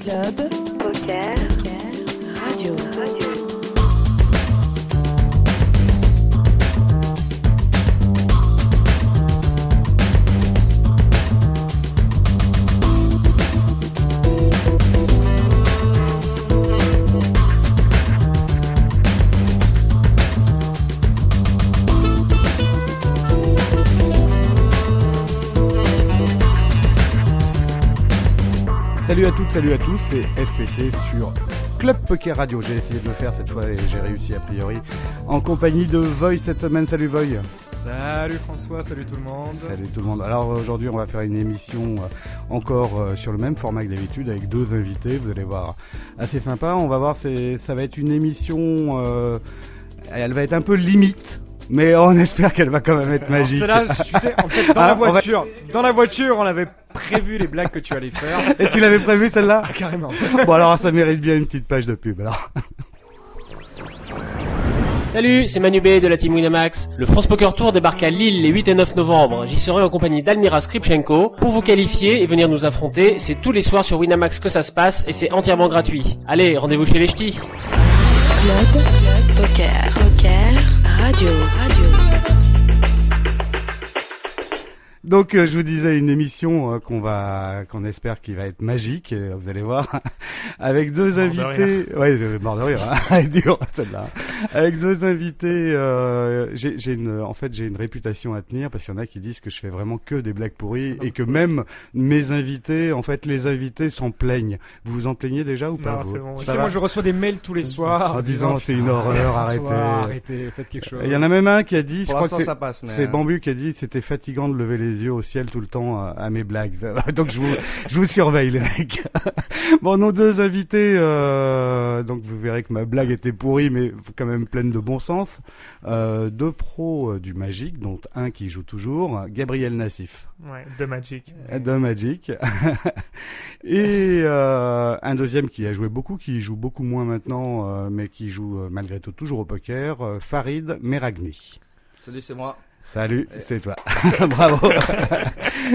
Club, Poker, Radio. radio. Salut à toutes, salut à tous, c'est FPC sur Club Poker Radio. J'ai essayé de le faire cette fois et j'ai réussi a priori. En compagnie de Voy cette semaine. Salut Voy. Salut François, salut tout le monde. Salut tout le monde. Alors aujourd'hui, on va faire une émission euh, encore euh, sur le même format que d'habitude avec deux invités. Vous allez voir, assez sympa. On va voir, c'est ça va être une émission. euh, elle va être un peu limite, mais on espère qu'elle va quand même être Alors, magique. celle-là, tu sais, en fait, dans Ah, la on va- voiture, dans la voiture, on avait prévu les blagues que tu allais faire. Et tu l'avais prévu celle-là Ah, carrément. Bon alors, ça mérite bien une petite page de pub. Alors, Salut, c'est Manu B de la team Winamax. Le France Poker Tour débarque à Lille les 8 et 9 novembre. J'y serai en compagnie d'Almira Skripchenko. Pour vous qualifier et venir nous affronter, c'est tous les soirs sur Winamax que ça se passe et c'est entièrement gratuit. Allez, rendez-vous chez les ch'tis. Club, Poker, Poker, Radio. Radio. Donc euh, je vous disais une émission euh, qu'on va qu'on espère qui va être magique, et, euh, vous allez voir, avec deux Mort de invités. Ouais, je mort de rire, hein. Elle est dure, celle-là. Avec deux invités, euh, j'ai j'ai une en fait j'ai une réputation à tenir parce qu'il y en a qui disent que je fais vraiment que des blagues pourries Ah, et que même mes invités, en fait les invités s'en plaignent. Vous vous en plaignez déjà ou pas Non, vous c'est bon, Ça Tu sais, va moi, je reçois des mails tous les soirs. En disant, c'est une horreur, Ah, François, arrêtez. Arrêtez, faites quelque chose. Il y en a même un qui a dit, je Pour crois l'instant, que c'est- ça passe, mais. c'est euh, Bambu qui a dit c'était fatigant de lever les yeux au ciel tout le temps euh, à mes blagues. donc je vous, je vous surveille les mecs. bon, nos deux invités, euh, donc vous verrez que ma blague était pourrie mais quand même pleine de bon sens. Euh, deux pros euh, du Magic, dont un qui joue toujours, Gabriel Nassif Ouais, de Magic. de Magic. Et euh, un deuxième qui a joué beaucoup, qui joue beaucoup moins maintenant, euh, mais qui joue euh, malgré tout toujours au poker, euh, Farid Meragni. Salut, c'est moi. Salut, c'est toi. Bravo.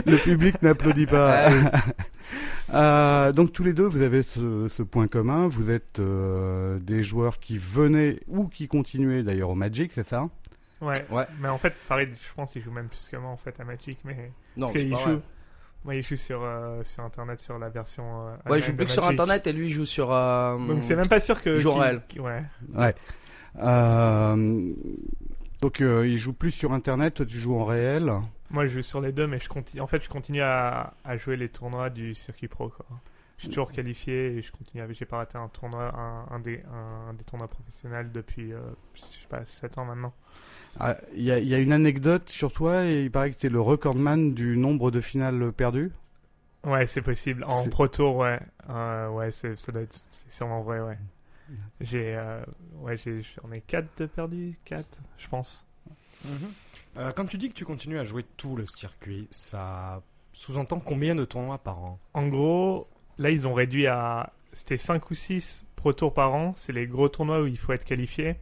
Le public n'applaudit pas. Euh, donc tous les deux, vous avez ce, ce point commun. Vous êtes euh, des joueurs qui venaient ou qui continuaient d'ailleurs au Magic, c'est ça Ouais. Ouais. Mais en fait, Farid, je pense qu'il joue même plus que moi en fait à Magic, mais Non, parce c'est qu'il pas joue. vrai. Moi, il joue sur euh, sur internet sur la version. euh, Ouais, annuelle je joue de plus que sur Magic. internet et lui il joue sur. euh, Donc c'est même pas sûr que. Il joue en qu'il- réel. qu'il- Ouais. Ouais. Euh, donc euh, ils jouent plus sur Internet, toi, tu joues en réel. Moi, je joue sur les deux, mais je continue. En fait, je continue à, à jouer les tournois du circuit pro. Quoi. Je suis toujours qualifié et je continue. à- J'ai pas raté un tournoi, un, un des un, des tournois professionnels depuis euh, je sais pas 7 ans maintenant. Ah, Il y, a, il y a une anecdote sur toi et il paraît que tu es le recordman du nombre de finales perdues. Ouais, c'est possible. En C'est- pro tour, ouais. Euh, ouais, c'est, ça doit être, c'est sûrement vrai, ouais. J'ai, euh, ouais, j'ai, j'en ai 4 de perdus, 4, je pense. Mhm. Euh, quand tu dis que tu continues à jouer tout le circuit, ça sous-entend combien de tournois par an En gros, là, ils ont réduit à, c'était 5 ou 6 pro tour par an. C'est les gros tournois où il faut être qualifié.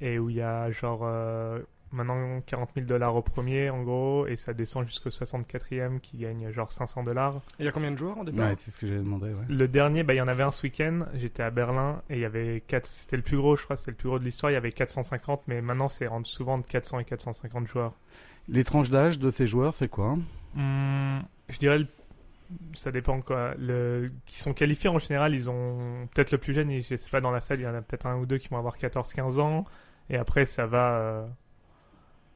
Et où il y a genre, euh, maintenant 40 000 dollars au premier, en gros, et ça descend jusqu'au 64e qui gagne genre 500 dollars. Il y a combien de joueurs au début Ouais, c'est ce que j'avais demandé. Ouais. Le dernier, bah, il y en avait un ce week-end. J'étais à Berlin et il y avait 4. C'était le plus gros, je crois. C'était le plus gros de l'histoire. Il y avait 450, mais maintenant c'est entre- souvent entre 400 et 450 joueurs. Les tranches d'âge de ces joueurs, c'est quoi Hmm, je dirais, le- ça dépend quoi. Le... Qui sont qualifiés en général, ils ont peut-être le plus jeune. et Je sais pas, dans la salle, il y en a peut-être un ou deux qui vont avoir 14-15 ans. Et après, ça va. euh,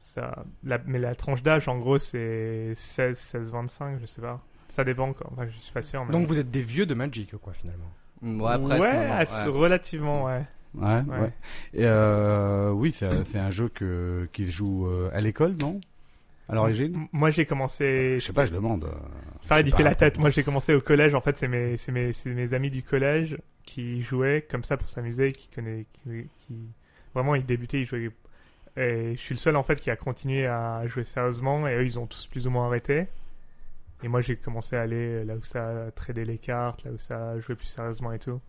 Ça... la- Mais la tranche d'âge, en gros, c'est 16, 16, 25, je sais pas. Ça dépend quoi. Enfin, je suis pas sûr. Mais... Donc vous êtes des vieux de Magic, quoi, finalement. Mm, Ouais, presque. Ouais, maintenant, ass- ouais. relativement, ouais. Ouais, ouais. Ouais. Et euh, oui, c'est c'est un jeu que qu'ils jouent euh, à l'école, non À l'origine M- Moi, j'ai commencé. Je sais pas, je demande. euh, Farid, je il sais fait pas. la tête. Moi, j'ai commencé au collège. En fait, c'est mes, c'est mes, c'est mes amis du collège qui jouaient comme ça pour s'amuser, qui connaissaient, qui, qui- vraiment, ils débutaient, ils jouaient. Et je suis le seul en fait qui a continué à jouer sérieusement. Et eux, ils ont tous plus ou moins arrêté. Et moi, j'ai commencé à aller là où ça tradait les cartes, là où ça jouait plus sérieusement et tout.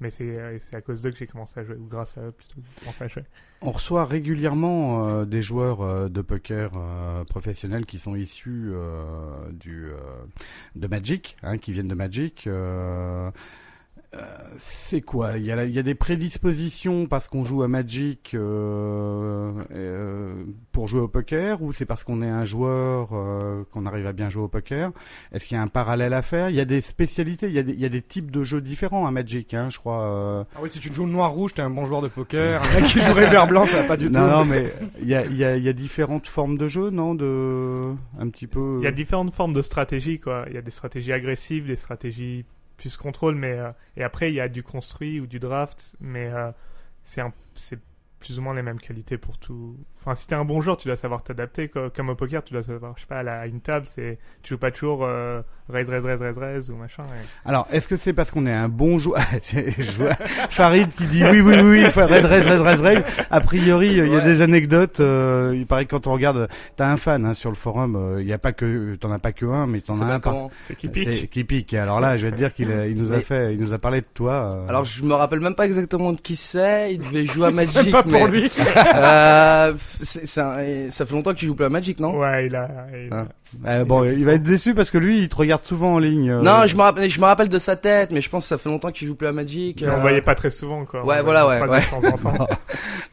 Mais c'est euh, c'est à cause d'eux que j'ai commencé à jouer, ou grâce à eux plutôt, que j'ai commencé à jouer. On reçoit régulièrement euh, des joueurs euh, de poker euh, professionnels qui sont issus euh, du euh, de Magic, hein, qui viennent de Magic. euh, euh, c'est quoi il y, a la- il y a des prédispositions parce qu'on joue à Magic euh, et, euh, pour jouer au poker ou c'est parce qu'on est un joueur euh, qu'on arrive à bien jouer au poker Est-ce qu'il y a un parallèle à faire Il y a des spécialités, il y a des, il y a des types de jeux différents à Magic, hein, je crois. euh, Ah oui, si tu joues le noir-rouge, t'es un bon joueur de poker. Un mec qui jouerait vert blanc, ça va pas du non, tout. non, mais il y a, il y, a, il y a différentes formes de jeu, non de... Un petit peu. Il y a différentes formes de stratégies, quoi. Il y a des stratégies agressives, des stratégies plus contrôle, mais euh, et après il y a du construit ou du draft, mais euh, c'est un- c'est plus ou moins les mêmes qualités pour tout. Enfin, si t'es un bon joueur, tu dois savoir t'adapter, quoi. Comme au poker, tu dois savoir, je sais pas, à, la- à une table, c'est tu joues pas toujours euh, raise, raise, raise, raise, raise ou machin. et- euh. Alors, est-ce que c'est parce qu'on est un bon joueur C'est- je vois Farid qui dit oui, oui, oui, oui, fa- raid, raid, raid, raid, raid. A priori, il y a Ouais. des anecdotes. euh, il paraît que quand on regarde, t'as un fan hein, sur le forum. euh, Il y a pas que, t'en as pas que un, mais t'en C'est as un pas par- comment. C'est qui C'est- pique. qui pique. Alors là, je vais te dire qu'il a- il nous a Mais- fait, il nous a parlé de toi. euh. Alors je me rappelle même pas exactement de qui c'est. Il devait jouer à Magic. C'est pas pour mais- lui. Euh, c'est- c'est un- Ça fait longtemps qu'il joue plus à Magic, non Ouais, il a. il a- Hein. Euh, bon, il va être déçu parce que lui, il te regarde souvent en ligne. euh. Non, je me rappelle, je me rappelle de sa tête, mais je pense que ça fait longtemps qu'il joue plus à Magic. On euh, le voyait pas très souvent, quoi. Ouais, On le voilà, ouais, croisait de temps en temps.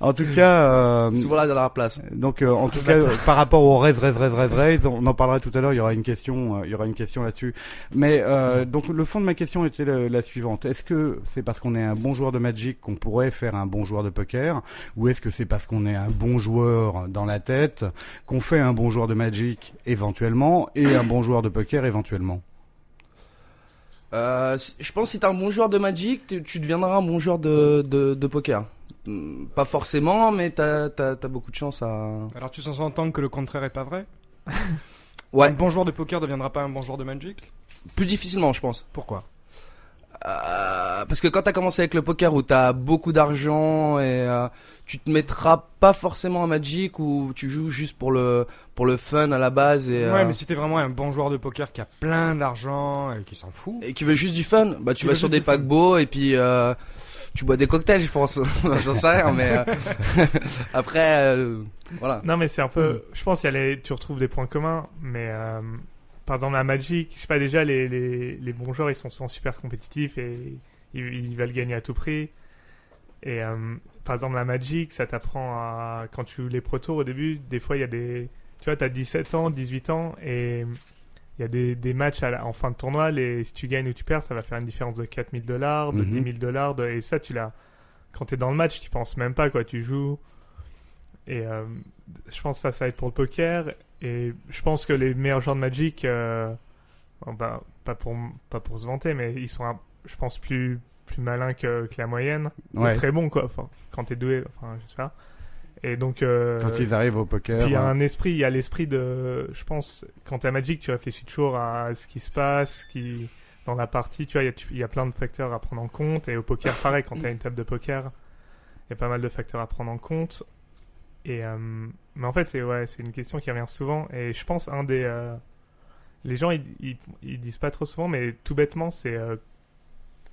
En tout cas, euh, Souvent la dernière place. Donc euh, en tout cas euh, par rapport au raise raise raise raise raise, on en parlera tout à l'heure, il y aura une question euh, il y aura une question là-dessus. Mais euh, donc le fond de ma question était la, la suivante. Est-ce que c'est parce qu'on est un bon joueur de Magic qu'on pourrait faire un bon joueur de poker ou est-ce que c'est parce qu'on est un bon joueur dans la tête qu'on fait un bon joueur de Magic éventuellement et un bon joueur de poker éventuellement Euh, si- je pense que si t'es un bon joueur de Magic, tu, tu deviendras un bon joueur de, de, de poker. Hmm, Pas forcément, mais t'as as, beaucoup de chance à. Alors tu s'entends que le contraire est pas vrai Un Ouais, bon joueur de poker deviendra pas un bon joueur de Magic plus difficilement, je pense. Pourquoi Euh, parce que quand t'as commencé avec le poker où t'as beaucoup d'argent et euh, tu te mettras pas forcément à Magic où tu joues juste pour le pour le fun à la base et, Ouais, euh, mais si t'es vraiment un bon joueur de poker qui a plein d'argent et qui s'en fout, et qui veut juste du fun, bah Qui tu veut vas sur juste des du fun. paquebots et puis euh, tu bois des cocktails, je pense. J'en sais rien, mais euh, après euh, voilà. Non, mais c'est un peu. Je pense qu'il y a les- tu retrouves des points communs, mais euh, par exemple, la Magic, je sais pas, déjà, les, les, les bons joueurs, ils sont souvent super compétitifs et ils, ils veulent gagner à tout prix. Et euh, par exemple, la Magic, ça t'apprend à. Quand tu joues les Pro Tours au début, des fois, il y a des. Tu vois, t'as 17 ans, 18 ans et. Il y a des, des matchs à la- en fin de tournoi, les, si tu gagnes ou tu perds, ça va faire une différence de 4000 dollars, de Mhm. 10 000 dollars, et ça, tu l'as. Quand t'es dans le match, tu penses même pas, quoi, tu joues. Et euh, je pense que ça, ça va être pour le poker. Et je pense que les meilleurs joueurs de Magic, euh, bon, bah, pas, pour, pas pour se vanter, mais ils sont, un- je pense, plus, plus malins que, que la moyenne. Ou Ouais. Très bons, quoi, enfin, quand t'es doué, enfin, j'espère. Et donc. euh, Quand ils arrivent au poker. puis il y a hein. un esprit, il y a l'esprit de, je pense, quand t'es à Magic, tu réfléchis toujours à ce qui se passe, ce qui dans la partie, tu vois, il y a- tu- il y, a plein de facteurs à prendre en compte. Et au poker, pareil, quand t'as une table de poker, il y a pas mal de facteurs à prendre en compte. Et euh, mais en fait, c'est ouais, c'est une question qui revient souvent. Et je pense un des, euh, les gens ils, ils, ils disent pas trop souvent, mais tout bêtement, c'est euh,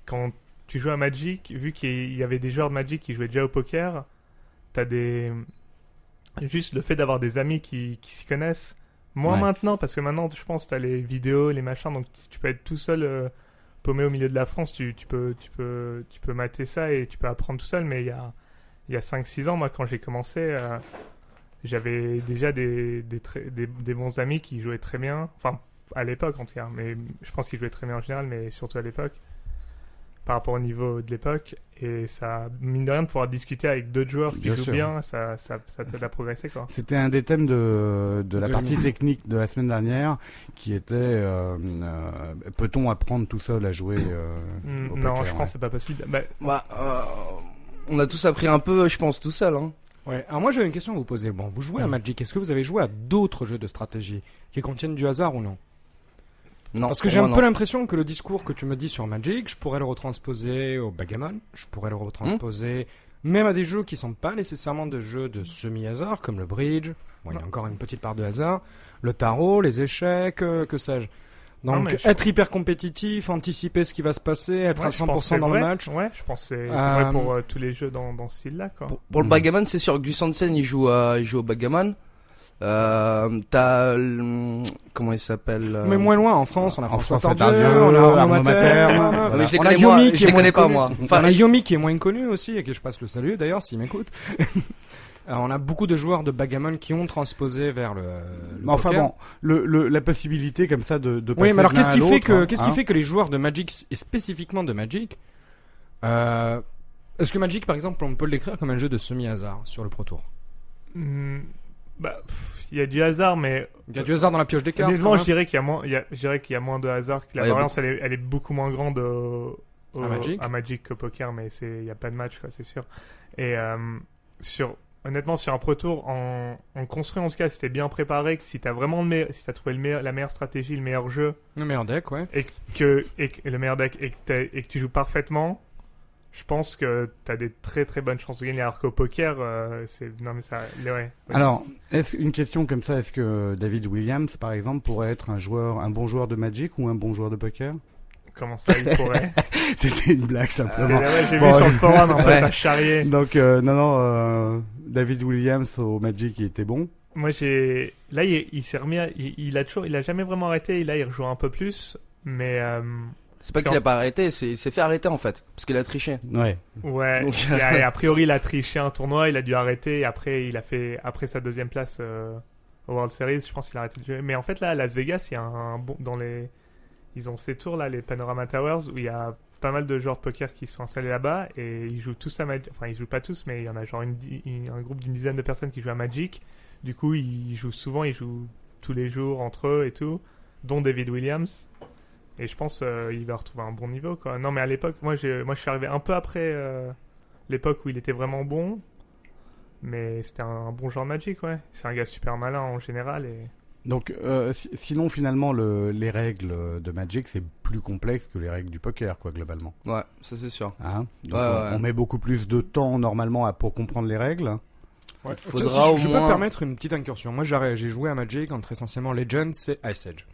quand tu joues à Magic, vu qu'il y avait des joueurs de Magic qui jouaient déjà au poker, t'as des. Juste le fait d'avoir des amis qui, qui s'y connaissent. Moins Ouais. maintenant, parce que maintenant, je pense, t'as les vidéos, les machins, donc tu- tu peux être tout seul, euh, paumé au milieu de la France, tu, tu, peux, tu, peux, tu peux mater ça et tu peux apprendre tout seul, mais il y a, il y a 5-6 ans, moi, quand j'ai commencé. euh, j'avais déjà des, des, très- des, des bons amis qui jouaient très bien. Enfin, à l'époque en tout cas, mais je pense qu'ils jouaient très bien en général, mais surtout à l'époque, par rapport au niveau de l'époque. Et ça, mine de rien, de pouvoir discuter avec d'autres joueurs qui Bien jouent sûr. bien, ça, ça, ça t'aide à progresser quoi. C'était un des thèmes de, de la De partie l'émission. technique de la semaine dernière qui était euh, euh, peut-on apprendre tout seul à jouer euh, Mm, au non, poker, je ouais. pense que c'est pas possible. Bah, Bah, euh, on a tous appris un peu, je pense, tout seul. Hein. Ouais, alors moi j'avais une question à vous poser. Bon, vous Mm. jouez à Magic, est-ce que vous avez joué à d'autres jeux de stratégie qui contiennent du hasard ou non Non, Parce que pour j'ai moi, un non. peu l'impression que le discours que tu me dis sur Magic, je pourrais le retransposer au Bagamon, je pourrais le retransposer même à des jeux qui sont pas nécessairement des jeux de semi-hasard, comme le bridge, bon, il y a encore une petite part de hasard, le tarot, les échecs, euh, que sais-je. Non, Donc mais je- être hyper compétitif, anticiper ce qui va se passer, être Ouais, à je pense que c'est 100% dans le vrai. match. Ouais, je pense que c'est c'est Euh, vrai pour euh, tous les jeux dans, dans ce style-là. quoi. Pour, pour le Mhm. Bagaman, c'est sûr. Gus Hansen, il joue, à- il joue au Bagaman. Euh, t'as, hum, comment il s'appelle euh, Mais moins loin, en France, on a en François France, Tardieu, on a Tardieu, Arnaud Arnaud Mater. Mater. non, non, Ah, Ah, mais je les on a connais, moi, Yomi qui je est les moins connais pas, connu. moi. Enfin, on Enfin, a Yomi qui est moins connu aussi, et que je passe le salut d'ailleurs s'il m'écoute. Alors, on a beaucoup de joueurs de Bagamon qui ont transposé vers le. le Mais enfin poker. bon, le, le- la possibilité comme ça de, de passer Oui, mais alors de l'un qu'est-ce à qui fait l'autre, que hein, qu'est-ce hein. qui fait que les joueurs de Magic et spécifiquement de Magic euh, Est-ce que Magic, par exemple, on peut le décrire comme un jeu de semi-hasard sur le Pro Tour Hmm, bah, pff, il y a du hasard, mais Il y a du hasard dans la Eh pioche des cartes. honnêtement, quand je même. dirais qu'il y a moins, il y a- je dirais qu'il y a moins de hasard. Que la Ouais, il y a variance, elle est, elle est beaucoup moins grande au, au- À Magic. qu'au poker, mais c'est, il y a pas de match, quoi, c'est sûr. Et euh, sur, honnêtement, sur un pro tour, en, en construit en tout cas, si t'es bien préparé, que si t'as vraiment le meilleur, si t'as trouvé le meilleur- la meilleure stratégie, le meilleur jeu, Le meilleur deck, ouais. et que, et que- et le meilleur deck et que, t'as- et que tu joues parfaitement, je pense que t'as des très très bonnes chances de gagner. Alors qu'au poker, euh, c'est non mais ça, ouais. ouais. Alors, est-ce une question comme ça, est-ce que David Williams, par exemple, pourrait être un joueur, un bon joueur de Magic ou un bon joueur de poker comment ça il pourrait C'était une blague C'est- simplement. ouais, J'ai Bon. vu sur le forum un peu Ouais. ça charriait. Donc euh, non, non, euh, David Williams au Magic, il était bon. Moi j'ai là il, il s'est remis, à- il, il a toujours, il a jamais vraiment arrêté. Et là il rejoue un peu plus, mais euh, c'est pas qu'il a pas arrêté, c'est, il s'est fait arrêter en fait, parce qu'il a triché. Ouais. ouais. Donc- il a, a priori il a triché un tournoi, il a dû arrêter. Et après il a fait après sa deuxième place euh, au World Series, je pense qu'il a arrêté de jouer. Mais en fait là à Las Vegas il y a un, bon dans les ils ont ces tours là les Panorama Towers où il y a pas mal de joueurs de poker qui sont installés là-bas et ils jouent tous à Magic. Enfin, ils jouent pas tous, mais il y en a genre une di- une- un groupe d'une dizaine de personnes qui jouent à Magic. Du coup, ils jouent souvent, ils jouent tous les jours entre eux et tout, dont David Williams. Et je pense euh, il va retrouver un bon niveau quoi. Non, mais à l'époque, moi, j'ai- moi je suis arrivé un peu après euh, l'époque où il était vraiment bon. Mais c'était un, un bon joueur de Magic, ouais. C'est un gars super malin en général et Donc euh, si- sinon finalement le, les règles de Magic c'est plus complexe que les règles du poker quoi globalement. Ouais, ça c'est sûr. Hein Donc, on, Ouais, ouais. on met beaucoup plus de temps normalement à, pour comprendre les règles. Ah Ouais. faudra Tu sais, si au je, je peux moins- me permettre une petite incursion. Moi, j'arrête- j'ai joué à Magic entre essentiellement Legends et Ice Age.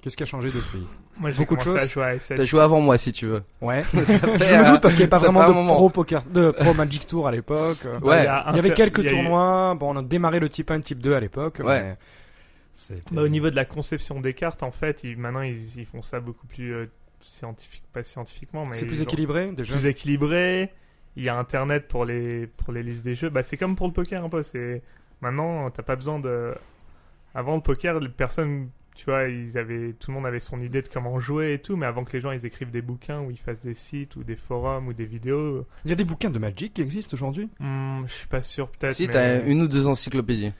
Qu'est-ce qui a changé depuis moi j'ai Beaucoup de commencé à choses. jouer à E. SL. T'as joué avant moi si tu veux. Ouais. Ça fait, je me euh, doute parce qu'il n'y avait pas ça vraiment fait un de moment. pro poker, de pro Magic Tour à l'époque. Euh, Ouais. a Il y avait inter- quelques il y a eu- tournois. Bon, on a démarré le type 1, type 2 à l'époque. Ouais. mais c'était- Bah, au niveau de la conception des cartes, en fait, ils, maintenant ils, ils font ça beaucoup plus euh, scientifique, pas scientifiquement, mais c'est ils plus ont- équilibré déjà. plus équilibré. Il y a Internet pour les pour les listes des jeux. Bah, c'est comme pour le poker un peu. C'est maintenant t'as pas besoin de. Avant le poker, les personnes, tu vois, ils avaient tout le monde avait son idée de comment jouer et tout, mais avant que les gens ils écrivent des bouquins ou ils fassent des sites ou des forums ou des vidéos, Il y a des bouquins de Magic qui existent aujourd'hui. hmm, je suis pas sûr peut-être. Si mais- t'as une ou deux encyclopédies.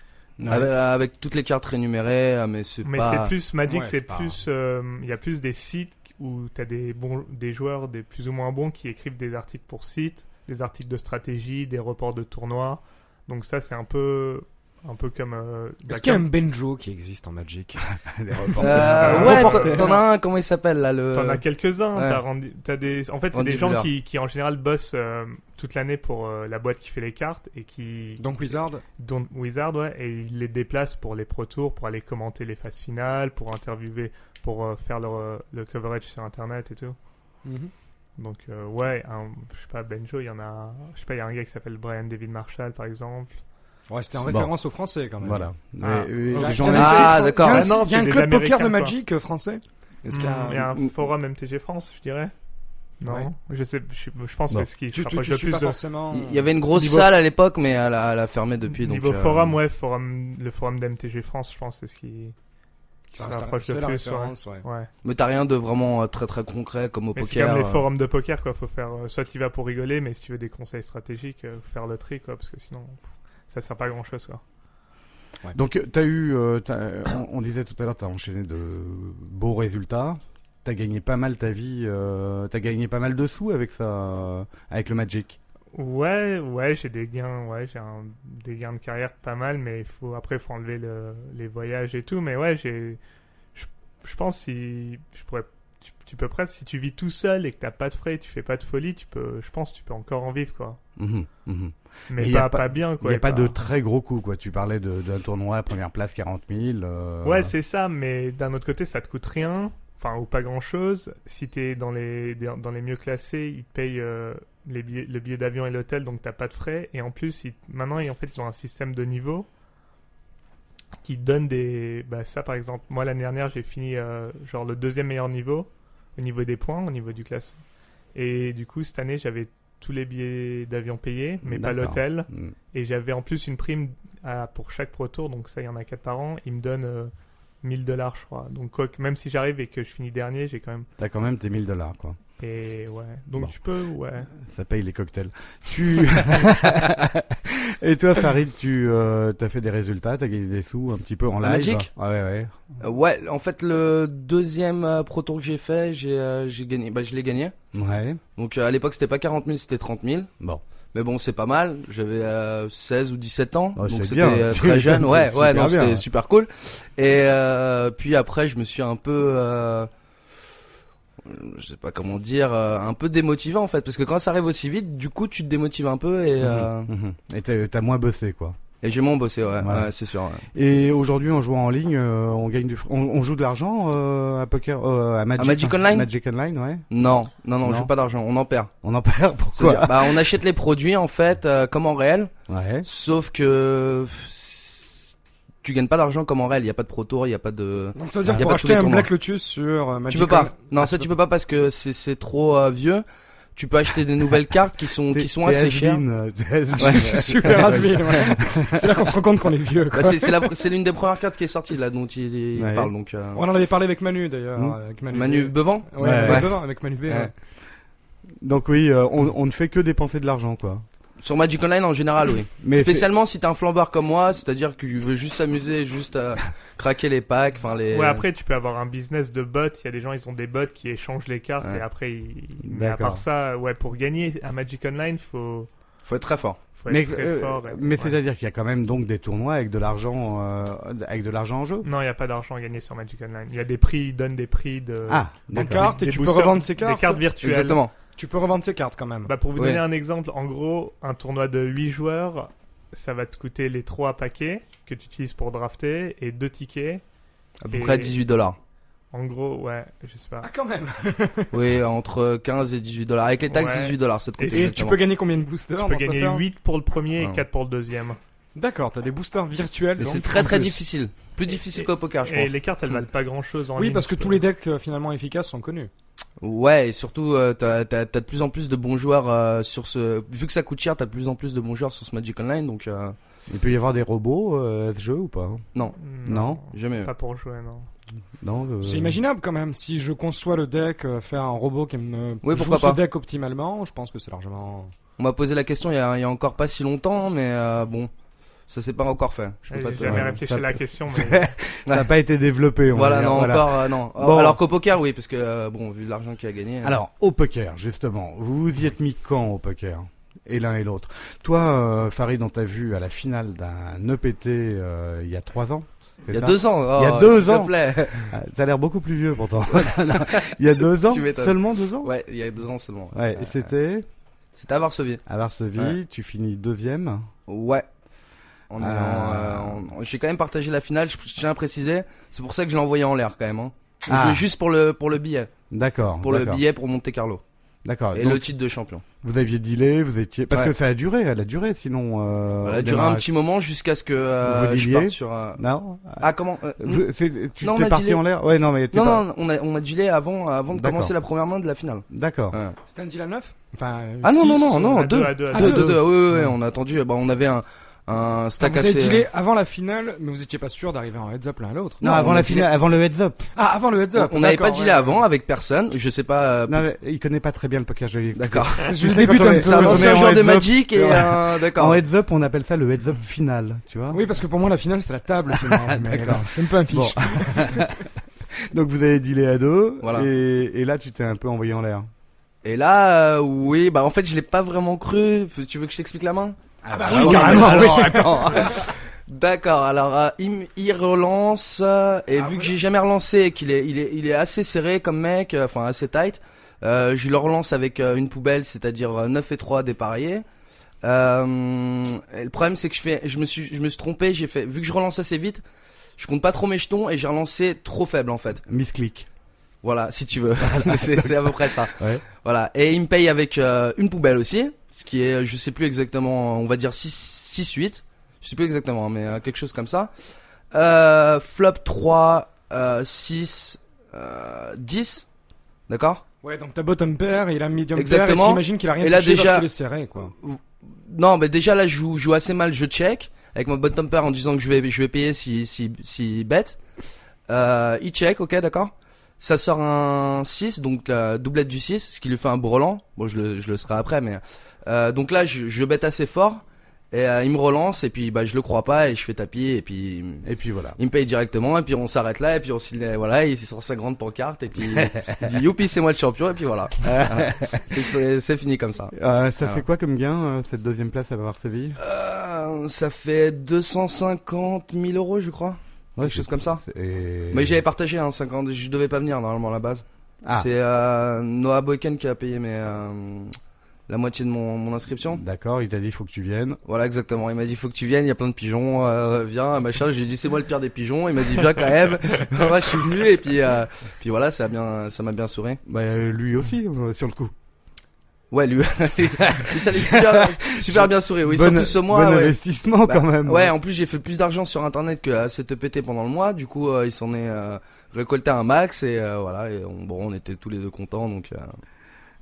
Avec, avec toutes les cartes rénumérées, euh, mais c'est Mais pas. c'est plus Magic, Ouais, c'est c'est pas- plus. euh, Il y a plus des sites où tu as des, bons, des joueurs, des plus ou moins bons, qui écrivent des articles pour sites, des articles de stratégie, des reports de tournois. Donc ça, c'est un peu, un peu comme. euh, bah, Est-ce qu'il y a un comme- Benjo qui existe en Magic Les reports. Euh, Un ouais, reporter. t'en t'en as un, comment il s'appelle là le... T'en as quelques-uns. ouais. t'as rendu- t'as des, en fait, c'est Randy des gens Buller. qui, qui, en général, bossent euh, toute l'année pour euh, la boîte qui fait les cartes et qui, Donc Wizard dont Wizard, ouais, et ils les déplacent pour les pro tours, pour aller commenter les phases finales, pour interviewer, pour euh, faire leur, euh, le coverage sur internet et tout. Donc euh, ouais, un- je sais pas Benjo, il y en a, je sais pas, il y a un gars qui s'appelle Brian David Marshall par exemple. Ouais, c'était en Bon. référence aux Français quand même. Voilà. Ah. Mais, euh, Il y a- les il y a journalistes- un site- il Ah, y a un- d'accord. il y a Ah non, un- Il y a c'est un des club poker Américains, de quoi. Magic euh, français Mmh. Est-ce Hmm, qu'il y a Il y a un- un forum MTG France, je dirais. Non, Ouais. je sais, je, je pense que Bon. c'est ce qui se Tu, tu, rapproche tu le suis plus pas de forcément. Il y avait une grosse Niveau- salle à l'époque, mais elle a, elle a fermé depuis. Donc, niveau euh, forum, ouais, forum, le forum d'MTG France, je pense c'est ce qui, qui se Ça reste- rapproche c'est le la plus. ouais. référence, ouais. Ouais. Mais t'as rien de vraiment euh, très très concret comme au Mais c'est poker. comme les euh. forums de poker, quoi. Faut faire, euh, soit tu vas pour rigoler, mais si tu veux des conseils stratégiques, euh, faut faire le tri, quoi, parce que sinon, pff, ça sert pas à grand chose, quoi. Donc euh, t'as eu, euh, t'as- euh, on, on disait tout à l'heure, t'as enchaîné de beaux résultats. T'as gagné pas mal ta vie, euh, t'as gagné pas mal de sous avec ça, euh, avec le Magic. Ouais, ouais, j'ai des gains, ouais, j'ai un- des gains de carrière pas mal, mais il faut après faut enlever le- les voyages et tout, mais ouais, j'ai je, je pense si je pourrais tu, tu peux presque si tu vis tout seul et que t'as pas de frais, tu fais pas de folie, tu peux je pense que tu peux encore en vivre quoi. Mhm, mhm. Mais Mais y a pas, pas- pas bien Il quoi. n'y et a pas bah. de très gros coups, quoi. Tu parlais de- d'un tournoi, première place, 40 000. euh, Ouais, c'est ça, mais d'un autre côté, ça te coûte rien. enfin ou pas grand chose. Si t'es dans les dans les mieux classés, ils te payent euh, les billets, le billet d'avion et l'hôtel, donc t'as pas de frais. Et en plus, ils- maintenant, ils, en fait, ils ont un système de niveau qui te donne des. Bah, ça, par exemple, moi l'année dernière, j'ai fini euh, genre le deuxième meilleur niveau au niveau des points, au niveau du classement. Et du coup, cette année, j'avais tous les billets d'avion payés, mais pas D'accord. l'hôtel. Mm. Et j'avais en plus une prime à- pour chaque Pro Tour, donc ça, il y en a 4 par an. Il me donne euh, 1000 dollars, je crois. Donc, quoi que- même si j'arrive et que je finis dernier, j'ai quand même. T'as quand même tes 1000 dollars, quoi. Et ouais. Donc, Bon. tu peux, ouais. Ça paye les cocktails. Tu. Et toi, Farid, tu euh, as fait des résultats, t'as gagné des sous un petit peu en live. À Magic ouais, ouais. Euh, ouais, en fait, le deuxième euh, Pro Tour que j'ai fait, j'ai euh, j'ai gagné. Bah, je l'ai gagné. Ouais. Donc euh, à l'époque, c'était pas 40 000, c'était 30 000. Bon. Mais bon, c'est pas mal. J'avais euh, 16 ou 17 ans, Oh, donc c'est c'était bien. euh, C'est- très jeune. c'est Ouais, super ouais, non, bien. c'était super cool. Et euh, puis après, je me suis un peu, euh, je sais pas comment dire, euh, un peu démotivé en fait, parce que quand ça arrive aussi vite, du coup, tu te démotives un peu et euh, Mhm. Et t'as- t'as moins bossé, quoi. et j'ai moins bossé, ouais, Voilà. ouais, c'est sûr. ouais. Et aujourd'hui, en jouant en ligne, euh, on gagne du, fr- on, on joue de l'argent euh, à poker, euh, à Magic, Magic Online Magic Online, ouais. Non, non, non, Non. je joue pas d'argent, on en perd. On en perd, C'est-à-dire, pourquoi bah, on achète les produits en fait, euh, comme en réel. Ouais. Sauf que pff, tu gagnes pas d'argent comme en réel, il y a pas de pro tour, il y a pas de Donc ça veut dire Y a que pour pas tous acheter les un tournois. Black Lotus sur euh, tu Magic peux pas. Online- Non, Ah, ça tu peux pas parce que c'est c'est trop euh, vieux. Tu peux acheter des nouvelles cartes qui sont T'es- qui sont t'es assez chères. has-been, euh, t'es has-been. Ouais. Je suis super has-been, ouais. C'est là qu'on se rend compte qu'on est vieux. quoi. Bah, c'est c'est la c'est l'une des premières cartes qui est sortie là dont il, il Ouais. parle donc euh, On en avait parlé avec Manu d'ailleurs. Hmm. avec Manu, Manu B. Bevan. Ouais, Ouais. Manu Ouais. Bevin, avec Manu B. ouais. Ouais. Donc oui, euh, on, on ne fait que dépenser de l'argent, quoi. Sur Magic Online en général, oui. Mais Spécialement si t'es un flambeur comme moi, c'est-à-dire que tu veux juste s'amuser, juste euh, craquer les packs, enfin les. euh, Ouais, après, tu peux avoir un business de bots. Il y a des gens, ils ont des bots qui échangent les cartes Ouais. et après, ils... mais à D'accord. part ça, ouais, pour gagner à Magic Online, faut, Faut être très fort. faut c'est- être mais, très euh, fort. et- mais ouais. c'est-à-dire qu'il y a quand même donc des tournois avec de l'argent, euh, avec de l'argent en jeu. Non, il n'y a pas d'argent à gagner sur Magic Online. Il y a des prix, ils donnent des prix de. Ah, Des d'accord. cartes et Des tu peux boosters, revendre ces Des cartes. cartes virtuelles. Exactement. Tu peux revendre ces cartes quand même. Bah, pour vous Ouais. donner un exemple, en gros, un tournoi de 8 joueurs, ça va te coûter les 3 paquets que tu utilises pour drafter et 2 tickets. À peu Et- près 18 dollars. En gros, ouais, je sais pas. ah quand même. Oui, entre 15 et 18 dollars. Avec les taxes, Ouais. 18 dollars, ça te Et- coûte. et Et tu exactement. peux gagner combien de boosters Tu dans peux cette gagner affaire 8 pour le premier et Ouais. 4 pour le deuxième. D'accord, t'as des boosters virtuels. Mais donc, c'est très en très plus. difficile. Plus Et- difficile qu'au poker, Ah, je Et pense. les cartes, elles valent pas grand chose en Oui, ligne, parce que tu tous peux- les decks euh, finalement efficaces sont connus. Ouais, et surtout, euh, t'as t'as- t'as de plus en plus de bons joueurs euh, sur ce. Vu que ça coûte cher, t'as de plus en plus de bons joueurs sur ce Magic Online, donc euh, Il peut y avoir des robots euh, à ce jeu ou pas Non. jamais. Pas pour jouer, non. Non. euh, C'est imaginable quand même. Si je conçois le deck, euh, faire un robot qui me Oui, joue pourquoi ce pas. deck optimalement, je pense que c'est largement. On m'a posé la question il y, a, il y a encore pas si longtemps, mais euh, bon, ça s'est pas encore fait. Je peux J'ai pas te- jamais ouais, réfléchi ça- à la question, mais c'est- Ça n'a pas été développé. On va Voilà, dire, non, voilà. encore, euh, non. Bon. Alors qu'au poker, oui, parce que euh, bon, vu l'argent qu'il a gagné. euh, Alors, au poker, justement, vous vous y êtes mis quand au poker Et l'un et l'autre. Toi, euh, Farid, on t'a vu à la finale d'un EPT euh, il y a trois ans. c'est il y a ça deux ans. Il y a oh, deux s'il te ans. plaît. Ah, Ça a l'air beaucoup plus vieux pourtant. Non, il y a deux ans Tu m'étonnes. Seulement deux ans ouais, il y a deux ans seulement. Ouais, et c'était C'était à Varsovie. à Varsovie, Ouais. tu finis deuxième. Ouais. On est Euh, en, euh, en- j'ai quand même partagé la finale, je, je tiens à préciser. C'est pour ça que je l'ai envoyé en l'air quand même. Hein. Je Ah. jouais juste pour le, pour le billet. D'accord. Pour le d'accord, billet pour Monte Carlo. D'accord. et Donc, le titre de champion. Vous aviez dealé, vous étiez. Parce Ouais. que ça a duré, elle a duré sinon. Euh, Voilà, au a duré un démarrage. petit moment jusqu'à ce que euh, Vous je dealiez parte sur. euh, Non Ah, comment euh, Vous- c'est- Tu Non, on t'es a parti dealé. en l'air Ouais, non, mais. t'es Non, pas- non, on a, on a dealé avant, avant de D'accord. commencer la première main de la finale. D'accord. Ouais. C'était un deal à 9 Enfin. euh, Ah non, six, non, non, euh, non, à deux. deux, à deux, à Ah, deux. deux, deux, deux. Ouais, ouais, ouais, on a attendu. Bah, on avait un, un stack Vous avez assez. dealé avant la finale, mais vous étiez pas sûr d'arriver en heads up l'un à l'autre. Non, hein. Non, avant on la a dealé- finale, avant le heads up. Ah, avant le heads up. euh, On n'avait pas d'accord, dealé ouais. avant avec personne. Je sais pas. euh, Non, mais il connaît pas très bien le poker, je l'ai- D'accord. C'est juste C'est le début quand on un est- peu. C'est un on est ancien en joueur de heads up. Magic et. euh, En D'accord. heads up, on appelle ça le heads up final, tu vois. Oui, parce que pour moi, la finale, c'est la table. finalement. Mais D'accord. alors, C'est un peu un fiche. Donc vous avez dealé à deux, Voilà. et, et là tu t'es un peu envoyé en l'air. Et là, euh, oui, bah en fait, je l'ai pas vraiment cru. F- Tu veux que je t'explique la main Ah bah oui, carrément, mais alors, oui. attends. D'accord. Alors, euh, il, m- il relance euh, Ah, et vu voilà. que j'ai jamais relancé et qu'il est, il est, il est assez serré comme mec, euh, enfin assez tight, euh, je le relance avec euh, une poubelle, c'est-à-dire euh, 9 et 3 dépareillés. Euh, et le problème, c'est que je fais, je me suis, je me suis trompé. J'ai fait, vu que je relance assez vite, je compte pas trop mes jetons et j'ai relancé trop faible en fait. Misclick. Voilà, si tu veux. c'est c'est à peu près ça. Ouais. Voilà. Et il me paye avec euh, une poubelle aussi, ce qui est, je sais plus exactement, on va dire 6, 6 8. Je sais plus exactement, mais euh, quelque chose comme ça. Euh, flop 3, euh, 6, euh, 10. D'accord Ouais, donc t'as bottom pair, il a medium pair, Exactement. et t'imagines qu'il a rien Et là, touché déjà- parce qu'il est serré, quoi. Non, mais déjà là, je joue, je joue assez mal, je check. Avec mon bottom pair en disant que je vais, je vais payer si, si, si bête. Euh, il check, ok, d'accord. Ça sort un 6, donc la doublette du 6, ce qui lui fait un brelan. Bon, je le, je le serai après, mais. Euh, donc là, je, je bête assez fort. Et euh, il me relance, et puis bah, je le crois pas, et je fais tapis, et puis. il me- Et puis voilà. Il me paye directement, et puis on s'arrête là, et puis on signe, voilà, il sort sa grande pancarte, et puis il dit youpi, c'est moi le champion, et puis voilà. C'est- c'est c'est fini comme ça. Euh, ça Alors. fait quoi comme gain, euh, cette deuxième place à Bavar Séville Ah. Euh, ça fait 250 000 euros, je crois. quelque chose comme ça. Mais j'avais partagé, hein, 50, je devais pas venir normalement à la base. Ah, C'est euh, Noah Boyken qui a payé mes, euh, la moitié de mon, mon inscription. d'accord, il t'a dit il faut que tu viennes. Voilà, exactement. Il m'a dit faut que tu viennes, il y a plein de pigeons, euh, viens, machin. J'ai dit c'est moi le pire des pigeons. Il m'a dit viens quand même. Moi je suis venu et puis euh, puis voilà, ça a bien, ça m'a bien souri. Bah, euh, lui aussi, euh, sur le coup. Ouais, lui, lui, ça lui a super, super bien souri. Oui, Bonne- surtout ce mois. Bon ouais. investissement Bah, quand même. hein. Ouais, en plus j'ai fait plus d'argent sur internet que à CTPT pendant le mois, du coup euh, il s'en est euh, récolté un max et euh, voilà, et on, bon on était tous les deux contents donc. euh,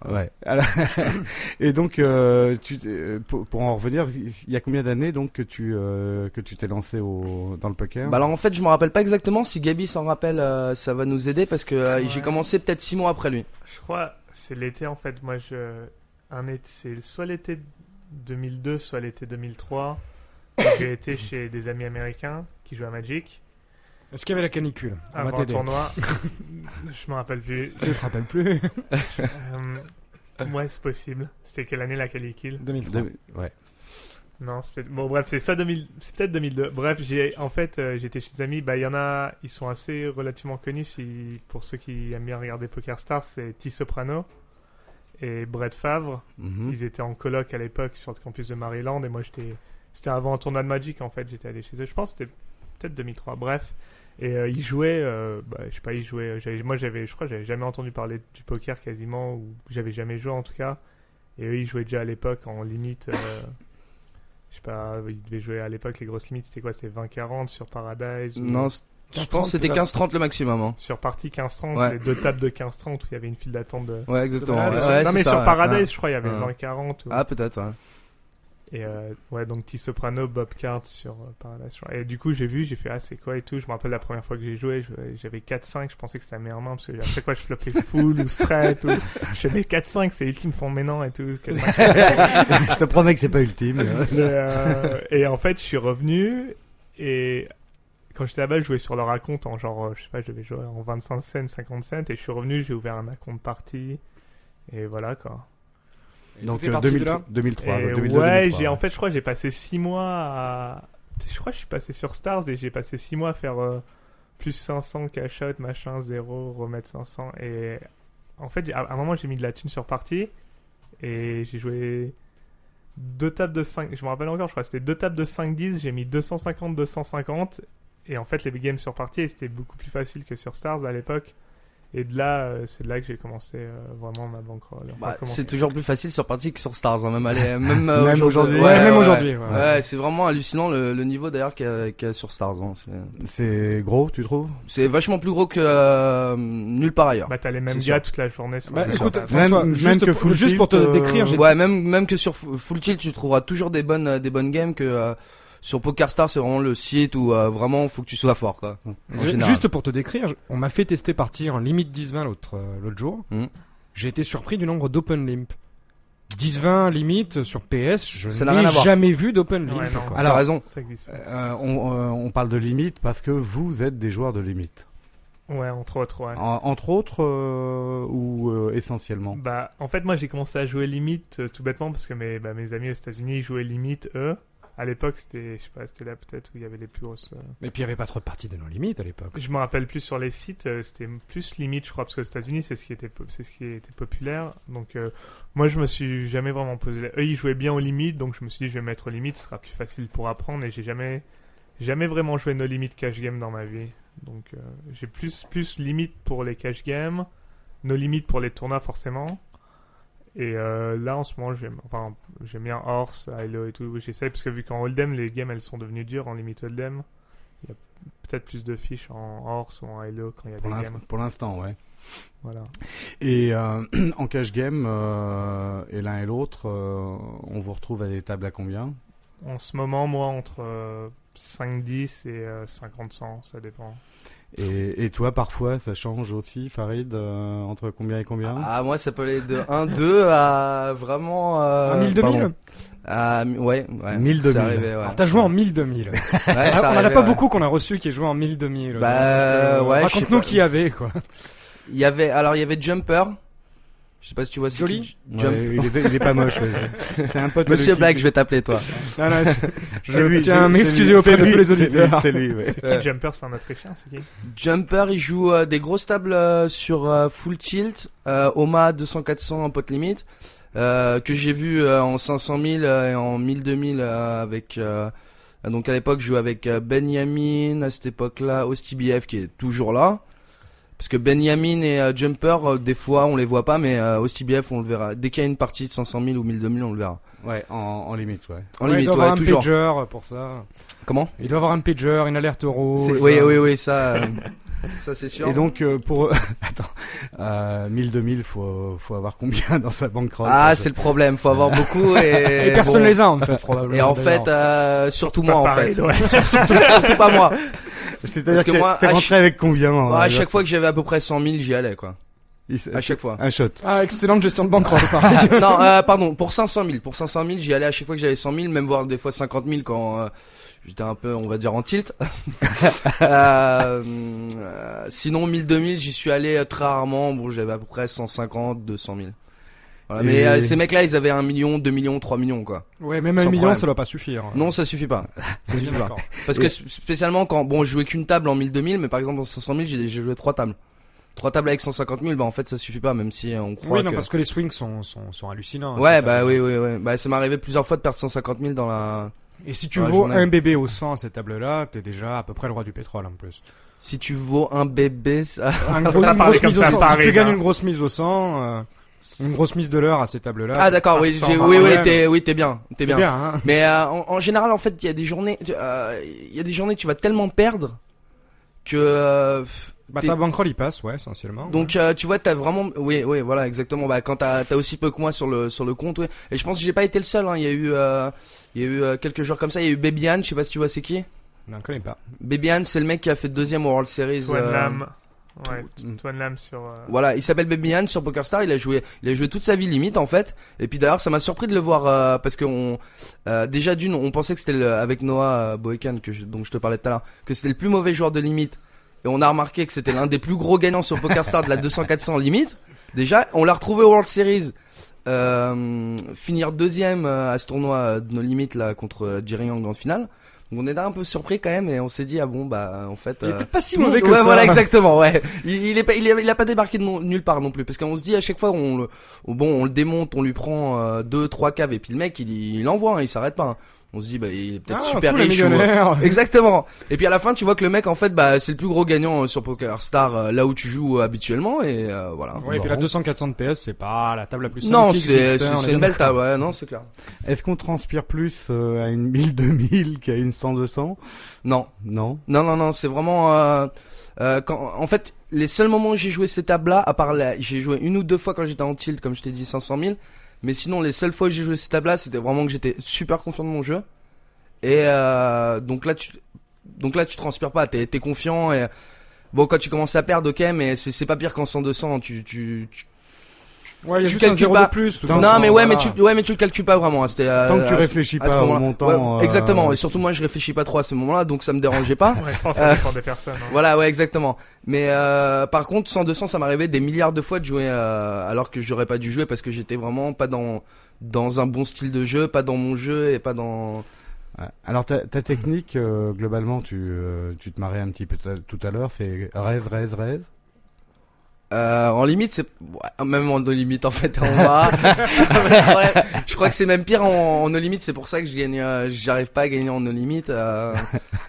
Ouais. Alors, et donc, euh, tu, euh, pour, pour en revenir, il y a combien d'années donc que tu euh, que tu t'es lancé au, dans le poker Bah alors en fait je me rappelle pas exactement si Gabi s'en rappelle, euh, ça va nous aider parce que euh, Ouais. j'ai commencé peut-être six mois après lui. Je crois c'est l'été en fait. Moi, je un été, c'est soit l'été 2002, soit l'été 2003. J'ai été chez des amis américains qui jouaient à Magic Est-ce qu'il y avait la canicule On va avant un t'aider. tournoi. je me rappelle plus. Tu te rappelles plus Euh, ouais, c'est possible. C'était quelle année la Calicule 2003. De- Ouais. Non, c'est peut-être- bon bref, c'est soit 2000, c'est peut-être 2002. Bref, j'ai en fait euh, j'étais chez des amis, bah il y en a, ils sont assez relativement connus si pour ceux qui aiment bien regarder Poker Stars, c'est T Soprano et Brett Favre. Hmm. Mhm. Ils étaient en coloc à l'époque sur le campus de Maryland et moi j'étais c'était avant un tournoi de Magic en fait, j'étais allé chez eux. Je pense que c'était peut-être 2003. Bref, et euh, ils jouaient euh, bah, je sais pas, ils jouaient euh, j'avais- moi j'avais je crois que j'avais jamais entendu parler du poker quasiment ou j'avais jamais joué en tout cas. Et eux ils jouaient déjà à l'époque en limite euh, je sais pas, ils devaient jouer à l'époque les grosses limites, c'était quoi C'était 20-40 sur Paradise ou- Non, c- je 15-30 pense que c'était peut-être. 15-30 le maximum. Hein. sur partie 15-30, Ouais. les deux tables de 15-30 où il y avait une file d'attente de Ouais exactement. Ah, ouais, sur- ouais, non c'est mais ça, sur ouais. Paradise, je crois il y avait Ouais. 20-40 ou Ah peut-être. ouais. Et euh, ouais, donc T Soprano, Bob Cart sur euh, Paradise Shore. Et du coup, j'ai vu, j'ai fait ah, c'est quoi et tout. Je me rappelle la première fois que j'ai joué, je- j'avais 4-5, je pensais que c'était la meilleure main parce que à chaque fois je flopais full ou straight ou je fais mais 4-5, c'est ultime, font mais non et tout. 4-5. je te promets que c'est pas ultime. hein. et, euh, et en fait, je suis revenu et quand j'étais là-bas, je jouais sur leur acompte en genre, euh, je sais pas, je devais jouer en 25 cents, 50 cents et je suis revenu, j'ai ouvert un acompte parti et voilà quoi. Donc t'es euh, parti de 2003, là 2003, Et ouais, 2002, Eh ouais, 2003, j'ai en fait, je crois que j'ai passé 6 mois à. Je crois que je suis passé sur Stars et j'ai passé 6 mois à faire euh, plus 500 cash out, machin, 0, remettre 500. Et en fait, j'ai- à à un moment, j'ai mis de la thune sur partie et j'ai joué deux tables de 5. Je me rappelle encore, je crois que c'était deux tables de 5-10, j'ai mis 250, 250. Et en fait, les big games sur partie, c'était beaucoup plus facile que sur Stars à l'époque. Et de là, euh, c'est de là que j'ai commencé euh, vraiment ma bankroll. Enfin, Bah, commencé. c'est toujours plus facile sur partie que sur Stars, hein, même, à l'é- même, euh, Même aujourd'hui. Ouais, même aujourd'hui, ouais. Ouais, c'est vraiment hallucinant le, le niveau d'ailleurs qu'il y, a- qu'il y a sur Stars. Hein. C'est- C'est gros, tu trouves C'est vachement plus gros que euh, nulle part ailleurs. Bah, t'as les mêmes C'est gars sûr. toute la journée. sur Bah, la- écoute, sur la- François, Même- juste, même que pour, juste Full pour te Tilt, euh, décrire, j'ai Ouais, même même que sur Fu- Full Tilt, tu trouveras toujours des bonnes euh, des bonnes games que euh, sur PokerStar, c'est vraiment le site où euh, vraiment faut que tu sois fort quoi. En Ju- général. euh, Juste pour te décrire, je- on m'a fait tester partir en limite 10-20 l'autre euh, l'autre jour. Mm. J'ai été surpris du nombre d'open limp. 10-20 limite sur PS, je Ça n'a rien à n'ai voir. jamais vu d'open limp. Ouais, non. quoi. Alors, Alors- T'as raison. Ça existe. Euh, on, euh, on parle de limite parce que vous êtes des joueurs de limite. Ouais, entre autres, ouais. En- entre autres euh, ou euh, essentiellement Bah, en fait, moi, j'ai commencé à jouer limite euh, tout bêtement parce que mes, bah, mes amis aux États-Unis ils jouaient limite eux. À l'époque, c'était, je sais pas, c'était là peut-être où il y avait les plus grosses. euh, Et puis il n'y avait pas trop de parties de nos limites à l'époque. Je me rappelle plus sur les sites, euh, c'était plus limite, je crois, parce qu'aux États-Unis, c'est ce qui était, po- c'est ce qui était populaire. Donc, euh, moi, je me suis jamais vraiment posé. la- Eux, ils jouaient bien aux limites, donc je me suis dit, je vais mettre aux limites, ce sera plus facile pour apprendre. Et j'ai jamais, jamais vraiment joué nos limites cash game dans ma vie. Donc euh, j'ai plus, plus limite pour les cash games, nos limites pour les tournois forcément. Et euh, là en ce moment j'aime enfin, j'aime bien Horse, Hilo et tout, j'essaie parce que vu qu'en Hold'em les games elles sont devenues dures en limite Hold'em, il y a peut-être plus de fiches en Horse ou en Hilo quand il y a Pour des l'inst- games. Pour l'instant, ouais. Voilà. Et euh, en cash game, euh, et l'un et l'autre, euh, on vous retrouve à des tables à combien En ce moment moi entre euh, 5-10 et 50-100, ça dépend. et, et toi, parfois, ça change aussi, Farid, euh, entre combien et combien Ah, moi, ça peut aller de 1-2 à vraiment. Euh, 1000-2000 pardon. à, mi- Ouais, ouais. 1000-2000. C'est arrivé, ouais. Alors t'as joué en 1000-2000. Ouais, On c'est en a arrivé, pas Eh, ouais. beaucoup qu'on a reçu qui est joué en 1000-2000. Bah, ouais, je sais euh, Raconte-nous pas. qui y avait, quoi. Il y avait, alors, il y avait Jumper. Je sais pas si tu vois c'est Joli. qui, Ouais, Jump- il, est, il est pas moche. ouais. C'est un pote. Monsieur de- Black, je vais t'appeler, toi. Non, non, c'est- C'est je lui, tiens c'est- à m'excuser c'est lui, auprès de c'est tous lui, les auditeurs. C'est lui, c'est lui, ouais. C'est Euh. qui Jumper, c'est un autrichien, c'est qui Jumper, il joue euh, des grosses tables euh, sur euh, Full Tilt, euh, Oma 200-400 en pot limite, euh, que j'ai vu euh, en 500 000 euh, et en 1000-2000 euh, avec... euh, euh, donc à l'époque, je jouais avec euh, Benjamin, à cette époque-là, Hosty BF qui est toujours là. Parce que Benjamin et euh, Jumper, euh, des fois, on les voit pas, mais euh, Hosty BF, on le verra. Dès qu'il y a une partie de 500 000 ou 1000-2000, on le verra. Ouais, en, en limite, ouais. En Ouais, il limite, doit ouais, avoir un toujours. pager pour ça. Comment Il doit avoir un pager, une alerte euro. C'est- ça. Oui, oui, oui, ça... euh, ça, c'est sûr. Et donc, euh, pour attends, euh, 1000, 2000, faut faut avoir combien dans sa banque Ah, c'est le problème, faut avoir beaucoup et, Et personne Eh, bon. les a, en fait, probablement. Et en d'ailleurs. fait, euh, surtout moi, Pas en pareil, fait. ouais. surtout pas moi. C'est-à-dire parce que que, moi, t'es à Bah, rentré avec combien en- à chaque fois que j'avais à peu près 100 000, j'y allais, quoi. Il s- À chaque fois. Un shot. Ah, excellente gestion de banque, Robert. non, euh, pardon, pour 500 000. Pour 500 000, j'y allais à chaque fois que j'avais 100 000, même voire des fois 50 000 quand euh, j'étais un peu, on va dire, en tilt. euh, euh, sinon, 1000, 2000, j'y suis allé euh, très rarement. Bon, j'avais à peu près 150, 200 000. Voilà, Mais Et- euh, ces mecs-là, ils avaient 1 million, 2 millions, 3 millions, quoi. Ouais, même Sans un million, problème. ça doit pas suffire. Non, ça suffit pas. Je suis bien pas. d'accord. Parce que sp- spécialement quand bon, je jouais qu'une table en 1000 2000 mais par exemple en 500 000 j'ai j'ai joué trois tables. Trois tables avec 150 000 bah en fait ça suffit pas même si euh, on croit Oui, non, que parce que les swings sont, sont, sont hallucinants. hein, Ouais, cette bah table. oui oui oui. Bah ça m'est arrivé plusieurs fois de perdre 150 000 dans la Et si tu Ouais, vaux j'en ai. un bébé au 100 à cette table-là, t'es déjà à peu près le roi du pétrole, en plus. si tu vaux un bébé ça... Un gros- T'as une parlé grosse comme mise au ça, 100. Si Paris, tu gagnes hein. une grosse mise au 100, euh, une grosse mise de l'heure à ces tables-là. Ah d'accord, oui, Ah, j'ai- 100, oui oui, ouais. t'es oui, t'es bien, t'es c'est bien. bien, hein. Mais euh, en, en général en fait, il y a des journées euh, il y a des journées tu vas tellement perdre que euh, Bah, t'es- ta bankroll, il passe, ouais, essentiellement. Donc euh, tu vois, t'as vraiment, oui, oui, voilà, exactement. Bah quand t'as t'as aussi peu que moi sur le sur le compte, oui. Et je pense que j'ai pas été le seul. hein. Il y a eu, euh, il y a eu euh, quelques joueurs comme ça. Il y a eu Bebian, je sais pas si tu vois c'est qui. ouais. Non, connais pas. Bebian, c'est le mec qui a fait deuxième au World Series. Twan euh, Lam. Ouais, Mm. Twan Lam sur. euh, Voilà, il s'appelle Bebian sur PokerStar. Il a joué, il a joué toute sa vie limite en fait. Et puis d'ailleurs, ça m'a surpris de le voir euh, parce que on, euh, déjà d'une, on pensait que c'était le- avec Noah euh, Boykan que je, dont je te parlais tout à l'heure, que c'était le plus mauvais joueur de limite. Et on a remarqué que c'était l'un des plus gros gagnants sur PokerStar de la 200-400 limite. Déjà, on l'a retrouvé au World Series. Euh, finir deuxième euh, à ce tournoi euh, de nos limites là contre euh, Jerry Yang en finale. Donc on est un peu surpris quand même et on s'est dit ah bon bah en fait Il euh, était pas si tout le mauvais que monde- ouais, ça. voilà, exactement, ouais. Il, il est pas, il, est- il a pas débarqué de non- nulle part non plus, parce qu'on se dit à chaque fois, on le, on- bon, on le démonte, on lui prend euh, deux, trois caves, et puis le mec, il, il envoie, hein, il s'arrête pas. hein. On se dit, bah, il est peut-être Ah, super hein. cool, le riche. ou- euh, millionnaire. Exactement. Et puis à la fin, tu vois que le mec, en fait, bah, c'est le plus gros gagnant euh, sur Poker Star, euh, là où tu joues euh, habituellement, et euh, voilà. Ouais, et puis la 200-400 de PS, c'est pas la table la plus simple. Non, qui c'est existe, c'est- hein, on est c'est une bien belle table, ouais, non, c'est clair. Est-ce qu'on transpire plus euh, à une 1000, 2000 qu'à une 100, 200 Non, Non. Non, non, non, c'est vraiment. euh, euh, quand, en fait, les seuls moments où j'ai joué ces tables-là, à part la- j'ai joué une ou deux fois quand j'étais en tilt, comme je t'ai dit, 500 000. Mais sinon, les seules fois où j'ai joué ces tables-là, c'était vraiment que j'étais super confiant de mon jeu. Et euh, donc là, tu, donc là, tu transpires pas, t'es, t'es confiant. Et bon, quand tu commences à perdre, ok, mais c'est, c'est pas pire qu'en 100-200. Tu, tu, tu- Ouais, il y a Tu juste un calcules zéro pas. de plus. tout Non, le Non, temps, mais ouais, mais tu, voilà. ouais, mais tu le calcules pas vraiment. hein, C'était euh, Tant que tu à- réfléchis à ce pas au moment-là. montant. Ouais, euh, Exactement. Et surtout, moi, je réfléchis pas trop à ce moment-là, donc ça me dérangeait pas. Ouais, je pense Ah. que ça dépend des personnes. hein. Voilà, ouais, exactement. Mais euh, par contre, 100, 200, ça m'arrivait des milliards de fois de jouer euh, alors que j'aurais pas dû jouer parce que j'étais vraiment pas dans dans un bon style de jeu, pas dans mon jeu et pas dans. Ouais. Alors ta, ta technique, euh, globalement, tu, euh, tu te marrais un petit peu t- tout à l'heure, c'est raise, raise, raise. Euh, en limite, c'est ouais, même en no limite en fait, en bas. C'est pas vrai, ouais. je crois que c'est même pire en, en no limite. C'est pour ça que je gagne, euh, j'arrive pas à gagner en no limite. euh,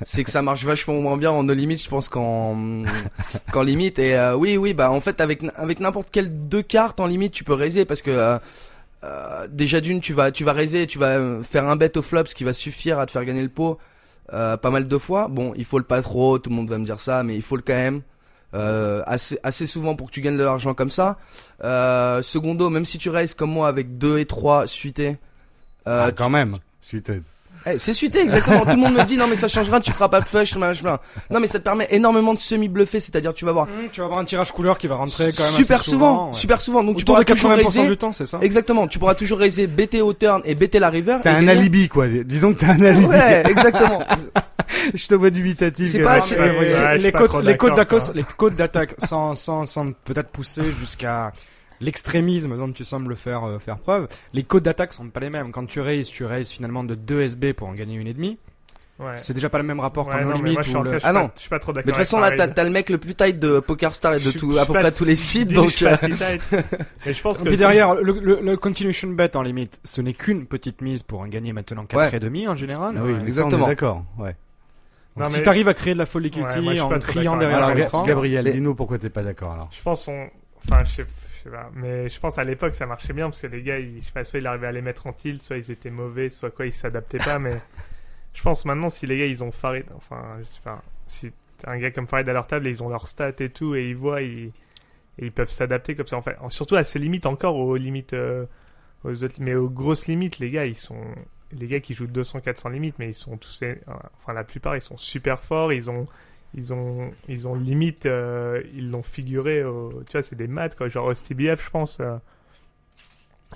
c'est que ça marche vachement moins bien en no limite, je pense qu'en qu'en limite. Et euh, oui, oui, bah en fait avec n- avec n'importe quelle deux cartes en limite, tu peux raiser parce que euh, euh, déjà d'une, tu vas tu vas raiser, tu vas euh, faire un bet au flop, ce qui va suffire à te faire gagner le pot euh, pas mal de fois. Bon, il faut le pas trop, tout le monde va me dire ça, mais il faut le quand même euh, assez, assez souvent pour que tu gagnes de l'argent comme ça. Euh, secondo, même si tu raises comme moi avec 2 et 3 suité, euh, Ah, quand même. Suited. eh, c'est suité exactement. Tout le monde me dit non mais ça changera, tu feras pas de flush, machin. machin. Non mais ça te permet énormément de semi-bluffer, c'est-à-dire tu vas voir Hum, tu vas avoir un tirage couleur qui va rentrer quand même super assez souvent, ouais. super souvent. Donc tu Autour pourras de toujours 80% raiser. du temps, hein. c'est ça Exactement, tu pourras toujours raiser BT au turn et BT la river. T'as et un gagner. alibi, quoi. Disons que t'as un alibi. Ouais, exactement. Je te vois dubitatif. C'est pas euh, assez- Ouais, Ouais, c'est- ouais, je les, suis pas côtes, trop les côtes d'accord, d'attaque, les côtes d'attaque, sans, sans, sans peut-être pousser jusqu'à l'extrémisme dont tu sembles faire, euh, faire preuve, les côtes d'attaque sont pas les mêmes. Quand tu raises, tu raises finalement de 2 SB pour en gagner une et demie. Ouais. C'est déjà pas le même rapport qu'en Ouais, no non, mais limit moi, je suis ou en le- cas, je suis Ah pas- non. Je suis pas trop Mais d'accord. de toute façon là avec t'as Farid. t'as le mec le plus tight de PokerStar et de Je tout, suis à peu pas près si- tous les sites dis, je donc. suis euh, pas si tight. Mais je pense Et que puis si- derrière, le, le, le continuation bet en limite, ce n'est qu'une petite mise pour en gagner maintenant quatre Ouais. et demi en général. Ah Donc, oui, mais ça, on est Exactement. D'accord. Ouais. Non, si mais- t'arrives à créer de la folie Ouais, moi, cutie je suis en pas trop criant d'accord. derrière Alors, ton Ga- l'écran, Gabriel, Mais- dis-nous pourquoi t'es pas d'accord alors. Je pense on. Enfin, je sais, je sais pas. Mais je pense à l'époque, ça marchait bien parce que les gars, ils, je sais pas, soit ils arrivaient à les mettre en tilt, soit ils étaient mauvais, soit quoi, ils s'adaptaient pas. mais je pense maintenant, si les gars, ils ont Farid. Enfin, je sais pas. Si t'as un gars comme Farid à leur table, ils ont leurs stats et tout, et ils voient, ils, et ils peuvent s'adapter comme ça. En fait, surtout à ces limites encore, aux limites. euh, aux autres, mais aux grosses limites, les gars, ils sont. Les gars qui jouent 200-400 limites, mais ils sont tous. euh, Enfin, la plupart, ils sont super forts, ils ont ils ont, ils ont limite, euh, ils l'ont figuré, au- tu vois, c'est des maths, quoi. Genre, Rusty BF, je pense, euh,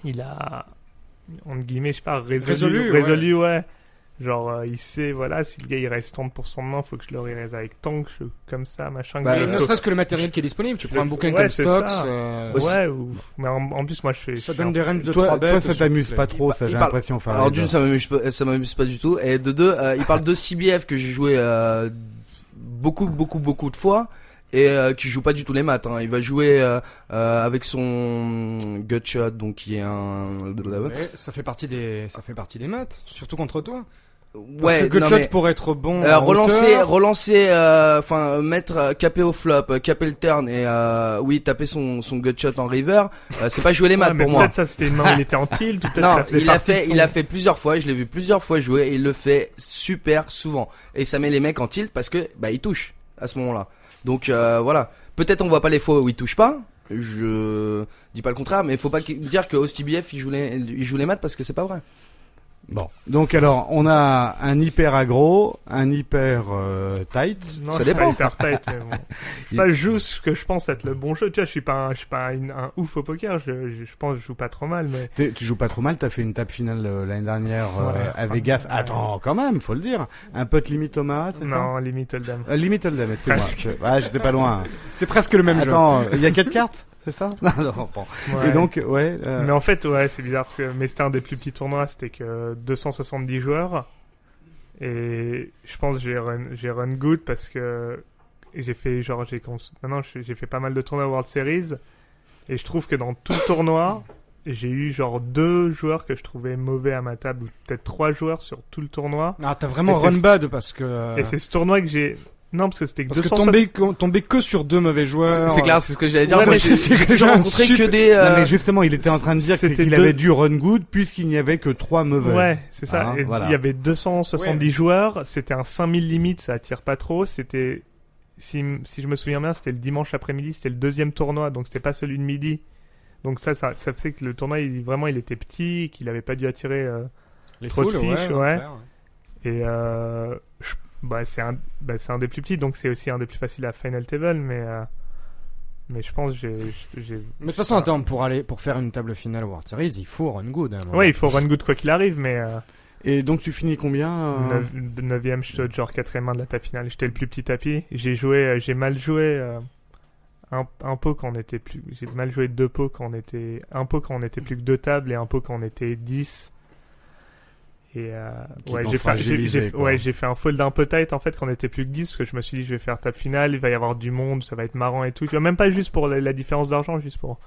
il a, entre guillemets, je sais pas, résolu, Résolu, résolu, ouais. Genre, euh, il sait, voilà, si le gars il reste 30% de main, faut que je le réalise avec tank, je- comme ça, machin. Bah, que- ne serait-ce que le matériel qui est disponible, tu Je- prends un bouquin euh, ouais, comme c'est Stocks, ça. euh, ouais, ou- mais en, en plus, moi je fais. je ça suis donne un- des ranges de 3 Toi, bêtes. toi, ça sur t'amuse toutes pas les- trop, ça il j'ai parle- l'impression. Farid. Alors d'une, ça m'amuse pas, ça m'amuse pas du tout. Et de deux, euh, il parle de CBF que j'ai joué euh, beaucoup, beaucoup, beaucoup de fois et euh, qui joue pas du tout les maths. hein. Il va jouer euh, euh, avec son gutshot, donc qui est un. Ouais, ça fait partie des, ça fait partie des maths, surtout contre toi. Parce Ouais, que non, Gutshot mais, pour être bon. euh, en relancer, hauteur, relancer, euh, enfin mettre euh, capé au flop, euh, capé le turn et euh, oui taper son son gutshot en river. euh, c'est pas jouer les Ouais, maths mais pour moi. Peut-être ça c'était une main, il était en tilt, ou peut-être Non, ça faisait il a partie de fait, son- il a fait plusieurs fois. Je l'ai vu plusieurs fois jouer et il le fait super souvent. Et ça met les mecs en tilt parce que bah il touche à ce moment-là. Donc euh, voilà. Peut-être on voit pas les fois où il touche pas. Je dis pas le contraire, mais faut pas qu- dire que Ostibiev il joue les, il joue les maths parce que c'est pas vrai. Bon. Donc alors, on a un hyper agro, un hyper euh, tight. Non, Ça je suis dépend. pas hyper tight, mais bon. Je suis pas juste ce que je pense être le bon jeu. Tu vois, je suis pas, un, je suis pas une- un ouf au poker. Je, je, je pense que je joue pas trop mal, mais T'es- Tu joues pas trop mal. T'as fait une table finale euh, l'année dernière euh, Ouais, à enfin, Vegas. ouais. Attends, quand même, faut le dire. Un peu de limite Omaha, c'est ça non, limite Hold'em. Euh, Limit Hold'em, excuse-moi. Presque. Je- Ah, j'étais pas loin. C'est presque le même Attends, euh, il y a quatre cartes, c'est ça Non, non, bon. Ouais. Et donc, ouais. euh, mais en fait, ouais, c'est bizarre parce que mais c'était un des plus petits tournois. C'était que 270 joueurs et je pense que j'ai run, j'ai run good parce que j'ai fait genre j'ai cons- maintenant je- j'ai fait pas mal de tournois World Series et je trouve que dans tout le tournoi j'ai eu genre deux joueurs que je trouvais mauvais à ma table ou peut-être trois joueurs sur tout le tournoi. jeu. Ah, t'as vraiment Et c'est- run bad parce que. euh, Et c'est ce tournoi que j'ai. Non, parce que c'était que Parce que 260. tomber, que- tomber que sur deux mauvais joueurs. C'est clair, c'est ce que j'allais dire. Ouais, Moi, mais j'ai c'est- c'est j'ai que toujours j'ai un rencontré que super- des. euh, Non mais justement, il était en train de dire que- c'était qu'il deux- avait dû run good puisqu'il n'y avait que trois mauvais. Ouais, c'est ça. Hein, Et voilà. Il y avait 270 Ouais. joueurs, c'était un 5000 limites, ça attire pas trop. C'était, si, si je me souviens bien, c'était le dimanche après-midi, c'était le deuxième tournoi, donc c'était pas celui de midi. Donc ça, ça, ça faisait que le tournoi, il, vraiment, il était petit, qu'il avait pas dû attirer. euh, Les trop de foules, fiches, ouais, ouais. l'enfer, et euh, je- bah, c'est un, bah, c'est un des plus petits, donc c'est aussi un des plus faciles à Final Table, mais. euh, mais je pense que j'ai- j'ai. Mais de toute façon, attends, pour aller, pour faire une table finale World Series, il faut run good. hein, Ouais, il faut run good quoi qu'il arrive, mais. euh, Et donc tu finis combien euh, 9ème, j'étais genre 4 main de la table finale. J'étais le plus petit tapis. J'ai joué, euh, j'ai mal joué euh, un, un pot quand on était plus. J'ai mal joué deux pots quand on était. Un pot quand on était plus que deux tables et un pot quand on était 10. Et euh, Qui ouais, t'ont j'ai fait, j'ai- fragilisé, j'ai- quoi. ouais, j'ai fait un fold un peu tight en fait quand on était plus que 10 parce que je me suis dit je vais faire table finale, il va y avoir du monde, ça va être marrant et tout. Tu vois, même pas juste pour la, la différence d'argent, juste pour.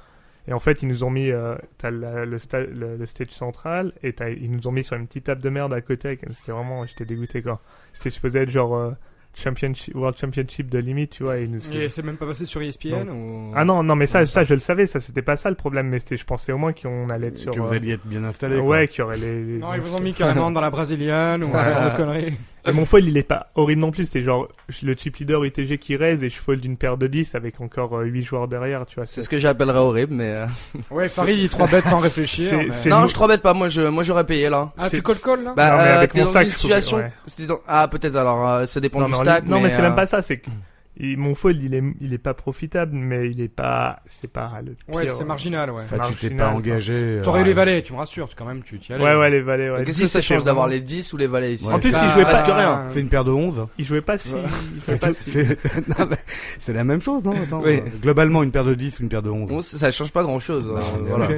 Et en fait, ils nous ont mis, euh, t'as la- le, sta- le, le stage central et t'as- ils nous ont mis sur une petite table de merde à côté. C'était vraiment, j'étais dégoûté quoi. C'était supposé être genre euh, championship, World Championship de limite, tu vois. Et ils nous, Et c'est même pas passé sur E ESPN ou... ah non, non, mais ça, Ouais, ça, je le savais, ça, c'était pas ça le problème, mais c'était, je pensais au moins qu'on allait être sur. que vous euh, alliez être bien installé. quoi. ouais, qu'il y aurait les. Non, ils vous ont mis carrément dans la brésilienne ou ce genre de conneries. Et mon fold, il est pas horrible non plus, c'était genre je- le chip leader UTG qui raise et je fold d'une paire de 10 avec encore 8 joueurs derrière, tu vois. C'est ce que j'appellerais horrible, mais. euh, Ouais, Farid, il 3 bêtes sans réfléchir. c'est- mais- c'est- Non, nous- je te bête pas. Moi, je, moi, j'aurais payé là. Ah, c'est- tu call-call, là Bah, Non, mais euh, avec t'es mon dans stack, une je situation. trouvais- ouais. t'es dans- Ah, peut-être alors. euh, ça dépend Non, du mais, en stack. ligne- non, mais c'est euh, même pas ça, c'est que il- mon fold, il est, il est pas profitable, mais il est pas, c'est pas le pire. euh, Ouais, c'est marginal, ouais. Enfin, tu t'es marginal, pas quoi. engagé. T'aurais eu euh, les valets, tu me rassures, quand même, tu tu y allais. Ouais, ouais, les valets, ouais. Qu'est-ce 10, que ça c'était change d'avoir vraiment- les 10 ou les valets ici En plus, Bah, ils jouaient pas. presque rien. C'est une paire de 11. Ils jouaient pas si. Ils jouaient pas si. C'est non, mais c'est la même chose, non Attends, Oui. euh, Globalement, une paire de 10 ou une paire de Ah. 11. Bon, ça ça change pas grand chose. Non, mais voilà. ok.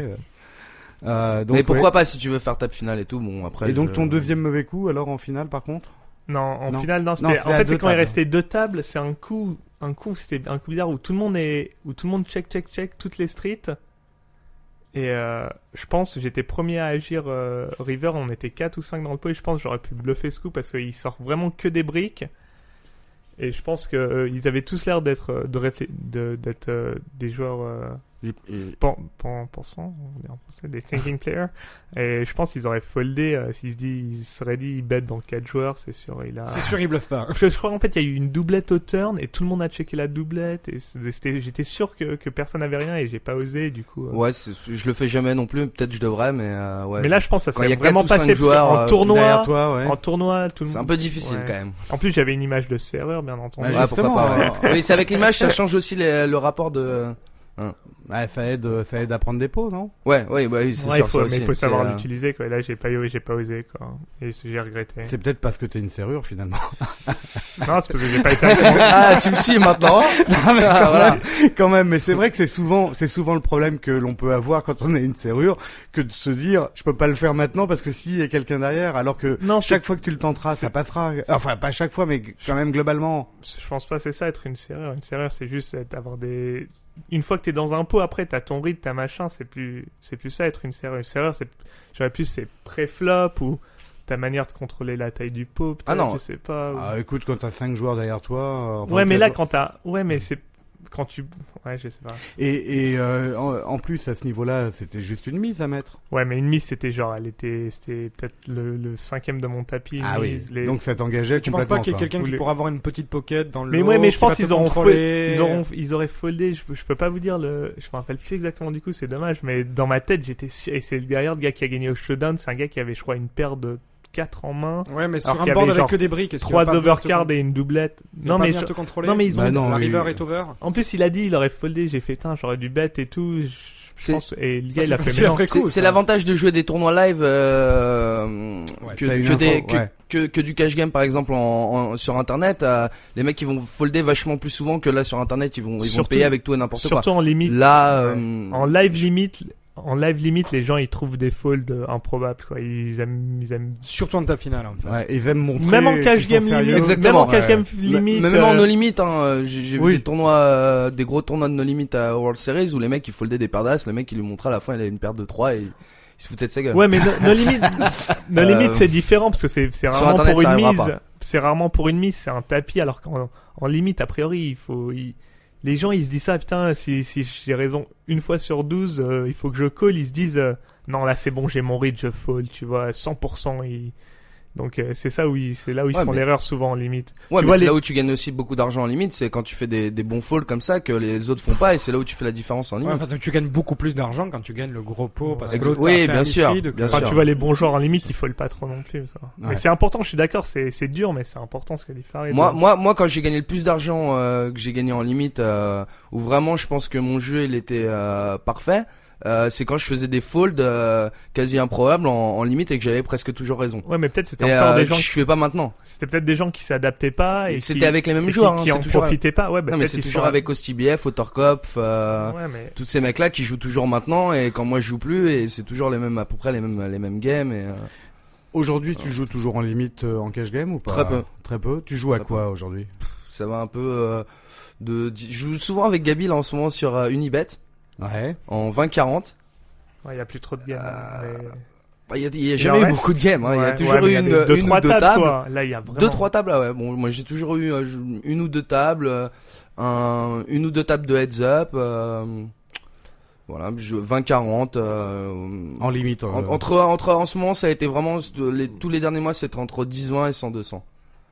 Euh, donc, mais pourquoi ouais. pas si tu veux faire table finale et tout Bon, après. Et donc je- ton deuxième mauvais coup, alors en finale, par contre Non, en Non. finale, non, Non, c'était, c'était en à fait, c'est deux quand il tables. restait deux tables, c'est un coup, un coup, c'était un coup bizarre où tout le monde est, où tout le monde check, check, check, toutes les streets. Et, euh, je pense, que j'étais premier à agir, euh, River, on était quatre ou cinq dans le pot, et je pense, que j'aurais pu bluffer ce coup parce qu'il sort vraiment que des briques. Et je pense que euh, ils avaient tous l'air d'être, euh, de réflé- de, d'être, euh, des joueurs, euh, pen- pen- pensants, on dit en français, des thinking players. Et je pense qu'ils auraient foldé, euh, s'ils se disent, ils seraient dit, ils bet dans quatre joueurs, c'est sûr, il a. C'est sûr, il bluffe pas. Parce que je crois en fait il y a eu une doublette au turn et tout le monde a checké la doublette et c'était- j'étais sûr que, que personne n'avait rien et j'ai pas osé du coup. euh. Ouais, c'est- je le fais jamais non plus. Peut-être je devrais, mais euh, ouais. Mais là je pense que ça Quand il y s'est a vraiment quatre ou cinq passé parce joueurs, qu'en euh, tournoi, Derrière toi, ouais. en tournoi tout le c'est monde. un peu difficile Ouais. Ah, quand même. En plus j'avais une image de serreur bien entendu. Ouais, Ouais, pourquoi justement, pas. ouais. ouais. Mais c'est avec l'image, ça change aussi les- le rapport de. Ouais, ça aide, euh, ça aide à prendre des pots, non Ouais, ouais, bah oui, c'est Ouais, il sûr, faut, ça mais aussi. il faut C'est, savoir euh, l'utiliser quoi. Et là j'ai pas eu, j'ai pas osé quoi. Et j'ai regretté. C'est peut-être parce que t'es une serrure finalement. Non c'est parce que j'ai pas été. à- Ah, tu me suis maintenant. Ah, mais Ah, quand, voilà. même, quand même, mais c'est vrai que c'est souvent, c'est souvent le problème que l'on peut avoir quand on a une serrure, que de se dire, je peux pas le faire maintenant parce que s'il y a quelqu'un derrière, alors que Non, c'est- chaque fois que tu le tenteras, ça passera. Enfin, pas chaque fois, mais quand même globalement. Je pense pas c'est ça être une serrure. Une serrure c'est juste être- avoir des. Une fois que t'es dans un pot après t'as ton ride t'as machin c'est plus c'est plus ça être une serrure. Une serrure c'est j'aurais plus c'est pré-flop ou ta manière de contrôler la taille du pot. peut-être, Ah non. Je sais pas. ou- Ah, écoute, quand t'as cinq joueurs derrière toi. euh, enfin, Mm. ouais mais là quatre- quand t'as ouais mais c'est quand tu ouais je sais pas. Et, et euh, en, en plus à ce niveau-là, c'était juste une mise à mettre. Ouais mais une mise c'était genre elle était c'était peut-être le, le cinquième de mon tapis. une ah oui. mise, les- Donc ça t'engageait Tu penses complètement. pas qu'il y a quoi. quelqu'un Ou qui les- pourra avoir une petite pocket dans le Mais lot, ouais, mais je qui va pense te qu'ils auront, contrôler. fol- ils auront, ils auraient foldé. Je, je peux pas vous dire le, je me rappelle plus exactement du coup, c'est dommage. Mais dans ma tête, j'étais sûr. Et c'est le derrière le gars qui a gagné au showdown, c'est un gars qui avait, je crois, une paire de 4 en main, Ouais, mais sur Alors qu'il y un board avait avec genre que des briques. est-ce qu'il va 3 pas venir te overcards con- et une doublette. il va Non pas mais, venir je- te contrôler. non mais ils ont. Bah non, la oui, river oui. est over. En plus, il a dit, il aurait foldé. J'ai fait, tiens, j'aurais dû bet et tout. Je- Je C'est- pense. Et le Ça, gars, il c'est a fait. facile mais à non. vrai C'est- coup, C'est ça. l'avantage de jouer des tournois live euh, Ouais, que, t'as une que des- info, que- ouais. que- que du cash game par exemple en, en- sur internet. euh, les mecs ils vont folder vachement plus souvent que là sur internet ils vont ils vont Surtout- payer avec tout et n'importe quoi. Surtout en limite, Là, Ouais. euh, en live limite. En live limite, les gens ils trouvent des folds euh, improbables quoi. Ils aiment, ils aiment. Surtout en table finale, en fait. Ouais, ils aiment montrer. Même en cash qu'ils sont game sérieux. limite, même Exactement, en cash ouais. game mais- limite. mais même en euh, no limit, hein, euh, j'ai j'ai Oui. vu des tournois, euh, des gros tournois de no limit à World Series où les mecs ils foldaient des paires d'as, le mec il lui montrait à la fin il avait une paire de 3 et il, il se foutait de sa gueule. Ouais, mais nos no limites, no Euh, Limit, c'est différent parce que c'est c'est sur rarement Internet, pour ça une arrivera mise. C'est rarement pour une mise, c'est un tapis. Alors qu'en en limite, a priori, il faut. il- les gens, ils se disent ça, putain, si, si j'ai raison une fois sur 12, euh, il faut que je colle. Ils se disent, euh, non, là c'est bon, j'ai mon read, je fold, tu vois, 100%. ils- Donc euh, c'est ça où ils- c'est là où ils Ouais, font mais- l'erreur souvent en limite. Ouais, Tu mais vois, c'est les- là où tu gagnes aussi beaucoup d'argent en limite, c'est quand tu fais des, des bons falls comme ça que les autres font pas et c'est là où tu fais la différence en Ouais, limite. parce que tu gagnes beaucoup plus d'argent quand tu gagnes le gros pot parce que Ex- l'autre oui, ça a fait bien un sûr, misread, bien que- Quand sûr. tu vois les bons joueurs en limite, ils foldent pas trop non plus. Quoi. Ouais. Mais c'est important, je suis d'accord, c'est c'est dur, mais c'est important ce que dit Farid. Moi, moi, moi, quand j'ai gagné le plus d'argent euh, que j'ai gagné en limite, euh, où vraiment je pense que mon jeu il était euh, parfait, euh, c'est quand je faisais des folds euh, quasi improbables en, en limite et que j'avais presque toujours raison. Ouais, mais peut-être c'était Et encore euh, des que gens je fais pas maintenant. C'était peut-être des gens qui s'adaptaient pas et Et C'était qui- avec les mêmes et joueurs, hein, qui, qui en c'est toujours. profitaient pas. Ouais, bah, Non mais peut-être c'est ils toujours sont- avec Ostibiev, Otorkopf, euh, Ouais, mais tous ces mecs-là qui jouent toujours maintenant et quand moi je joue plus et c'est toujours les mêmes à peu près les mêmes les mêmes games et euh, Aujourd'hui, tu joues toujours en limite euh, en cash game ou pas Très peu. Très peu. Tu joues à Très quoi aujourd'hui Ça va un peu euh, de. Je joue souvent avec Gabi là en ce moment sur euh, Unibet Ouais. en 20-40. Ouais, il y a plus trop de games. Euh, mais- Bah, Il y a, il y a Il jamais en eu reste. beaucoup de games. hein. il y a Ouais, toujours ouais, eu mais une, il y avait deux, une trois ou deux tables. quoi. Là, il y a vraiment Deux trois tables ah ouais. Bon moi j'ai toujours eu euh, je- une ou deux tables, euh, un, une ou deux tables de heads up. euh, voilà, je- 20-40 euh, En limite. euh, en- entre entre en ce moment ça a été vraiment de- les- tous les derniers mois c'était entre 10-20 et 100-200.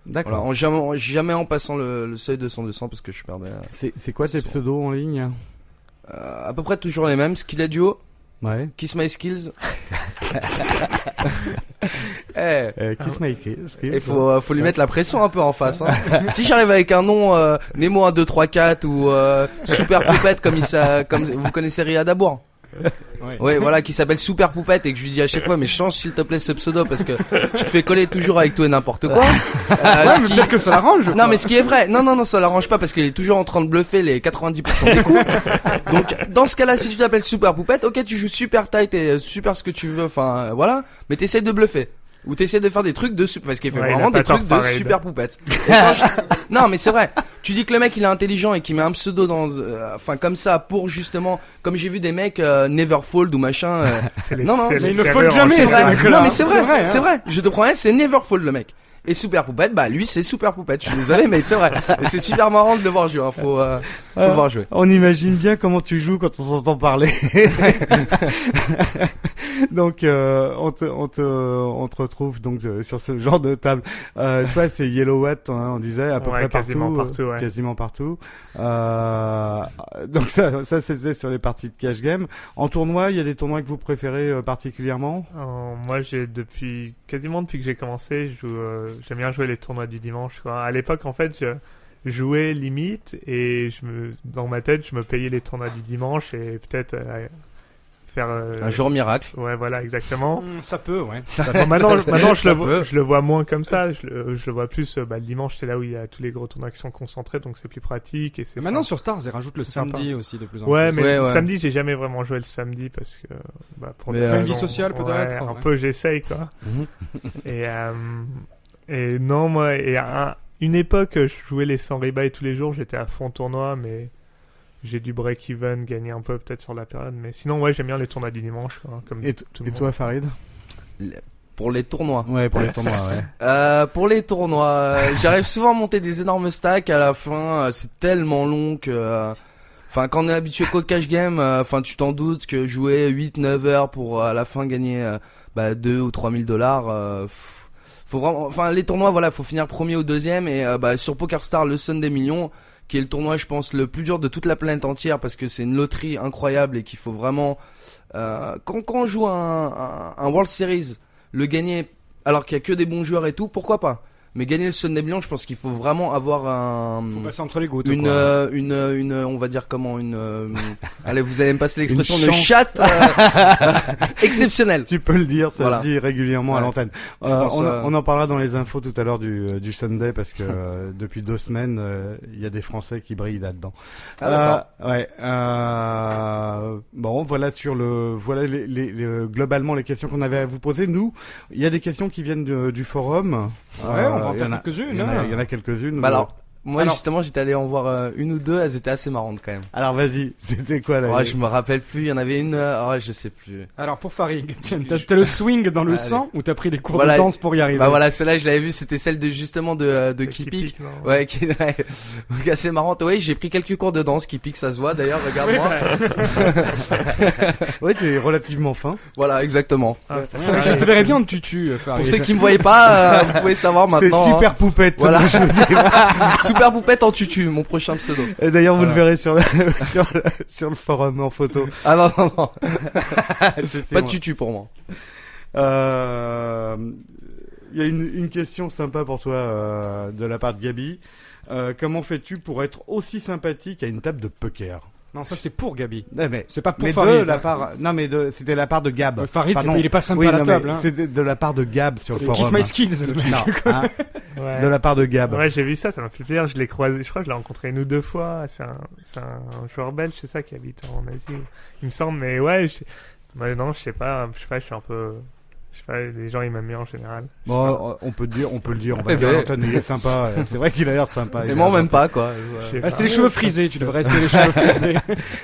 D'accord. Voilà, en jamais, en- jamais en passant le, le seuil de 100-200 parce que je perdais euh, C'est c'est quoi tes pseudos en ligne euh, à peu près toujours les mêmes. Skill duo, Ouais. Kiss My Skills. Eh, Euh, kiss my kiss. Il faut, euh, faut lui mettre la pression un peu en face. Hein. si j'arrive avec un nom euh, Nemo 1, 2, 3, 4 ou euh, Super Poupette comme, il s'a- comme vous connaissez Ria Dabour. Ouais. Ouais, voilà, qui s'appelle Super Poupette et que je lui dis à chaque fois, mais change s'il te plaît ce pseudo parce que tu te fais coller toujours avec tout et n'importe quoi. Euh, ce qui- que ça l'arrange. non mais ce qui est vrai, non non non ça l'arrange pas parce qu'il est toujours en train de bluffer les 90% des coups. Donc dans ce cas-là, si tu t'appelles Super Poupette, ok tu joues super tight et euh, super ce que tu veux, enfin euh, voilà, mais t'essayes de bluffer. Ou t'essayes de faire des trucs de super, parce qu'il fait Ouais, il a vraiment pas des tort, trucs de Farid. super poupette. Et quand je- Non mais c'est vrai, tu dis que le mec il est intelligent et qu'il met un pseudo dans, euh, enfin comme ça pour justement, comme j'ai vu des mecs euh, Neverfold ou machin, euh, C'est les, Non, non, c'est mais les il ne faut serveurs jamais, en c'est c'est général. vrai. vrai que là, Non, mais c'est vrai, c'est vrai, hein. c'est vrai. Je te promets, c'est Neverfall le mec. Et Super Poupette, bah lui c'est Super Poupette. Je suis désolé, mais c'est vrai. Et c'est super marrant de le voir jouer. Hein. Faut, euh, faut le voir jouer. On imagine bien comment tu joues quand on t'entend parler. donc euh, on, te, on, te, on te retrouve donc euh, sur ce genre de table. Euh, toi c'est Yellow Watt, hein, on disait à peu Ouais, près quasiment partout, euh, partout, ouais. quasiment partout. Euh, donc ça, ça c'était sur les parties de cash game. En tournoi, il y a des tournois que vous préférez euh, particulièrement Euh, moi, j'ai depuis quasiment depuis que j'ai commencé, je joue, euh, j'aime bien jouer les tournois du dimanche. Quoi. À l'époque, en fait, je jouais limite et je me, dans ma tête, je me payais les tournois du dimanche et peut-être euh, faire. euh, Un jour miracle. Ouais, voilà, exactement. Hum, Ça peut, ouais. Bon, maintenant, je- maintenant je, Ça le peut. vois, je le vois moins comme ça. Je le, je le vois plus. euh, Bah, le dimanche, c'est là où il y a tous les gros tournois qui sont concentrés, donc c'est plus pratique et c'est. Maintenant sympa. sur Stars, ils rajoutent le C'est sympa. samedi aussi de plus en plus. Ouais, mais Ouais, ouais. samedi, j'ai jamais vraiment joué le samedi parce que bah, pour Mais, des euh, raisons- Une vie sociale, peut-être, Ouais, un ouais. peu, j'essaye quoi. et euh, et non moi et à un- une époque, euh, je jouais les 100 rebuy tous les jours, j'étais à fond tournoi, mais j'ai du break even, gagner un peu peut-être sur la période, mais sinon ouais, j'aime bien les tournois du dimanche quoi, comme Et, tout le et monde. toi Farid Pour les tournois. Ouais pour les tournois. Ouais. Euh, pour les tournois, euh, j'arrive souvent à monter des énormes stacks à la fin. euh, C'est tellement long que. euh, Enfin, quand on est habitué qu'au cash game, euh, enfin, tu t'en doutes que jouer 8-9 heures pour euh, à la fin gagner euh, bah, 2 ou 3 000 dollars. euh, pff, faut vraiment, enfin, les tournois, voilà, faut finir premier ou deuxième. Et euh, bah, sur PokerStar, le Sun des millions, qui est le tournoi, je pense, le plus dur de toute la planète entière parce que c'est une loterie incroyable et qu'il faut vraiment. euh, quand, quand on joue un, un, un World Series, le gagner alors qu'il y a que des bons joueurs et tout, pourquoi pas Mais gagner le Sunday Million, je pense qu'il faut vraiment avoir un Faut passer entre les gouttes. une, quoi. euh, une euh, une euh, on va dire comment une euh, allez vous allez me passer l'expression Une de chance. chatte euh, exceptionnelle. Tu peux le dire, ça Voilà. se dit régulièrement à Ouais. l'antenne. Euh, pense, on, euh, on en parlera dans les infos tout à l'heure du, euh, du Sunday parce que euh, depuis deux semaines, euh, il y a des Français qui brillent là-dedans. Ah, d'accord. Euh, ouais. euh, bon, voilà sur le, voilà les, les- les- globalement les questions qu'on avait à vous poser. Nous, il y a des questions qui viennent de- du forum. Euh, Ouais, on va en il y faire a- Il quelques-unes. y en a, hein. il y en a quelques-unes. Bah alors moi Alors- justement j'étais allé en voir euh, une ou deux, elles étaient assez marrantes quand même. Alors, vas-y. C'était quoi là Ouais, je me rappelle plus, il y en avait une euh, ouais, je sais plus. Alors pour Farig, tiens, t'as t'as le swing dans le Allez. sang ou t'as pris des cours Voilà. de danse pour y arriver Bah voilà, celle-là je l'avais vue, c'était celle de justement de euh, de Euh, qui Kipik. pique, non Ouais, qui ouais. Donc, assez marrante. Oui, j'ai pris quelques cours de danse qui pique, ça se voit d'ailleurs, regarde-moi. Oui, t'es relativement fin. Voilà, exactement. Ah, ça Ouais, Je te verrais bien de tutu, euh, Farid. Pour ceux qui me voyaient pas, euh, vous pouvez savoir bah. C'est maintenant. super hein. poupette. Voilà. je veux dire. Super poupette en tutu, mon prochain pseudo. Et d'ailleurs, vous Voilà. le verrez sur le, sur, le, sur le forum en photo. Ah non, non, non. C'est Pas de moi. tutu pour moi. Euh, Il y a une, une question sympa pour toi euh, de la part de Gabi. Euh, comment fais-tu pour être aussi sympathique à une table de poker Non, ça c'est pour Gabi. Non, mais, C'est pas pour mais de Farid. la part. Non, mais de- c'était la part de Gab. Euh, Farid, c'est Pardon. pas- il est pas sympa Oui, à la non, mais table. hein. C'était de la part de Gab sur le C'est forum. hein. Kiss My Skills, le mec. Non, hein, Ouais. de la part de Gab. Ouais, j'ai vu ça, ça m'a fait plaisir. Je l'ai croisé, je crois que je l'ai rencontré une ou deux fois. C'est un, c'est un joueur belge, c'est ça, qui habite en Asie, il me semble. Mais ouais, je, bah non, je sais pas, je sais pas, je suis un peu, je Je sais pas, les gens ils m'aiment bien en général. Bon, euh, on peut le dire, on peut le dire. On va Eh dire ben. Anton, il est sympa. euh, C'est vrai qu'il a l'air sympa. Et il a moi, l'air même pas, quoi. Je Voilà. sais Ah, pas. c'est les cheveux frisés, tu devrais essayer les cheveux frisés. sympa.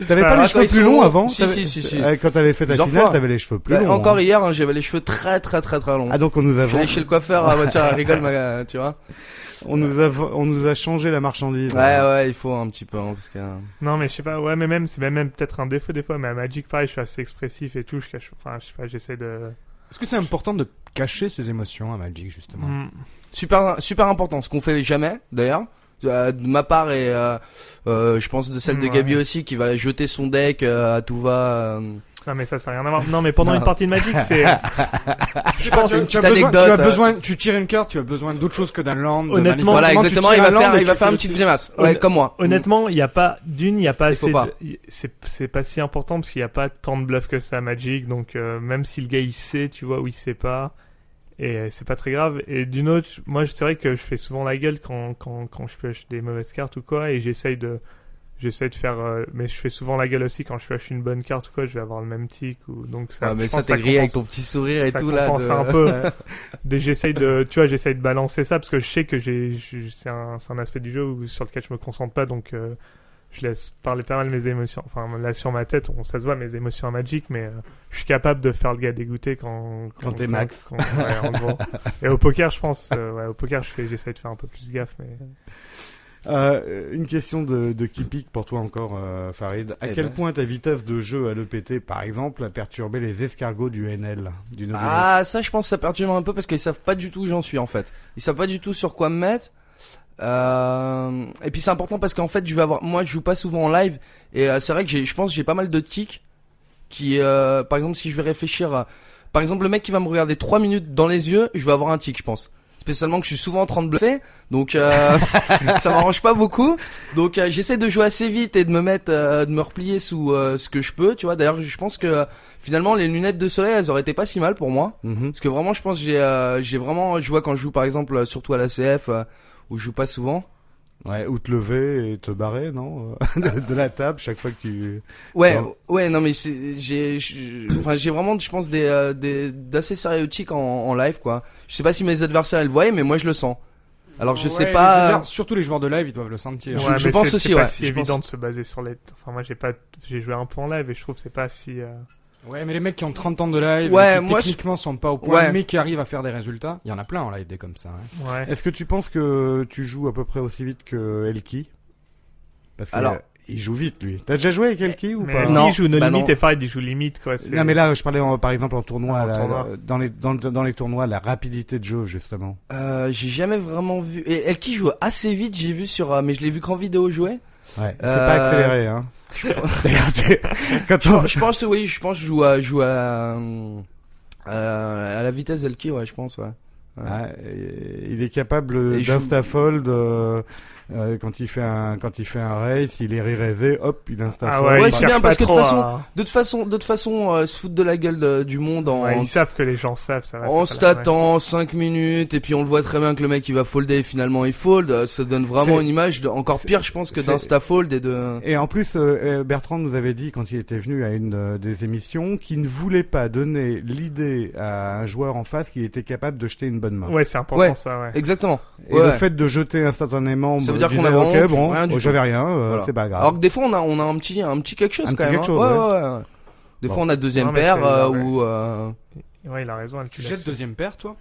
T'avais pas Enfin, les attends, cheveux Bah, ils plus sont- longs avant Si, T'avais- si, si, si. Euh, Quand t'avais fait ta Plusieurs finale, fois. t'avais les cheveux plus Bah, longs. encore hein. hier, hein, j'avais les cheveux très, très, très, très, longs. Ah donc on nous a Je vais chez le coiffeur, ah, bah, tiens, rigole, ma, euh, tu vois. on nous a on nous a changé la marchandise. Ouais, ouais, il faut un petit peu, hein, parce que. Non, mais je sais pas, ouais, mais même, c'est même, même peut-être un défaut des fois, mais à Magic, pareil, je suis assez expressif et tout, je cache, enfin, je sais pas, j'essaie de. Est-ce que c'est important de cacher ses émotions à Magic, justement Mm. Super, super important, ce qu'on fait jamais, d'ailleurs. Euh, De ma part et euh, euh, je pense de celle de Ouais. Gabi aussi qui va jeter son deck euh, à tout va. euh. Non, mais ça, ça n'a rien à voir. Non, mais pendant Non. une partie de Magic, c'est. Je pense tu, une tu as besoin, petite tu anecdote, as euh. besoin, tu tires une carte, tu as besoin d'autre chose que d'un land. de manifestement, Honnêtement, Voilà, tu exactement, tires il un va land faire, et il va tu faire fais une petite grimace. Ouais, Honn- comme moi. Honnêtement, il n'y a pas d'une, il n'y a pas Mm. faut assez. pas. de- y- C'est c'est pas si important parce qu'il n'y a pas tant de bluff que ça à Magic. Donc euh, même si le gars il sait, tu vois, ou il sait pas, et euh, c'est pas très grave. Et d'une autre, moi c'est vrai que je fais souvent la gueule quand quand quand je pioche des mauvaises cartes ou quoi, et j'essaye de j'essaye de faire. euh, mais je fais souvent la gueule aussi quand je pioche une bonne carte ou quoi. Je vais avoir le même tic ou donc ça. Ah, je mais ça pense t'es que grillé avec compense- ton petit sourire et ça tout là. compense de- un peu. De- j'essaye de, tu vois, j'essaye de balancer ça parce que je sais que j'ai, je- c'est un, c'est un aspect du jeu où, sur lequel je me concentre pas, donc euh, je laisse parler pas mal mes émotions. Enfin, là sur ma tête, on, ça se voit mes émotions à Magic, mais euh, je suis capable de faire le gars dégoûté quand Quand t'es max. quand- ouais, en gros. Et au poker, je pense, euh, ouais, au poker, je fais, j'essaie de faire un peu plus gaffe, mais Euh, une question de, de Kipik pour toi encore, euh, Farid. À Eh quel ben. point ta vitesse de jeu à l'EPT, par exemple, a perturbé les escargots du NL du Nobelist Ah, ça, je pense que ça perturbe un peu parce qu'ils savent pas du tout où j'en suis en fait. Ils savent pas du tout sur quoi me mettre. Euh, et puis c'est important parce qu'en fait, je vais avoir, moi, je joue pas souvent en live et euh, c'est vrai que j'ai, je pense, que j'ai pas mal de tics qui, euh, par exemple, si je vais réfléchir, à- par exemple, le mec qui va me regarder trois minutes dans les yeux, je vais avoir un tic, je pense. Spécialement que je suis souvent en train de bluffer, donc euh, ça m'arrange pas beaucoup. Donc euh, j'essaie de jouer assez vite et de me mettre, euh, de me replier sous euh, ce que je peux, tu vois. D'ailleurs, je pense que euh, finalement les lunettes de soleil, elles auraient été pas si mal pour moi. Mhm. Parce que vraiment, je pense que j'ai euh, j'ai vraiment, je vois quand je joue par exemple, euh, surtout à la CF, euh, où je joue pas souvent. Ouais, ou te lever et te barrer, non de, de la table chaque fois que tu. Ouais, Non. ouais, non mais c'est- j'ai, j'ai- enfin j'ai vraiment, je pense des, euh, des d'assez stéréotypes en, en live quoi. Je sais pas si mes adversaires elles le voyaient, mais moi je le sens. Alors je sais Ouais, pas. les adversaires, surtout les joueurs de live, ils doivent le sentir. Je- Ouais, je mais pense c'est- aussi, C'est pas ouais, si je évident de pense. se baser sur les. Enfin, moi, j'ai pas, j'ai joué un peu en live et je trouve que c'est pas si. euh, Ouais, mais les mecs qui ont 30 ans de live, et Ouais, qui moi, je- techniquement sont pas au point, Ouais. mais qui arrivent à faire des résultats, il y en a plein en live des comme ça. hein. Ouais. Est-ce que tu penses que tu joues à peu près aussi vite que Elki Parce que Alors- euh, il joue vite lui. T'as déjà joué avec Elki ou Mais pas Andy, Non, il joue no bah limit non. et Farid il joue limite quoi. c'est- Non mais là, je parlais en- par exemple en tournoi, Ah, en la- tournoi. la- dans les dans, le- dans les tournois, la rapidité de jeu justement. Euh, j'ai jamais vraiment vu. Et elle qui joue assez vite, j'ai vu sur, euh, mais je l'ai vu qu'en vidéo jouer. Ouais. C'est Euh, pas accéléré, hein. D'ailleurs, c'est- quand on, je pense, oui, je pense, que je joue à, je joue à, la, euh, à la vitesse d'Elki ouais, je pense, ouais. Ah, et- il est capable Et je- d'instafold euh, euh, quand il fait un quand il fait un race, il est re-raisé, hop, il Ah instafold. ouais, Ouais, ils c'est cherchent bien, pas parce que de trop toute façon, à- De toute façon, de toute façon, euh, se foutre de la gueule de- du monde en, Ouais, ils savent que les gens savent, ça va. on c'est pas la- s'attend 5 minutes et puis on le voit très bien que le mec il va folder et finalement il fold. Euh, Ça donne vraiment C'est- une image de, encore c'est- pire, je pense, que c'est- d'insta fold et de. Et en plus, euh, euh, Bertrand nous avait dit quand il était venu à une euh, des émissions qu'il ne voulait pas donner l'idée à un joueur en face qu'il était capable de jeter une bonne main. ouais. Ouais, c'est important Ouais. ça, ouais. Exactement. Et Ouais. le fait de jeter instantanément, Ça bah, veut dire qu'on disait, a vraiment ok, bon, rien du oh, tout. j'avais rien, euh, Voilà. c'est pas grave. Alors que des fois on a on a un petit un petit quelque chose Un quand petit même. quelque hein. chose, ouais, ouais, ouais. Des Bon. fois on a deuxième Non, mais paire c'est- euh, ouais. ou euh, Ouais, il a raison. elle Tu te jettes laisse. deuxième paire, toi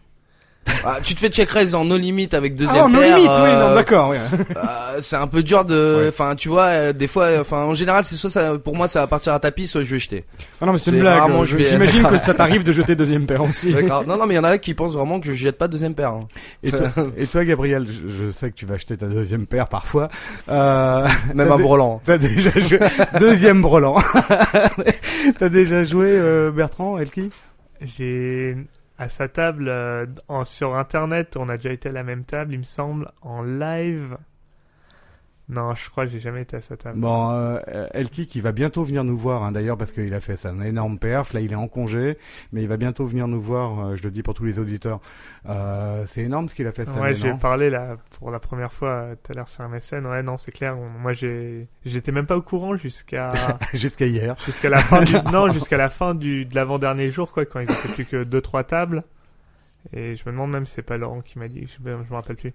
ah, tu te fais check raise en no limit avec deuxième Ah, non, paire. limite, oui, euh, non, d'accord. ouais. euh, c'est un peu dur de Ouais. enfin tu vois euh, des fois euh, enfin en général c'est soit ça pour moi ça va partir à tapis soit je vais jeter. Ah non, mais c'est C'est une blague. rarement, euh, je vais- J'imagine que ça t'arrive de jeter deuxième paire aussi. D'accord. Non non mais il y en a qui pensent vraiment que je jette pas deuxième paire. hein. Et, toi, et toi, Gabriel, je, je sais que tu vas acheter ta deuxième paire parfois. Euh, Même T'as un des- brelan. T'as déjà joué deuxième Brolan. T'as déjà joué euh, Bertrand Elki J'ai à sa table euh, en, sur internet, on a déjà été à la même table, il me semble, en live. Non, je crois que j'ai jamais été à sa table. Bon, euh, Elki qui va bientôt venir nous voir, hein, d'ailleurs, parce qu'il a fait ça, un énorme perf. Là, il est en congé, mais il va bientôt venir nous voir. euh, je le dis pour tous les auditeurs. Euh, c'est énorme ce qu'il a fait ça. Ouais, j'ai parlé là pour la première fois euh, tout à l'heure sur MSN. Ouais, non, c'est clair. on- moi, j'ai, j'étais même pas au courant jusqu'à Jusqu'à hier. jusqu'à la fin. Du, non, jusqu'à la fin du de l'avant dernier jour, quoi, quand ils étaient plus que deux trois tables. Et je me demande même si c'est pas Laurent qui m'a dit. Je, me- je me rappelle plus.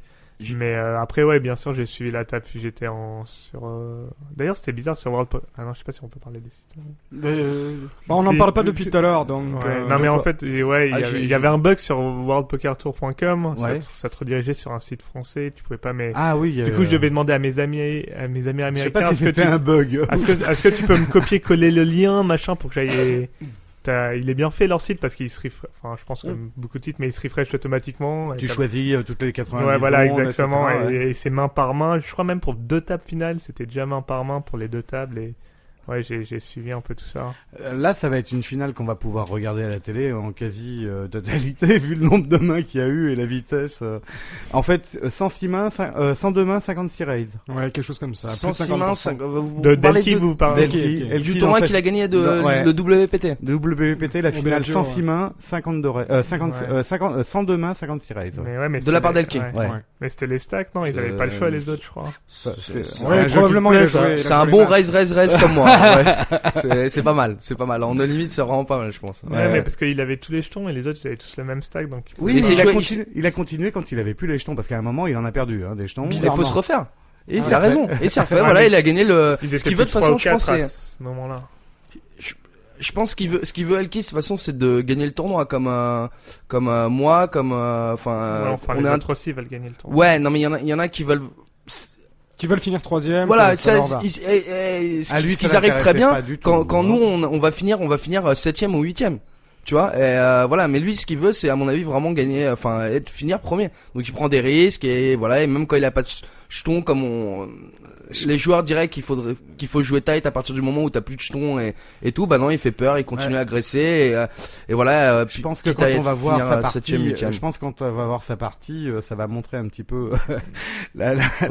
Mais euh, après, ouais, bien sûr, j'ai suivi la table. puis J'étais en sur. euh, D'ailleurs, c'était bizarre sur World. Po- Ah non, je sais pas si on peut parler des sites. Bon, on n'en C'est- parle pas depuis tout à l'heure, donc. Ouais, euh, non mais en pas. fait, et ouais, il Ah, y, j'ai- avait, il y j'ai- avait un bug sur worldpokertour.com, Ouais. ça, te- ça te redirigeait sur un site français, tu pouvais pas mais Ah oui. du euh, coup, je devais demander à mes amis à mes amis Je américains sais pas si est-ce que c'était tu Ah, un bug. est-ce que est-ce que tu peux me copier coller le lien machin pour que j'aille T'as- il est bien fait leur site parce qu'il se refresh enfin je pense Mm. comme beaucoup de sites mais il se refresh automatiquement et Tu t'as- choisis euh, toutes les 90 Ouais, voilà, secondes, exactement. etc., ouais. Et, et c'est main par main. Je crois même pour deux tables finales, c'était déjà main par main pour les deux tables. Et ouais, j'ai j'ai suivi un peu tout ça. Euh, Là, ça va être une finale qu'on va pouvoir regarder à la télé en quasi euh, totalité, vu le nombre de mains qu'il y a eu et la vitesse. euh. En fait, euh, 106 mains, cin- euh, 102 mains, 56 raises. Ouais, quelque chose comme ça. Plus de 106 50%. mains, cinq- vous- vous De parlez Delki, de- vous parlez. Delphi, Ah, ok. Elki, du dans tournoi cette- qu'il a gagné de Non, ouais. le WPT. de WPT, la Au finale Bellagio, 106 ouais. mains, 52 raises, euh, 50, Ouais. euh, 50, euh, 102 mains, 56 raises. Mais ouais, mais De la c'était part les- d'Elki. ouais. Ouais. Ouais. Mais c'était les stacks, non Ils Euh, avaient pas le choix, les autres, je crois. C'est- c'est- c'est Ouais, un jeu probablement il a qui te plaît, joué. ça. C'est un hein. bon raise, raise, raise comme moi. hein, ouais. C'est- C'est pas mal, c'est pas mal. En no limit, c'est vraiment pas mal, je pense. Ouais, Ouais. mais parce qu'il avait tous les jetons et les autres, ils avaient tous le même stack. Donc, ils Oui, pouvaient mais Mais c'est il, a joué- continué, il a continué quand il avait plus les jetons, parce qu'à un moment, il en a perdu, hein, des jetons. Il Bizarre. faut se refaire. Et Il c'est a raison. Et c'est refait. Ouais, Voilà, mais- il a gagné le. pas- Ils étaient Ce qu'il veut, de plus toute trois façon, ou je pense, quatre à c'est- ce moment-là. Je, je pense qu'il veut, ce qu'il veut Elki, de toute façon, c'est de gagner le tournoi, comme euh, comme euh, moi, comme euh, enfin. Ouais, euh, enfin, on les est un- autres aussi veulent gagner le temps. Ouais, non mais il y en a, il y en a qui veulent. Qui veulent finir troisième. ça, Voilà, ça leur ça, va. ils- eh, eh, ce À lui, qui- ce ça qu'ils arrivent très l'intéressait bien. pas du tout, Quand, quand hein. nous, on, on va finir, on va finir euh, septième ou huitième. Tu vois, et euh, voilà. Mais lui, ce qu'il veut, c'est à mon avis vraiment gagner, euh, enfin, être finir premier. Donc il prend des risques et voilà. Et même quand il a pas de ch- jetons, comme on, les joueurs diraient qu'il faudrait, qu'il faut jouer tight à partir du moment où t'as plus de jetons et, et tout. Bah non, il fait peur, il continue à agresser et, euh, et voilà. euh, Je puis- pense que quitte quand à on va finir, voir sa euh, partie, septième, huitième. je pense que quand on va voir sa partie, euh, ça va montrer un petit peu la, la, la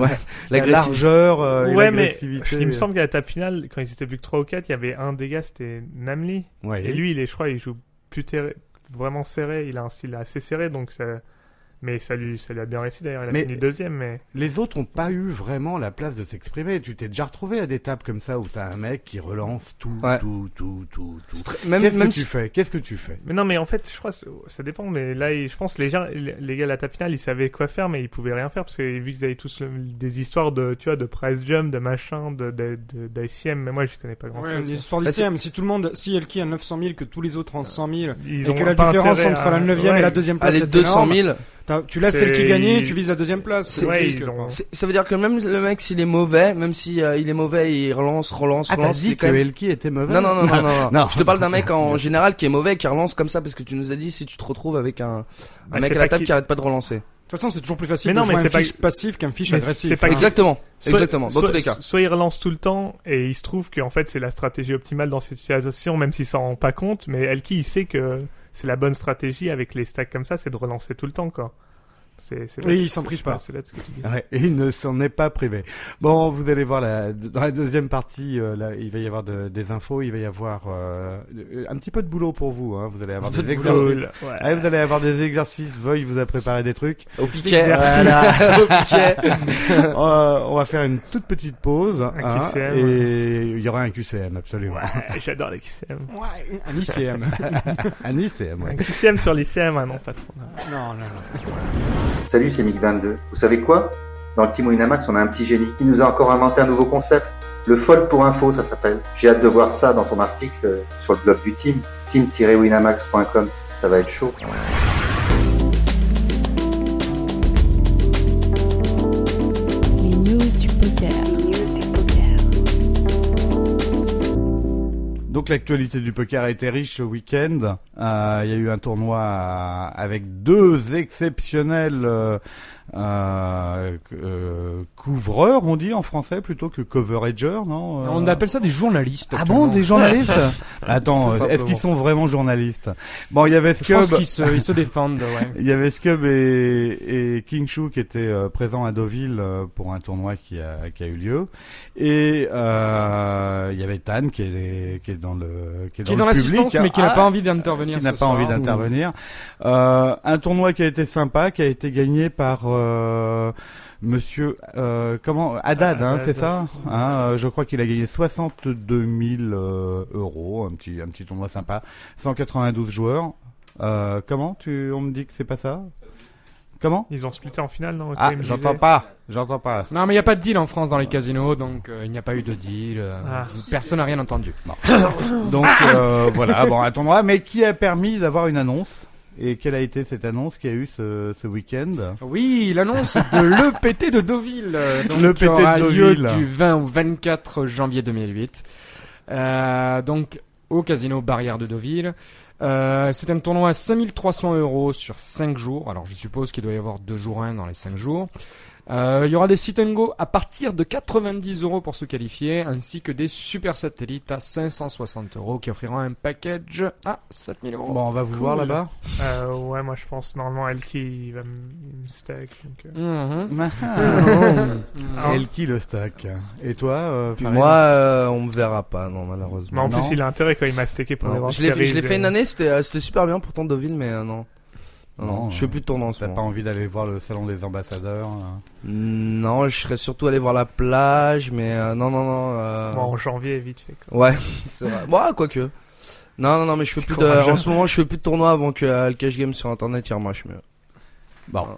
L'agressivité. largeur euh, et Ouais, mais l'agressivité. il me semble qu'à la table finale, quand ils étaient plus que 3 ou 4, il y avait un des gars, c'était Namli. Ouais. Et lui, il est, je crois, il joue plus terré- vraiment serré. Il a un style assez serré, donc ça. Mais ça lui, ça lui a bien réussi d'ailleurs. Il a Mais- fini deuxième, mais. Les autres ont pas eu vraiment la place de s'exprimer. Tu t'es déjà retrouvé à des tables comme ça où t'as un mec qui relance tout, Ouais. tout, tout, tout, tout. C'est très- même, Qu'est-ce que même tu si- fais Qu'est-ce que tu fais Mais non, mais en fait, je crois, que ça dépend. Mais là, il- je pense, les gens, les gars à la table finale, ils savaient quoi faire, mais ils pouvaient rien faire parce que vu qu'ils avaient tous le- des histoires de, tu vois, de price jump, de machin, de, de, de- d'ICM, mais moi, je connais pas grand Ouais, chose. l'histoire Bah, d'ICM, si tout le monde, si Elki a 900 000, que tous les autres ont 100 000, Ils et que la pas différence intérêt entre à- la 9 e ouais, et la deuxième place Allez, est 200 énorme, 000. t'as- tu laisses C'est- Elki gagner, tu il- vises la deuxième place. C'est- ouais, risque, ils ont- quoi. C'est- Ça veut dire que même le mec, s'il est mauvais, même si euh, il est mauvais, il relance, relance, Ah, t'as relance. dit c'est que quand même- Elki était mauvais Non, non, non, non, non, non. Non. Je te parle d'un mec en général qui est mauvais, qui relance comme ça, parce que tu nous as dit si tu te retrouves avec un, un Bah, mec c'est à la pas table qui- qui arrête pas de relancer. De toute façon, c'est toujours plus facile Mais non, de mais jouer un c'est pas- fiche passif qu'un fiche Mais agressif. c'est pas- hein. Exactement, Soit- exactement, dans soit- tous les cas. Soit il relance tout le temps et il se trouve qu'en fait c'est la stratégie optimale dans cette situation, même s'il s'en rend pas compte. Mais Elki, il sait que c'est la bonne stratégie avec les stacks comme ça, c'est de relancer tout le temps, quoi. C'est, c'est Oui, là- il s'en prive c'est- pas. C'est là de ce que tu dis. Ouais, et il ne s'en est pas privé. Bon, vous allez voir la, dans la deuxième partie, euh, là, il va y avoir de- des infos, il va y avoir euh, un petit peu de boulot pour vous. Hein. Vous allez avoir des exercices. Cool. Ouais. Ah, vous allez avoir des exercices. Veuille vous a préparé des trucs. Au piquet, exercice. voilà, au piquet. Euh, on va faire une toute petite pause. Un hein, QCM. Et il y aura un QCM, absolument. Ouais, j'adore les QCM. Ouais, un ICM. Un ICM, ouais. Un QCM sur l'ICM, ah non, pas trop. non. non, non, non. Salut, c'est Mick22. Vous savez quoi Dans le team Winamax, on a un petit génie qui nous a encore inventé un nouveau concept. Le fold pour info, ça s'appelle. J'ai hâte de voir ça dans son article euh, sur le blog du team, team-winamax.com. Ça va être chaud. Les news du poker. Donc l'actualité du poker a été riche ce week-end. Euh, Il y a eu un tournoi euh, avec deux exceptionnels euh, euh, euh, couvreur, on dit en français, plutôt que coverager, non Euh, On appelle ça des journalistes. Ah bon, actuellement. des journalistes Attends, Tout euh, est-ce qu'ils sont simplement. vraiment journalistes Bon, il y avait Je pense Scub, qu'ils se, ils se défendent, ouais. il y avait Scub et, et King Shu qui étaient euh, présents à Deauville euh, pour un tournoi qui a, qui a eu lieu. Et euh, il y avait Tan qui est, qui est dans le Qui est le dans l'assistance, public, hein. mais qui n'a Ah, pas envie d'intervenir. qui n'a ce pas envie soir. d'intervenir. Euh, un tournoi qui a été sympa, qui a été gagné par euh, Monsieur euh, comment Haddad, hein, Haddad. c'est ça Hein, euh, Je crois qu'il a gagné 62 000 euh, euros, un petit un petit tournoi sympa, 192 joueurs. Euh, comment tu on me dit que c'est pas ça Comment Ils ont splitté en finale, non au Ah, TMJZ? j'entends pas, j'entends pas. Non, mais il n'y a pas de deal en France dans les casinos, donc euh, il n'y a pas eu de deal. euh, Ah. Personne n'a rien entendu. Donc euh, voilà, bon un tournoi, mais qui a permis d'avoir une annonce et quelle a été cette annonce qu'il y a eu ce, ce week-end Oui, l'annonce de l'EPT de Deauville. euh, donc, L'EPT qui aura de lieu Deauville. du 20 au 24 janvier 2008. Euh, donc, au casino Barrière de Deauville. Euh, c'est un tournoi à 5300 euros sur 5 jours. Alors, je suppose qu'il doit y avoir 2 jours 1 dans les 5 jours. Euh, il y aura des sit and go à partir de 90 euros pour se qualifier, ainsi que des super satellites à 560 euros qui offriront un package à 7000 euros. Bon, on va vous voir Cool. là-bas. Euh, ouais, moi je pense normalement Elki il va me il me stack. Donc, euh, Mhm. Elle qui le stack Et toi, euh, Puis Farid moi, euh, on me verra pas, non, Mais en malheureusement. Non. plus, il a intérêt quand il m'a stacké pour les Non. voir. Je l'ai fait, je l'ai fait une année, c'était euh, c'était super bien pourtant Deauville, mais euh, non. Non, Non, euh, je fais plus de tournoi en ce T'as pas moment. Mm, envie d'aller voir le salon des ambassadeurs hein Non, je serais surtout allé voir la plage, mais euh, non, non, non. euh, en janvier, vite fait. quoi. Ouais, c'est vrai. Bon, ah, quoique. Non, non, non, mais je fais plus de, courageux. en ce moment, je fais plus de tournois avant que euh, le cash game sur internet tire marche mieux. Bon. Ah.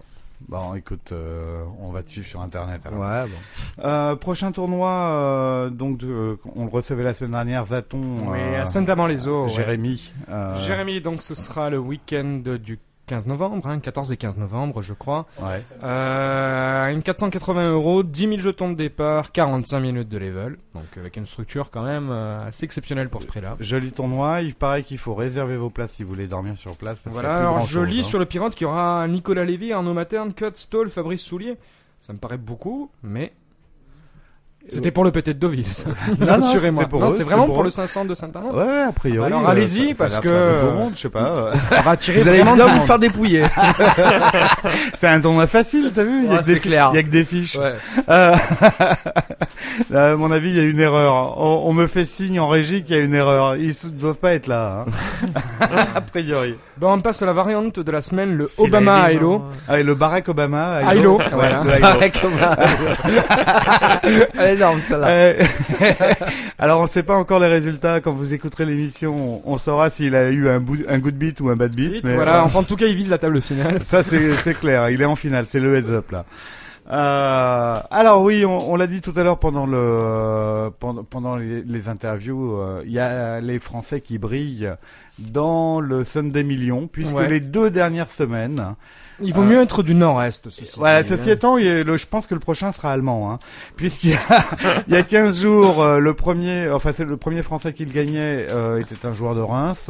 Bon, écoute, euh, on va te suivre sur Internet. alors. Ouais, bon. Euh, prochain tournoi, euh, donc de- on le recevait la semaine dernière, Zaton, Oui, euh, à Saint-Amand-les-Eaux. ouais. Jérémy. euh, Jérémy, donc ce sera le week-end du 15 novembre, hein, 14 et 15 novembre, je crois. ouais. Euh, une 480 euros, 10 000 jetons de départ, 45 minutes de level. Donc avec une structure quand même euh, assez exceptionnelle pour ce prix-là. Joli tournoi. Il paraît qu'il faut réserver vos places si vous voulez dormir sur place. Parce Voilà, alors je hein. lis sur le Pirate qu'il y aura Nicolas Lévy, Arnaud Materne, Cut, Stoll, Fabrice Soulier. Ça me paraît beaucoup, mais. C'était pour le PT de Deauville, ça. non, Rassurez-moi. c'était pour eux, Non, c'est c'était vraiment pour pour, eux. le 500 de Saint-Amand. Ouais, ouais, a priori. Alors, euh, allez-y, ça- ça a l'air parce que- faire de beau monde, je sais pas. euh. Ça va tirer Vous allez Eh, vraiment bien du vous monde. faire dépouiller. c'est un tournoi facile, t'as vu Il y a Ouais, que c'est des fi- clair. il y a que des fiches. Ouais. Euh, à mon avis, il y a une erreur. On, on me fait signe en régie qu'il y a une erreur. Ils ne doivent pas être là. hein. a priori. Bon, on passe à la variante de la semaine, le Phil Obama à Ivey, Hello. non, euh, Ah, et le Barack Obama. Ailo, Ouais, voilà. le Ailo. Ouais, comme là. Elle est énorme, celle-là. Euh, Alors, on ne sait pas encore les résultats. Quand vous écouterez l'émission, on on saura s'il a eu un, bout- un good beat ou un bad beat. Vite, mais voilà. Enfin, en tout cas, il vise la table finale. Ça, c'est c'est clair. Il est en finale. C'est le heads up là. Euh, alors oui, on, on l'a dit tout à l'heure pendant le pendant, pendant les, les interviews, euh, il y a les Français qui brillent dans le Sunday Million puisque Ouais. les deux dernières semaines. Il vaut Euh, mieux être du Nord-Est, ceci. Voilà, dit, ceci hein. étant, il y a le, je pense que le prochain sera allemand, hein, puisqu'il y a, il y a 15 jours, euh, le premier, enfin c'est le premier Français qui le gagnait euh, était un joueur de Reims.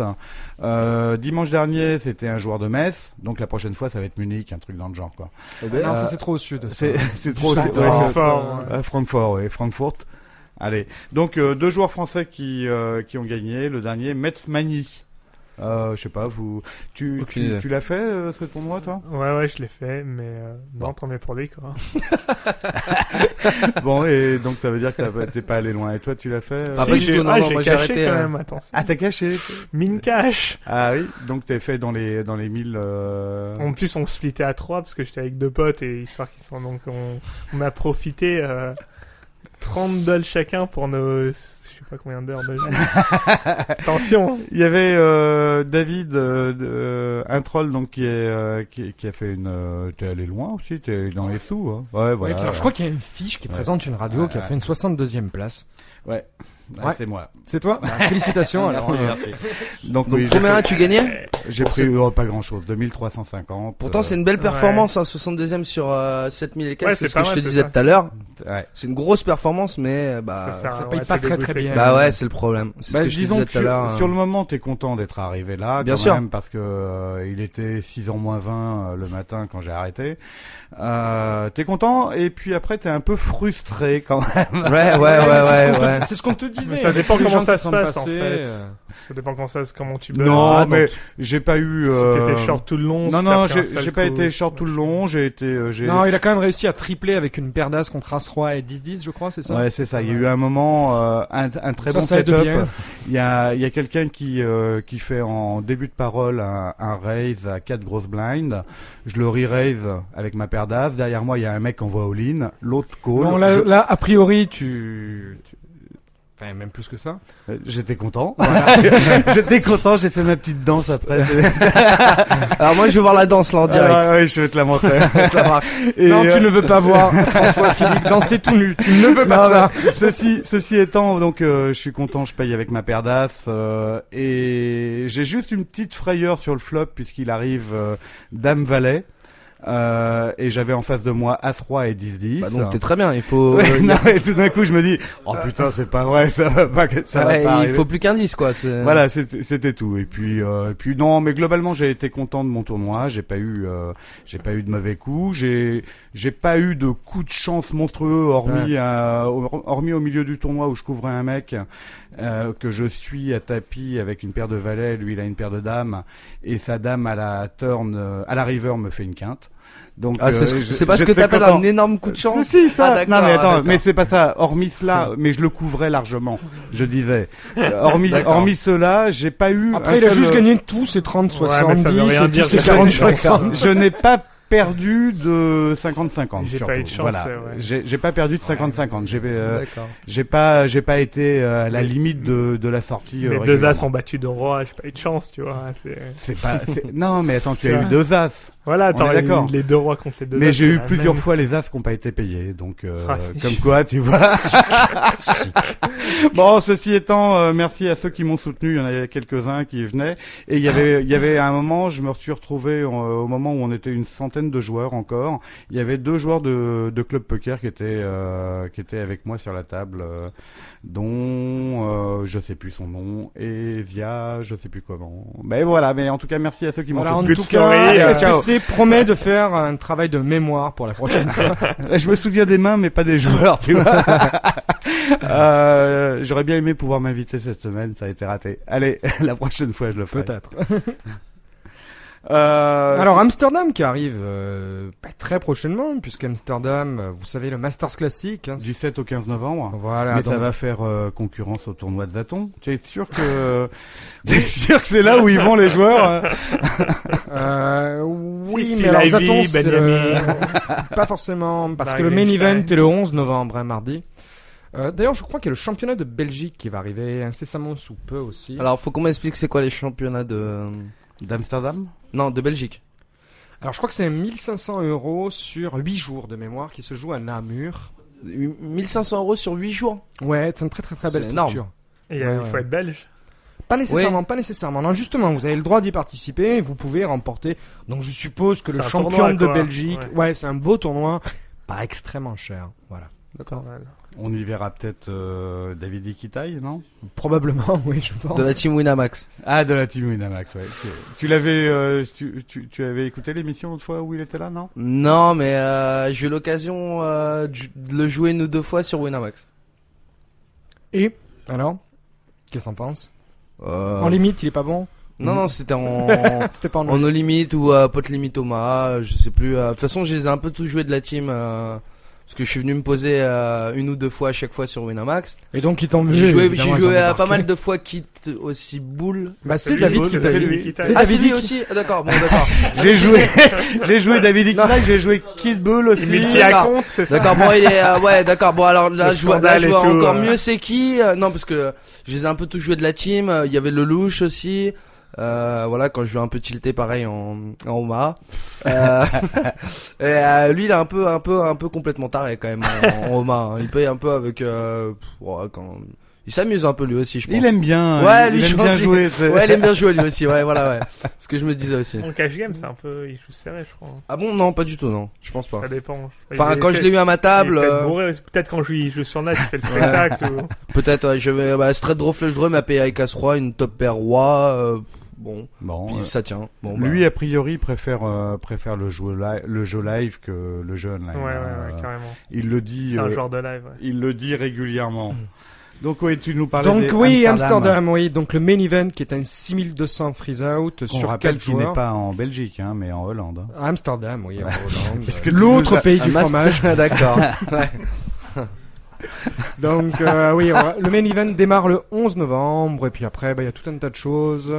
Euh, dimanche dernier, c'était un joueur de Metz. Donc la prochaine fois, ça va être Munich, un truc dans le genre quoi. Non, ça Euh, c'est trop au sud. ça. C'est c'est trop. Du c'est- centre. ouais, Francfort, c'est- Francfort, ouais. euh, Francfort, ouais, Francfort. Allez, donc euh, deux joueurs français qui euh, qui ont gagné. Le dernier, Metzmani. Euh, je sais pas, vous, tu Aucune tu, idée. tu l'as fait euh, ce tournoi toi Ouais, ouais, je l'ai fait, mais euh, non, tant mieux pour lui, quoi. Bon et donc ça veut dire que t'as pas- t'es pas allé loin. Et toi tu l'as fait euh Ah, Si, pas du j'ai- tout, non, ah, non, j'ai moi, j'ai caché arrêté, quand euh. même, attention. Ah t'as caché Mine cache Ah oui, donc t'es fait dans les dans les mille. euh, En plus, on splittait à trois parce que j'étais avec deux potes et histoire qu'ils sont donc on, on a profité euh, 30 dollars chacun pour nos je sais pas combien d'heures de jeu. Attention. Il y avait euh, David, euh, de- euh, un troll donc qui est euh, qui, qui a fait une. euh, t'es allé loin aussi, t'es dans les sous. Hein. Ouais Ouais, voilà. puis alors, je crois qu'il y a une fiche qui Ouais. présente une radio qui a Ouais. fait une 62e place. Ouais. Ouais. C'est moi. C'est toi Félicitations alors. Merci, merci. Donc, Donc oui, j'ai combien pris- tu gagnais j'ai pris, oh, pas grand chose, 2350. Pourtant euh, c'est une belle ouais. performance, hein, 62ème sur euh, 7000 et quelques, Ouais, c'est c'est ce pas que je mal, te c'est disais ça. tout à l'heure. Ouais. C'est une grosse performance, mais euh, Ah, bah sert ça à paye rien, pas c'est très, dégoûté. très bien. bah ouais c'est le problème. C'est ce Bah, que je te disais disons tout que à l'heure. sur hein. le moment, t'es content d'être arrivé là, Bien quand sûr. même, parce que euh, il était 6h moins 20 euh, le matin quand j'ai arrêté. Euh, t'es content, et puis après, t'es un peu frustré quand même. Ouais ouais ouais mais c'est ce qu'on te- ouais. ouais. C'est ce qu'on te disait. Mais ça dépend Les comment gens ça qui se sont passe, en passés, fait. euh, Ça dépend quand ça, comment tu bosses. Non, Si mais j'ai pas eu... euh, t'étais short tout le long. Non, non, si t'as pris un j'ai sale j'ai pas coup. été short tout le long, j'ai été... euh, j'ai- Non, il a quand même réussi à tripler avec une paire d'as contre As-Roi et 10-10, je crois, c'est ça Ouais, c'est ça. Il y a eu un moment, euh, un, un très Ça, bon ça aide setup. bien. Il y a, il y a quelqu'un qui euh, qui fait en début de parole un, un raise à quatre grosses blinds. Je le re-raise avec ma paire d'as. Derrière moi, il y a un mec en voit all-in. L'autre call. Bon, là, Je- là, a priori, tu... tu- Enfin, même plus que ça. euh, J'étais content. J'étais content. J'ai fait ma petite danse après. C'est- Alors moi je vais voir la danse là en direct. Ah, ouais, je vais te la montrer. ça marche. Et, non, tu euh, ne veux pas voir François Philippe danser tout nu. Tu ne veux pas Non, ça. mais Ceci, ceci étant, donc euh, je suis content, je paye avec ma paire d'as euh, et j'ai juste une petite frayeur sur le flop puisqu'il arrive euh, Dame Valet euh, et j'avais en face de moi As Roi et 10 10. Bah, donc t'es très bien. Il faut euh, Ouais, non, et tout d'un coup je me dis oh putain c'est pas vrai ça va pas ça va Ah Ouais, pas il arriver. faut plus qu'un 10 quoi. c'est- Voilà, c'était c'était tout. Et puis, euh, et puis non, mais globalement, j'ai été content de mon tournoi. J'ai pas eu, euh, j'ai pas eu de mauvais coups. J'ai, j'ai pas eu de coups de chance monstrueux, hormis, euh, hor- hormis au milieu du tournoi où je couvrais un mec euh, que je suis à tapis avec une paire de valets. Lui, il a une paire de dames et sa dame à la turn, euh, à la river, me fait une quinte. Donc, Ah, c'est ce euh, que- je- c'est pas ce que j'étais t'appelles content. un énorme coup de chance. Si, si, ça. Ah, d'accord, non, mais ah, attends, d'accord. mais c'est pas ça. Hormis cela, mais je le couvrais largement. Je disais. Euh, Hormis, D'accord. hormis cela, j'ai pas eu. un Après, il a seul- juste gagné tous ses 30, Ouais, mais 70, ça veut rien et tous dire, ses ça veut 40, dire. 60. Je n'ai pas perdu de 50-50 J'ai pas surtout. eu de chance, voilà ouais. j'ai j'ai pas perdu de 50-50 j'ai euh, D'accord. j'ai pas j'ai pas été euh, à la limite de, de la sortie euh, Les deux régulièrement. as ont battu de roi, j'ai pas eu de chance, tu vois. c'est- c'est pas c'est- non mais attends tu as Ouais. eu deux as Voilà, On est t'aurais d'accord. eu les deux rois contre les deux mais as, j'ai c'est eu la plusieurs même- fois les as qui n'ont pas été payés, donc euh, Ah, si. comme quoi, tu vois. bon, ceci étant, euh, merci à ceux qui m'ont soutenu. Il y en avait quelques-uns qui venaient, et il y avait, il y avait un moment, je me suis retrouvé en- au moment où on était une centaine de joueurs encore. Il y avait deux joueurs de, de club poker qui étaient, euh, qui étaient avec moi sur la table, euh, dont euh, je sais plus son nom, et Zia, je sais plus comment. Mais voilà, mais en tout cas, merci à ceux qui m'ont Voilà, en soutenu. Good tout story, cas, euh, FPC promet de faire un travail de mémoire pour la prochaine fois. Euh, Je me souviens des mains, mais pas des joueurs, tu vois. Euh, J'aurais bien aimé pouvoir m'inviter cette semaine, ça a été raté. Allez, la prochaine fois, je le ferai. Peut-être. Euh, Alors Amsterdam qui arrive euh, pas très prochainement, puisque Amsterdam, euh, vous savez, le Masters classique. hein, du 7 au 15 novembre. Voilà. mais ça donc- va faire euh, concurrence au tournoi de Zaton. Tu es sûr que t'es sûr que c'est là où ils vont les joueurs hein Euh, oui, Si, mais Phil alors Ivey, Zaton, c'est Benjamin. euh, le- pas forcément, parce Barry que le main Weinstein. event est le 11 novembre, un mardi. Euh, D'ailleurs, je crois qu'il y a le championnat de Belgique qui va arriver incessamment sous peu aussi. Alors, Alors faut qu'on m'explique c'est quoi les championnats de D'Amsterdam non de Belgique. je crois que c'est 1500 euros sur 8 jours de mémoire qui se joue à Namur. 1500 euros sur 8 jours. Ouais, c'est une très très très belle C'est structure. Et, énorme. euh, Ouais, Il faut ouais. être belge. Pas nécessairement, pas nécessairement. Non, justement, vous avez le droit d'y participer et vous pouvez remporter. Donc, je suppose que le C'est un champion tournoi, de quoi. Belgique, ouais, c'est un beau tournoi, pas extrêmement cher. Voilà. D'accord. Voilà. On y verra peut-être euh, David Iquitaille, non Probablement, oui, je pense. De la team Winamax. Ah, de la team Winamax, ouais. Tu, tu l'avais, euh, tu, tu, tu avais écouté l'émission l'autre fois où il était là, non Non mais euh, j'ai eu l'occasion euh, du- de le jouer une ou deux fois sur Winamax. Et, alors? Qu'est-ce que t'en penses? Euh, En limite, il est pas bon? Non non c'était en C'était pas en en no limit ou euh, pote limit Thomas, euh, je sais plus. euh, De toute façon je les ai un peu tous joués de la team. euh, Parce que je suis venu me poser euh, une ou deux fois à chaque fois sur Winamax. Et donc, il t'en J'ai joué, j'ai joué à pas mal de fois quitte aussi boule. Bah, c'est Celui David qui qui t'a t'a fait le dit. Wikita. C'est Ah c'est David lui qui- aussi. Ah, d'accord. Bon d'accord. J'ai joué, j'ai joué David Iquitaille, j'ai joué Kid Bull aussi. Emile qui d'accord. raconte, c'est ça D'accord, bon, il est, euh, ouais, d'accord. Bon, alors là, Le je vois, là, scandale je et vois tout, encore euh. mieux c'est qui. euh, non, parce que je les ai un peu tous joués de la team. euh, Il y avait Lelouch aussi. Euh, voilà, quand je vais un peu tilté, pareil en, en Omaha. Euh, et, euh, lui, il est un peu, un peu, un peu complètement taré quand même en, en Omaha. hein. Il paye un peu avec. Euh, pff, ouais, quand, Il s'amuse un peu lui aussi, je pense. Il aime bien. Ouais, il, lui, il je aime pense bien qu'il- jouer. c'est- Ouais, il aime bien jouer lui aussi, ouais, voilà, ouais. Ce que je me disais aussi. En cash game, c'est un peu. Il joue serré, je crois. Ah bon, non, pas du tout, non. Je pense pas. Ça dépend. Enfin, Il est quand je peut-être- l'ai eu à ma table, il est peut-être euh, bourré, Peut-être quand je lui joue sur Nat, il fait le spectacle. ou- peut-être, ouais, je vais, bah, straight draw flush draw, ma paye avec as roi, une top pair roi, euh, bon, Bon, puis euh, ça tient. Bon, bah. lui a priori préfère euh, préfère le jeu live le jeu live que le jeu online. Ouais, ouais, Euh, ouais, carrément. il le dit C'est un euh, genre de live. ouais. il le dit régulièrement. Donc oui, tu nous parlais Donc des oui, Amsterdam. Amsterdam, oui. Donc le main event qui est un 6200 freeze out On sur rappelle quel qu'il n'est joueur pas en Belgique, hein, mais en Hollande. hein. À Amsterdam, oui. en Hollande. Parce que tu nous L'autre as- pays Un du master- fromage. D'accord. Donc euh, oui, on va- le main event démarre le 11 novembre et puis après, bah, il y a tout un tas de choses,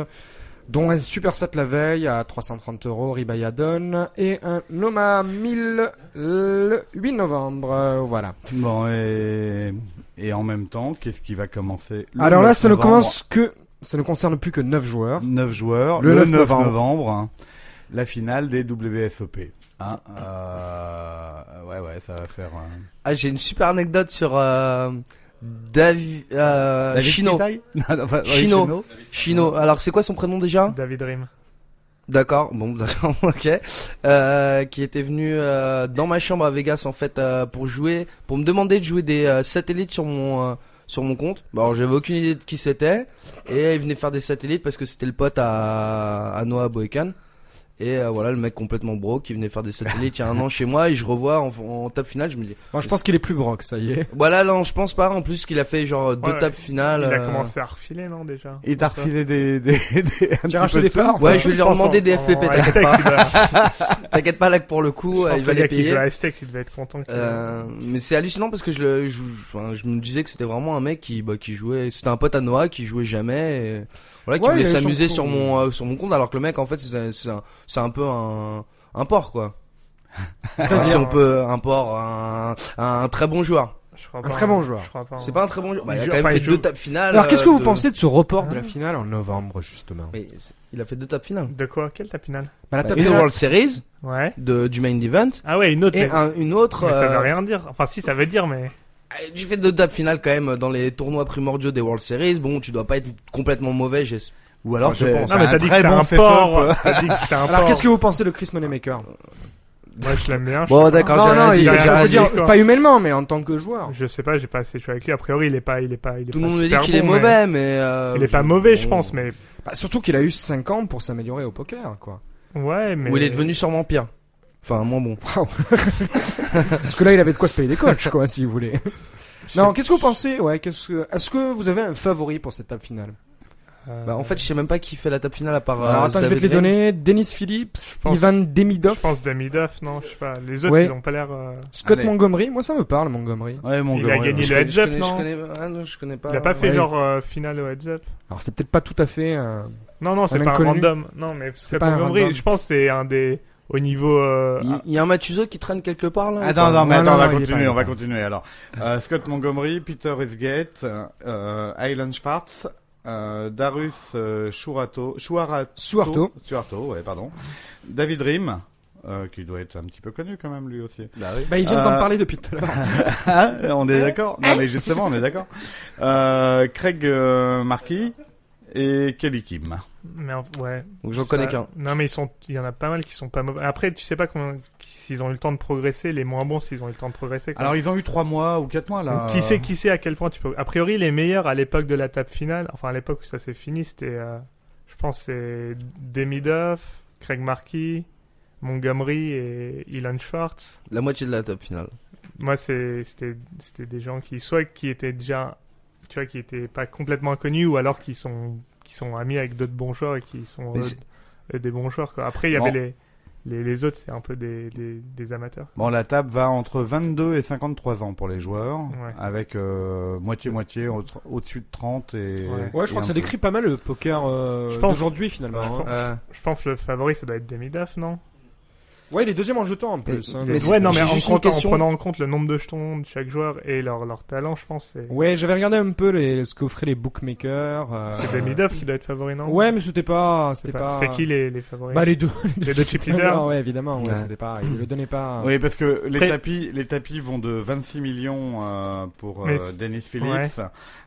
dont un super set la veille à 330 euros Ribayadon et un Noma 1000 le 8 novembre. euh, voilà. Bon, et, et en même temps, qu'est-ce qui va commencer le Alors là, 9 ça ne novembre commence que, ça ne concerne plus que 9 joueurs. 9 joueurs, le, Le 9 9 novembre, novembre. hein, la finale des WSOP. Hein, euh, ouais, ouais, ça va faire. euh, Ah, j'ai une super anecdote sur euh, Davi- euh, David Chino. Kitaï Non, non, pas- oui, Chino. Chino. Alors, c'est quoi son prénom déjà David Rim. D'accord. Bon, d'accord. Ok. Euh, qui était venu euh, dans ma chambre à Vegas en fait euh, pour jouer, pour me demander de jouer des euh, satellites sur mon euh, sur mon compte. Bon, alors, j'avais aucune idée de qui c'était et il venait faire des satellites parce que c'était le pote à à Noah Boykan. Et euh, voilà, le mec complètement broke qui venait faire des satellites il y a un an chez moi et je revois en, en table finale, je me dis Bon, je pense qu'il est plus broc, ça y est. Voilà, non, je pense pas. En plus, qu'il a fait genre deux Ouais, ouais. tables finales. Il a euh, commencé à refiler, non, déjà Il t'a refilé des, des, des- un Tu petit peu as racheté de des ça. parts Ouais, je vais lui pense demander en- des en FPP, t'inquiète Aztec, pas. il doit- T'inquiète pas, là, que pour le je coup, euh, pense il que va le gars les qui joue payer. à Aztec, il devait être content. que- Euh, mais c'est hallucinant parce que je, le, je, enfin, je me disais que c'était vraiment un mec qui, bah, qui jouait. C'était un pote à Noah qui jouait jamais. Et, voilà, qui Ouais, voulait il avait son s'amuser compte. sur mon euh, sur mon compte, alors que le mec, en fait, c'est un- c'est un, c'est un peu un un porc quoi. C'est-à-dire hein. si on peut un porc, un, un très bon joueur. Je crois très bon joueur. Je crois pas. hein. C'est pas un très bon joueur. Bah, Il il a joue- quand même enfin, il fait joue- deux tables finales. Alors, qu'est-ce que euh, vous de- pensez de ce report de la finale en novembre, justement Mais il a fait deux tables finales. De quoi Quelle ta finale Bah, la table Une finale- World Series Ouais. de du main event. Ah ouais, une autre. Et mais- un- une autre. mais ça veut euh, rien dire. Enfin, si, ça veut dire, mais. euh, Tu fais deux tables finales quand même dans les tournois primordiaux des World Series. Bon, tu dois pas être complètement mauvais. j'es- Ou alors, Enfin, je c'est- pense. c'est Non, mais un t'as dit que très c'était bon un setup. port. T'as dit que c'était un Alors, port. qu'est-ce que vous pensez de Chris Moneymaker Moi, je l'aime bien. je- Bon, d'accord, j'ai Non, rien non, dit. il- j'ai a- rien je veux dit. dire, dit. pas humainement, mais en tant que joueur. Je sais pas, j'ai pas assez joué avec lui. A priori, il est pas. Il est pas il est Tout pas le monde me dit super qu'il bon, est mais- mauvais, mais. euh, Il est pas je- mauvais, je bon. pense, mais. Bah, surtout qu'il a eu 5 ans pour s'améliorer au poker, quoi. Ouais, mais. Ou il est devenu sûrement pire. Enfin, moins bon. Waouh. Parce que là, il avait de quoi se payer des coachs, quoi, si vous voulez. Non, qu'est-ce que vous pensez Ouais, qu'est-ce que est-ce que vous avez un favori pour cette table finale Euh, Bah, en fait, je sais même pas qui fait la table finale à part. Alors euh, attends, je vais te David les Ring. donner. Dennis Phillips, pense- Ivan Je Demidov, pense Damidoff, non, je sais pas. Les autres, Ouais. ils ont pas l'air. euh, Scott Allez. Montgomery. Moi, ça me parle, Montgomery. Ouais, mon Il gars, a ouais, gagné ouais. Je le connais- je heads up, connais- non je connais- ah, non, je connais pas. Il a pas fait ouais. genre euh, finale au heads up. Alors, c'est peut-être pas tout à fait. euh, Non, non, c'est Un pas un inconnu. random. Non, mais c'est pas pas un random. Je pense que c'est un des. Au niveau. euh, Il- Il y a un Mathuzo qui traîne quelque part là. ou Attends, pas attends, mais Non, attends, non, on va non, il est continuer, pas- on va continuer alors. Euh, Scott Montgomery, Peter Isgate, euh, Aylan Schwartz, euh, Darius euh, Shurato, Shuarato, Suarto. Suarto, ouais, pardon. David Rim, euh, qui doit être un petit peu connu quand même lui aussi. Bah, il vient d'en Euh, parler depuis tout à l'heure. Hein, on est d'accord Non mais justement, on est d'accord. Euh, Craig euh, Markey et Kelly Kim. Mais en- ouais. Donc, j'en connais qu'un. Bah, Non, mais ils sont, il y en a pas mal qui sont pas mauvais. Après, tu sais pas comment- s'ils ont eu le temps de progresser, les moins bons s'ils ont eu le temps de progresser. quoi. Alors ils ont eu trois mois ou quatre mois là. Donc, qui sait, qui sait à quel point tu peux. A priori, les meilleurs à l'époque de la table finale, enfin à l'époque où ça s'est fini, c'était, euh, je pense, c'est Demidoff, Craig Markey, Montgomery et Elon Schwartz. La moitié de la table finale. Moi, c'est, c'était, c'était des gens qui soit qui étaient déjà, tu vois, qui étaient pas complètement inconnus, ou alors qui sont, qui sont amis avec d'autres bons joueurs et qui sont Mais euh, c'est- euh, des bons joueurs. Quoi. Après, il y Bon. avait les, les, les autres, c'est un peu des, des, des amateurs. Bon, la table va entre 22 et 53 ans pour les joueurs, Ouais. avec euh, moitié-moitié autre- au-dessus de 30 et... Ouais. et en dessous. pas mal le poker Je pense- hein. d'aujourd'hui, finalement. Je pense- Euh, Je pense que le favori, ça doit être Demidoff, non Ouais, il est deuxième en jetant en plus. hein, mais le- c'est- Ouais, non, mais j'ai en, juste une comptant- en question. prenant en compte le nombre de jetons de chaque joueur et leur, leur talent, je pense c'est Ouais, j'avais regardé un peu les, ce qu'offraient les bookmakers. euh, c'est Demidov qui doit être favori, non Ouais, mais c'était pas, c'était Enfin, pas. C'était qui les, les favoris Bah les deux. Les deux chip leaders hein. Ouais, évidemment. Ouais, Ouais. c'était pas. Ils le donnaient pas. Oui, parce que les Ah. Après- tapis, les tapis vont de 26 millions euh, pour euh, Mais c'est- Dennis Phillips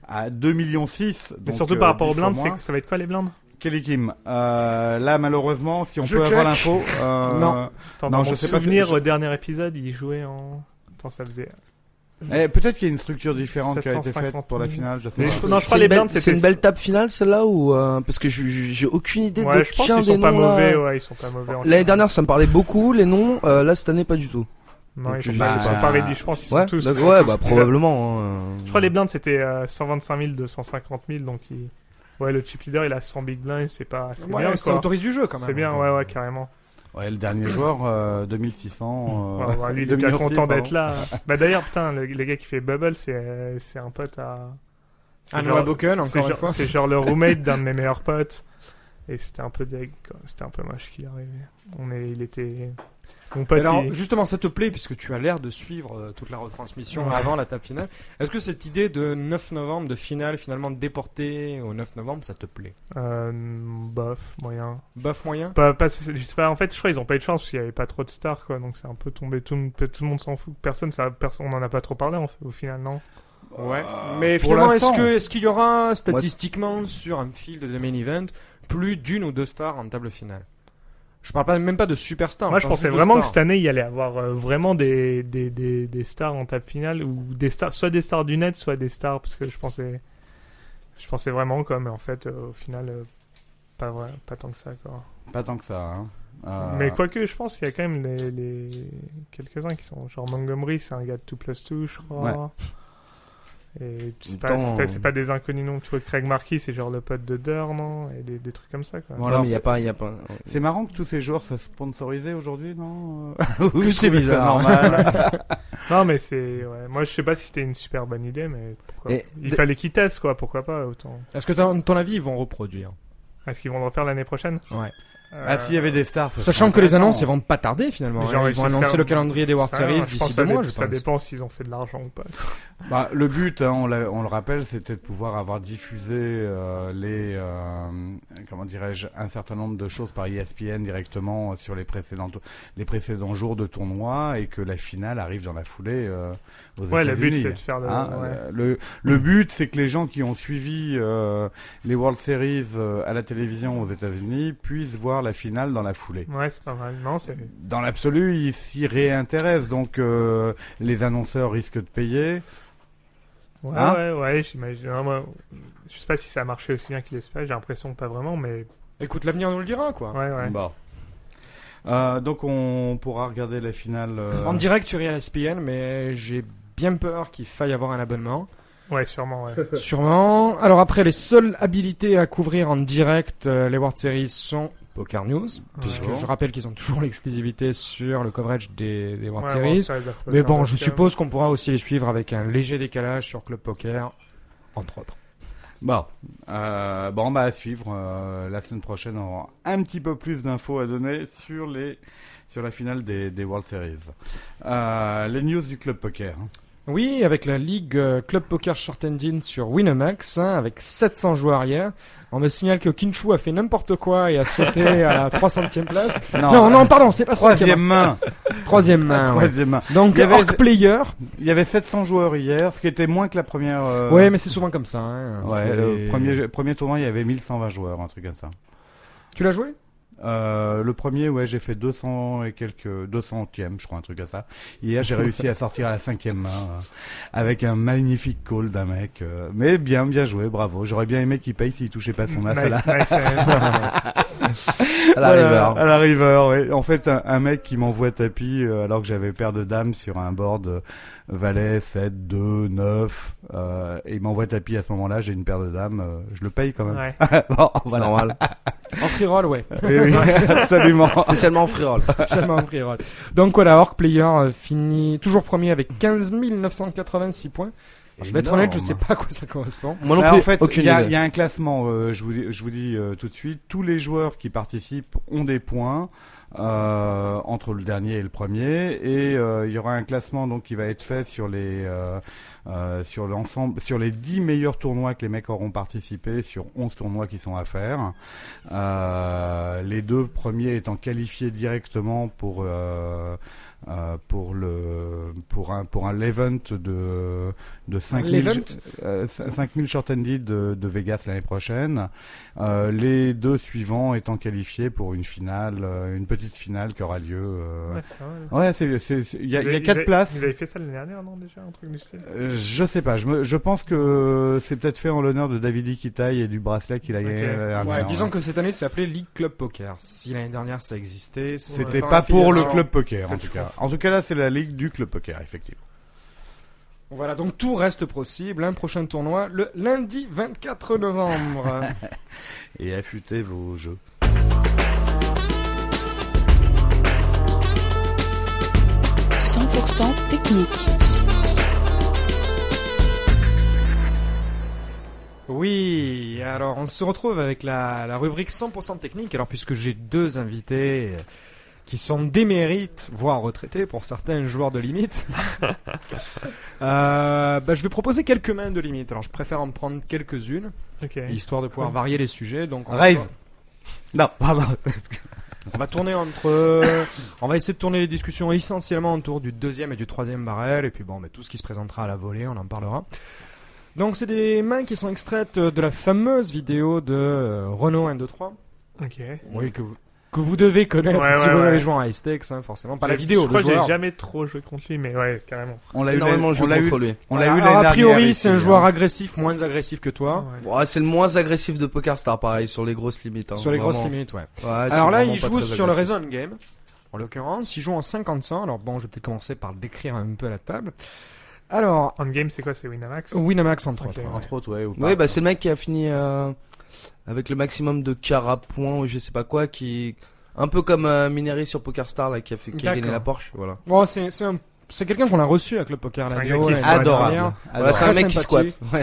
à 2 millions euh, 6. Mais surtout euh, par rapport aux blindes, c'est que ça va être quoi les blindes Kelly Kim. Euh, là, malheureusement, si on Je peut check. avoir l'info, euh, Non. Attends, Non, dans je mon sais pas, souvenir c'est- au dernier épisode, il jouait en. Attends, ça faisait. eh, peut-être qu'il y a une structure différente qui a été 750 faite pour la finale. Je sais Mais pas. je trouve- non, je C'est crois une les belle- blindes, C'est c'était- une belle table finale celle-là ou euh, parce que je- je- j'ai aucune idée de Ouais, je pense chacun qu'ils des sont pas noms. là. mauvais, ouais, ils sont pas mauvais. en L'année général. dernière, ça me parlait beaucoup les noms. euh, là, cette année, pas du tout. Non, ils Donc, sont, bah, pas- ils sont pas réduits, je pense qu'ils sont Ouais, tous. euh, bah, ouais, bah probablement. hein. Je crois les blindes c'était euh, 125 000, 250 000, donc il- ouais, le chip leader il a 100 big blinds, c'est pas. C'est Ouais, bien ça quoi. autorise du jeu quand même. C'est bien, ouais, euh, ouais, carrément. Ouais, le dernier joueur, euh, 2600. Ouais, Euh, ouais, lui, il est bien 2006, content d'être pardon. là. bah d'ailleurs, putain, le, le gars qui fait Bubble, c'est euh, c'est un pote à. c'est À genre- Noah Buchan, c'est Ah, encore une genre- fois. C'est genre le roommate d'un de mes meilleurs potes. Et c'était un peu deg, quoi. C'était un peu moche qu'il arrivait. On est, il était. Mon pote, Alors il- justement, ça te plaît puisque tu as l'air de suivre euh, toute la retransmission avant la table finale. Est-ce que cette idée de 9 novembre de finale finalement déportée au 9 novembre, ça te plaît euh, bof, moyen. Bof moyen. Pas, pas, spécial- je sais pas, en fait, je crois qu'ils ont pas eu de chance parce qu'il y avait pas trop de stars, quoi. Donc c'est un peu tombé, tout, le monde- tout le monde s'en fout. Personne, ça, personne, on en a pas trop parlé, en fait, au final, non Ouais. Mais Euh, pour finalement, l'instant. est-ce que est-ce qu'il y aura euh, statistiquement sur un field de main event plus d'une ou deux stars en table finale Je parle pas même pas de superstars. Moi, je je parle pensais juste de vraiment que stars. cette année, il y allait avoir euh, vraiment des, des, des, des stars en table finale, ou des stars, soit des stars du net, soit des stars, parce que je pensais, je pensais vraiment, quoi, mais en fait, euh, au final, euh, pas, vrai, pas tant que ça, quoi. Pas tant que ça. Hein. Euh, Mais quoique, je pense qu'il y a quand même les, les- quelques-uns qui sont, genre Montgomery, c'est un gars de 2 plus 2, je crois. Et c'est pas, Pourtant, c'est pas- c'est pas des inconnus non, tu vois, Craig Marquis, c'est genre le pote de Deur, non Et des, des trucs comme ça, quoi. bon, Non, alors, mais y a c'est- pas, y a pas. C'est marrant que tous ces joueurs soient sponsorisés aujourd'hui, non Plus c'est bizarre. normal. Non, mais c'est. ouais. Moi, je sais pas si c'était une super bonne idée, mais pourquoi Et- Il de- fallait qu'ils testent, quoi. Pourquoi pas autant Est-ce que ton, ton avis ils vont reproduire Est-ce qu'ils vont le refaire l'année prochaine Ouais. Euh, ah, s'il y avait des stars, ça Sachant serait que les intéressant. annonces elles vont pas tarder finalement. Mais hein. genre, Ils vont ça annoncer sert- le calendrier des World ça, Series je pense d'ici que ça deux mois, dé- je Ça pense. dépend s'ils ont fait de l'argent ou pas. Bah, le but, hein, on, l'a- on le rappelle, c'était de pouvoir avoir diffusé euh, les, euh, comment dirais-je, un certain nombre de choses par E ESPN directement sur les précédents, les précédents jours de tournoi et que la finale arrive dans la foulée euh, aux Ouais, le États-Unis. but, c'est de faire le. Hein, ouais. euh, le, le but, c'est que les gens qui ont suivi euh, les World Series euh, à la télévision aux États-Unis puissent voir la finale dans la foulée. Ouais, c'est pas mal. Non, c'est. Dans l'absolu, ils s'y réintéressent, donc euh, les annonceurs risquent de payer. Ouais, Hein ouais, ouais, j'imagine. Non, moi, Je sais pas si ça a marché aussi bien qu'ils l'espèrent, j'ai l'impression que pas vraiment, mais. Écoute, l'avenir nous le dira quoi. Ouais, ouais. Bon. Euh, donc on pourra regarder la finale. euh, En direct sur E ESPN, mais j'ai bien peur qu'il faille avoir un abonnement. Ouais, sûrement, ouais. Sûrement. Alors après, les seules habilités à couvrir en direct euh, les World Series sont Poker News, puisque Toujours. je rappelle qu'ils ont toujours l'exclusivité sur le coverage des, des World Ouais, Series. World Series, of mais Poker, bon, je donc, euh, suppose qu'on pourra aussi les suivre avec un léger décalage sur Club Poker, entre autres. Bon, euh, bon, bah à suivre. euh, la semaine prochaine, on aura un petit peu plus d'infos à donner sur les sur la finale des, des World Series. Euh, les news du club poker. hein. Oui, avec la ligue euh, Club Poker Short Engine sur Winamax, hein, avec 700 joueurs hier. On me signale que Kinshu a fait n'importe quoi et a sauté à la 300e place. Non, non, pardon, c'est pas euh, Troisième troisième. main. Troisième main. ouais. Troisième main. Donc, Il y avait- Orc Player. Il y avait 700 joueurs hier, ce qui était moins que la première. euh, Ouais, mais c'est souvent comme ça. hein. ouais, C'est- le premier premier tournoi, il y avait 1120 joueurs, un truc comme ça. Tu l'as joué Euh, le premier, ouais, j'ai fait 200 et quelques, 200e, je crois, un truc à ça. Hier, j'ai réussi à sortir à la cinquième main euh, avec un magnifique call d'un mec. euh, mais bien, bien joué, bravo. J'aurais bien aimé qu'il paye s'il touchait pas son as à la, Nice, nice, euh, À la voilà, Euh, River. à la river, ouais. En fait, un, un mec qui m'envoie tapis euh, alors que j'avais paire de dames sur un board euh, valet 7, 2, 9. euh, et il m'envoie tapis à ce moment-là, j'ai une paire de dames, euh, je le paye quand même. ouais. Bon, voilà. Normal. En free roll, ouais. Oui, oui, absolument. Spécialement en free roll. Spécialement en free roll. Donc voilà, Orc Player euh, finit toujours premier avec 15 986 points. Alors, je vais être honnête, je Énorme. sais pas à quoi ça correspond. Moi non Bah, plus. en fait, il aucune y, a- idée. il y a un classement, euh, je, vous, dis- je vous dis euh, tout de suite. Tous les joueurs qui participent ont des points. euh, entre le dernier et le premier. Et euh, il y aura un classement donc qui va être fait sur les euh, euh, sur l'ensemble sur les 10 meilleurs tournois que les mecs auront participé sur 11 tournois qui sont à faire. Euh, les deux premiers étant qualifiés directement pour euh, euh, pour le pour un pour un l'event de de 5000 L'event euh, 5000 short ended de, de Vegas l'année prochaine. Euh, les deux suivants étant qualifiés pour une finale, euh, une petite finale qui aura lieu. euh, Ouais, c'est pas mal. Ouais, c'est c'est c'est- il y a, Ils il y a avaient- ils quatre avaient- places. Ils avaient fait ça l'année dernière, non, déjà, un truc du style Euh, Je sais pas, je, me, je pense que c'est peut-être fait en l'honneur de David Iquitaï et du bracelet qu'il a gagné. euh, Ok. l'année Ouais, dernière, disons Ah, ouais. que cette année, c'est appelé League Club Poker. Si l'année dernière, ça existait, c'est c'était en pas pour le affiliation. club poker en Peut-être tout cas. En tout cas là, c'est la ligue du club poker effectivement. Voilà, donc tout reste possible. Un prochain tournoi le lundi 24 novembre. Et affûtez vos jeux. Technique. 100% technique. 100% oui, alors on se retrouve avec la, la rubrique 100% technique. Alors puisque j'ai deux invités euh, qui sont démérites, voire retraités pour certains joueurs de limite, euh, bah, je vais proposer quelques mains de limite. Alors je préfère en prendre quelques-unes, Ok. histoire de pouvoir varier les sujets. Donc on va- Raise. Non, pardon. On va tourner entre. euh, on va essayer de tourner les discussions essentiellement autour du deuxième et du troisième barrel. Et puis bon, mais tout ce qui se présentera à la volée, on en parlera. Donc, c'est des mains qui sont extraites euh, de la fameuse vidéo de euh, Renault 123. Ok. Oui, que vous, que vous devez connaître Ouais, si ouais, vous ouais. allez jouer en high stakes, hein, forcément. Pas la Je- vidéo, je le crois que joueur. j'ai jamais trop joué contre lui, mais ouais, carrément. On l'a eu. l'année- Énormément On joué l'a eu. contre lui. On l'a eu Alors, l'année Ah, A priori, dernière, c'est un ici, joueur hein. agressif, moins agressif que toi. Ouais. Bon, ah, c'est le moins agressif de Poker Star, pareil, sur les grosses limites. hein, Sur les grosses vraiment. limites, ouais. Ouais, c'est Alors là, vraiment il pas joue très sur le agressif. Reason Game. En l'occurrence, il joue en 50-100. Alors bon, je vais peut-être commencer par le décrire un peu à la table. Alors, Endgame, c'est quoi C'est Winamax Euh, Winamax entre Ok, autres. ouais. ouais. Entre autres, ouais. Ou Oui, bah c'est le mec qui a fini euh, avec le maximum de cara points ou je sais pas quoi, qui un peu comme euh, Mineri sur Poker Star là, qui a fait qui a gagné D'accord. la Porsche, voilà. Bon, c'est c'est un- c'est quelqu'un qu'on a reçu avec le poker C'est la un vidéo, gars qui l'année se dernière. adorable. Voilà, c'est adorable. un Très mec qui squatte. sympathique.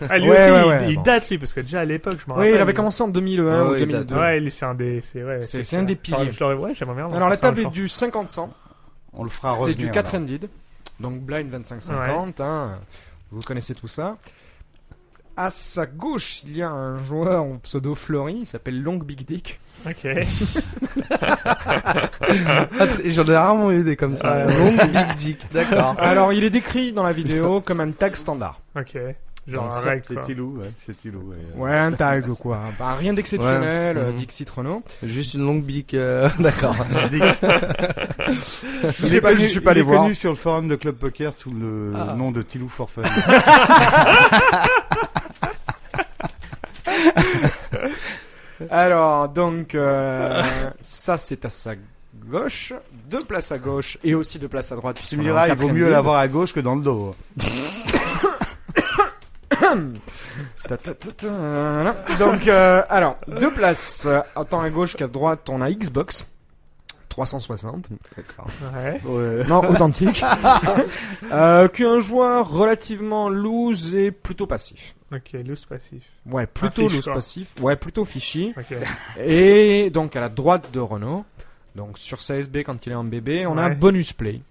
Ouais. Ah, lui Ouais, aussi, ouais, il- ouais, il, bon. date, lui, parce que déjà à l'époque, je me Oui, rappelle. il avait commencé en 2001 Ah ou oui, 2002. Ouais, il- c'est un des. C'est ouais, C'est- c'est un des piliers. Enfin, Je l'aurais, ouais, j'aimerais bien. Alors la Enfin, table je est pense- du 50-100, On le fera c'est revenir. du 4 ended, donc blind 25-50, hein, vous connaissez tout ça. À sa gauche, il y a un joueur au pseudo Fleury, il s'appelle Long Big Dick. Ok. Ah, J'en ai rarement eu des comme ça. Long big dick, d'accord. Alors il est décrit dans la vidéo comme un tag standard. Ok. Dans Genre le un cercle, reg, quoi. C'est Ilou, ouais. C'est Ilou. ouais. Ouais, un tag quoi, Bah, rien d'exceptionnel, Ouais. euh, Mhm. Dixit Renault. Juste une longue big, euh, d'accord. Je Il sais est pas, je connu- suis pas allé Il est voir. connu sur le forum de Club Poker sous le nom de Tilou Forfait. Alors, donc, euh, ça c'est à sa gauche, deux places à gauche et aussi deux places à droite. Tu puisqu'on me est en diras, il vaut quatrième mieux ligne. l'avoir à gauche que dans le dos. hein. Ta, ta, ta, ta, voilà. Donc, euh, alors, deux places, euh, autant à gauche qu'à droite, on a Xbox 360. Ouais. Ouais. Non, authentique. euh, qui est un joueur relativement loose et plutôt passif. Ok, loose passif. Ouais, plutôt fiche, loose quoi. passif. Ouais, plutôt fishy. Ok. Et donc à la droite de Renault, donc sur CSB quand il est en bébé, on a Ouais. Bonus Play,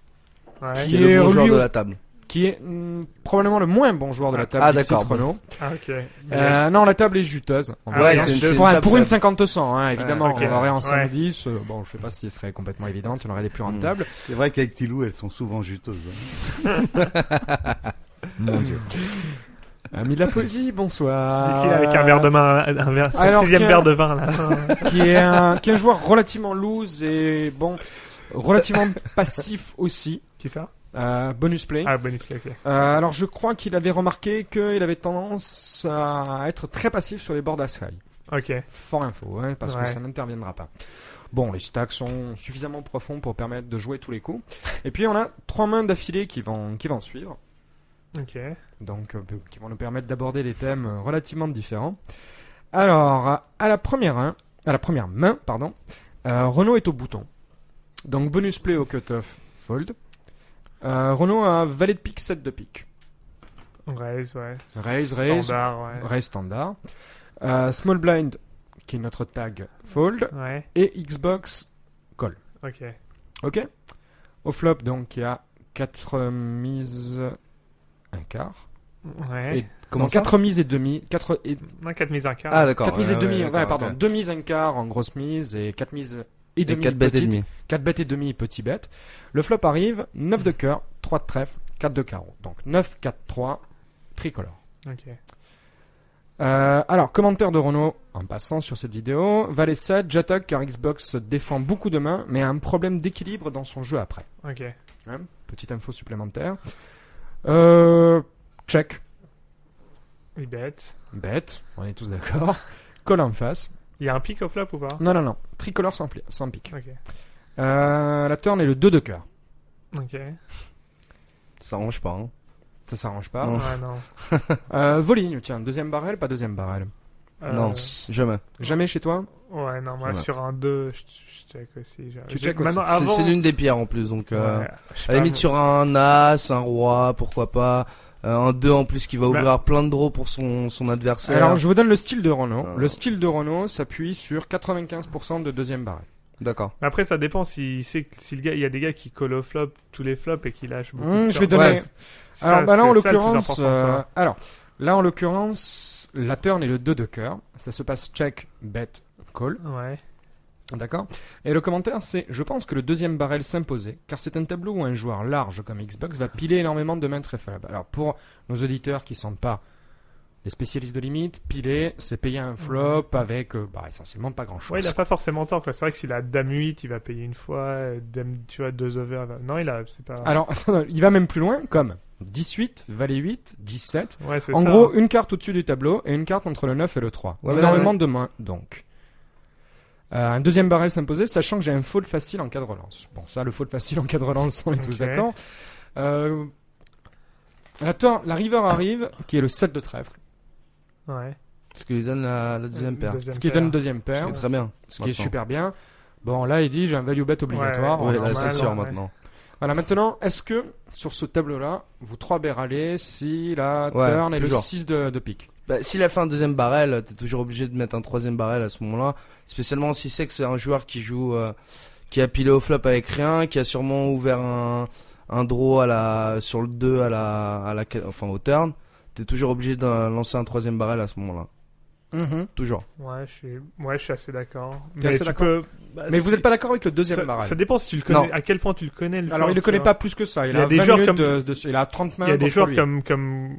Ouais. Qui est le bon Lui joueur de aussi. la table. qui est mm, probablement le moins bon joueur de la table. Ah, Dixit d'accord, bon. Renault. Ah, ok. Euh, non, la table est juteuse. On va Ouais, dire. c'est une- c'est une pour, un- table pour une faible. 50-100, hein, évidemment. Ah, ok. On aurait en 5 Ouais. 10. euh, bon, je sais pas si ce serait complètement évident, on aurait des plus rentables. C'est vrai qu'avec Tilou, elles sont souvent juteuses. hein. Mon dieu. Euh, Ami de la poésie, bonsoir. Dit-il avec un verre de main, un verre, son Alors, sixième tiens. verre de vin là. qui est un, qui est un joueur relativement loose et bon, relativement passif aussi. Qui ça Euh, bonus play. Ah, bonus play, ok. Euh, alors je crois qu'il avait remarqué qu'il avait tendance à être très passif sur les bords d'Askai. Ok. Fort info, hein, parce Ouais. que ça n'interviendra pas. Bon, les stacks sont suffisamment profonds pour permettre de jouer tous les coups. Et puis on a trois mains d'affilée qui vont, qui vont suivre, Ok. donc euh, qui vont nous permettre d'aborder des thèmes euh, relativement différents. Alors, euh, à la première, main- à la première main, pardon, euh, Renault est au bouton. Donc bonus play au cutoff, fold. Euh, Renault a valet de pique, 7 de pique. On raise, ouais. Raise, raise, Standard, ouais. Raise standard. Euh, small blind, qui est notre tag fold. Ouais. Et Xbox call. Ok. Ok. Au flop, donc, il y a 4 mises, un quart. Ouais. Et comment ça 4 mises et demi, 4 et Non, 4 mises un quart. Ah, d'accord. 4 mises et ouais, demi, ouais, ouais, d'accord, pardon, ok. 2 mises un quart en grosse mise et 4 mises et Et demi 4 bêtes et petites. demi. 4 bêtes et demi, petit bête. Le flop arrive, 9 de cœur, 3 de trèfle, 4 de carreau. Donc 9, 4, 3, tricolore. Ok. Euh, alors, commentaire de Renault, en passant sur cette vidéo. Valessa, j'attaque car Xbox défend beaucoup de mains, mais a un problème d'équilibre dans son jeu après. Ok. Hein, petite info supplémentaire. Euh, check. Il bête. Bête, on est tous d'accord. Colle en face. Il y a un pic au flop ou pas Non, non, non. Tricolore sans, pli- sans pique. Ok. Euh, la turn est le 2 de cœur. Ok. Ça range pas. Hein. Ça s'arrange pas. Non. Ah non. Euh, Voligne, tiens, deuxième barrel, pas deuxième barrel. Euh, Non, jamais. Jamais chez toi Ouais, non, moi Ouais. sur un 2, je, je check aussi. j'ai- Tu j'ai- check aussi. Maintenant, C'est- avant. C'est l'une des pierres en plus, donc. euh, Ouais, je sais À la pas, limite sur un as, un roi, pourquoi pas. euh, un 2 en plus qui va ouvrir plein de draws pour son, son adversaire. Alors, je vous donne le style de Renault. Euh. Le style de Renault s'appuie sur 95% de deuxième barrel. D'accord. Mais Après, ça dépend si, si, si le gars, il y a des gars qui collent au flop tous les flops et qui lâchent beaucoup. Mmh, de je vais turns. donner. Ouais, c'est- alors, ça, bah là, en c'est ça le plus l'occurrence, important, quoi. euh, alors, là, en l'occurrence, la turn est le 2 de cœur. Ça se passe check, bet, call. Ouais. D'accord Et le commentaire, c'est Je pense que le deuxième barrel s'imposait, car c'est un tableau où un joueur large comme Xbox va piler énormément de mains très faibles. Alors, pour nos auditeurs qui ne sont pas des spécialistes de limite, piler, c'est payer un flop avec euh, bah, essentiellement pas grand chose. Ouais, il a pas forcément tort, quoi. C'est vrai que s'il a Dame 8, il va payer une fois, euh, Dame, tu vois, 2 over. il va- Non, il a, c'est pas. Alors, attends, il va même plus loin, comme 18, valet 8, 17. ouais, c'est En ça. hein. gros, une carte au-dessus du tableau et une carte entre le 9 et le 3. Ouais, mais Énormément là, de mains, donc. Euh, un deuxième barrel s'imposait, sachant que j'ai un fold facile en cas de relance. Bon, ça, le fold facile en cas de relance, on est tous Ok. d'accord. Euh, la, turn- la river arrive, qui est le 7 de trèfle, hein. Ouais. Ce qui lui donne la, la deuxième paire. ce qui donne le deuxième Ce paire, qui est très bien. ce qui est super bien. Bon, là, il dit, j'ai un value bet obligatoire. Ouais, Oui, on là en c'est normal, sûr ouais. maintenant. Voilà, maintenant, est-ce que sur ce tableau-là, vous trois béralez si la Ouais, turn est le toujours. 6 de, de pique Bah, s'il a fait un deuxième barrel, t'es toujours obligé de mettre un troisième barrel à ce moment-là. Spécialement si c'est que c'est un joueur qui joue, euh, qui a pilé au flop avec rien, qui a sûrement ouvert un, un draw à la, sur le 2 à la, à la, enfin au turn. T'es toujours obligé de lancer un troisième barrel à ce moment-là. Toujours. Ouais, je suis, ouais, je suis assez d'accord. T'es assez tu d'accord peux- bah, Mais si- vous n'êtes pas d'accord avec le deuxième ça, barrel ça dépend si tu le connais, Non. à quel point tu le connais. Le Alors, il joueur, ne tu connaît vois. pas plus que ça. Il, Il y a a, des 20 joueurs minutes comme- de- de- il a 30 mains. Il y a des contre joueurs lui. comme, comme,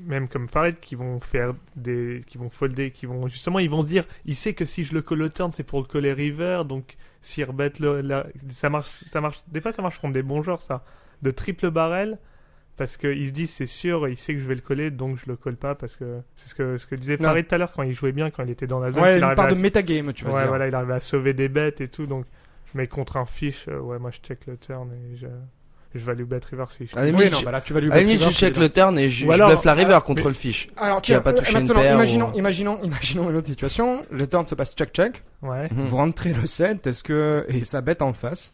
même comme Farid qui vont faire des, qui vont folder, qui vont, justement, ils vont se dire, il sait que si je le colle au turn, c'est pour le coller river, donc s'il rebet le, la- ça marche, ça marche, des fois ça marche contre des bons joueurs, ça. De triple barrel, parce qu'ils se disent, c'est sûr, il sait que je vais le coller, donc je le colle pas, parce que c'est ce que, ce que disait Non. Farid tout à l'heure quand il jouait bien, quand il était dans la zone. Ouais, qu'il une arrivait part à de se- metagame, tu vas ouais, dire. voilà, il arrive à sauver des bêtes et tout, donc. Mais contre un fish, euh, ouais, moi je check le turn et je, je value bet river si je. À la Oui, limite, non, je- bah là, tu vas lui à la battre limite, je River, tu check lui le turn et je, Ou je alors- euh, bluffe la river alors, contre mais- le fish. bats. Alors, Qui a tiens, pas touché une maintenant, paire imaginons, ou- imaginons, imaginons une autre situation. Le turn se passe check-check. Ouais. Mhm. Vous rentrez le 7, est-ce que, et ça bête en face.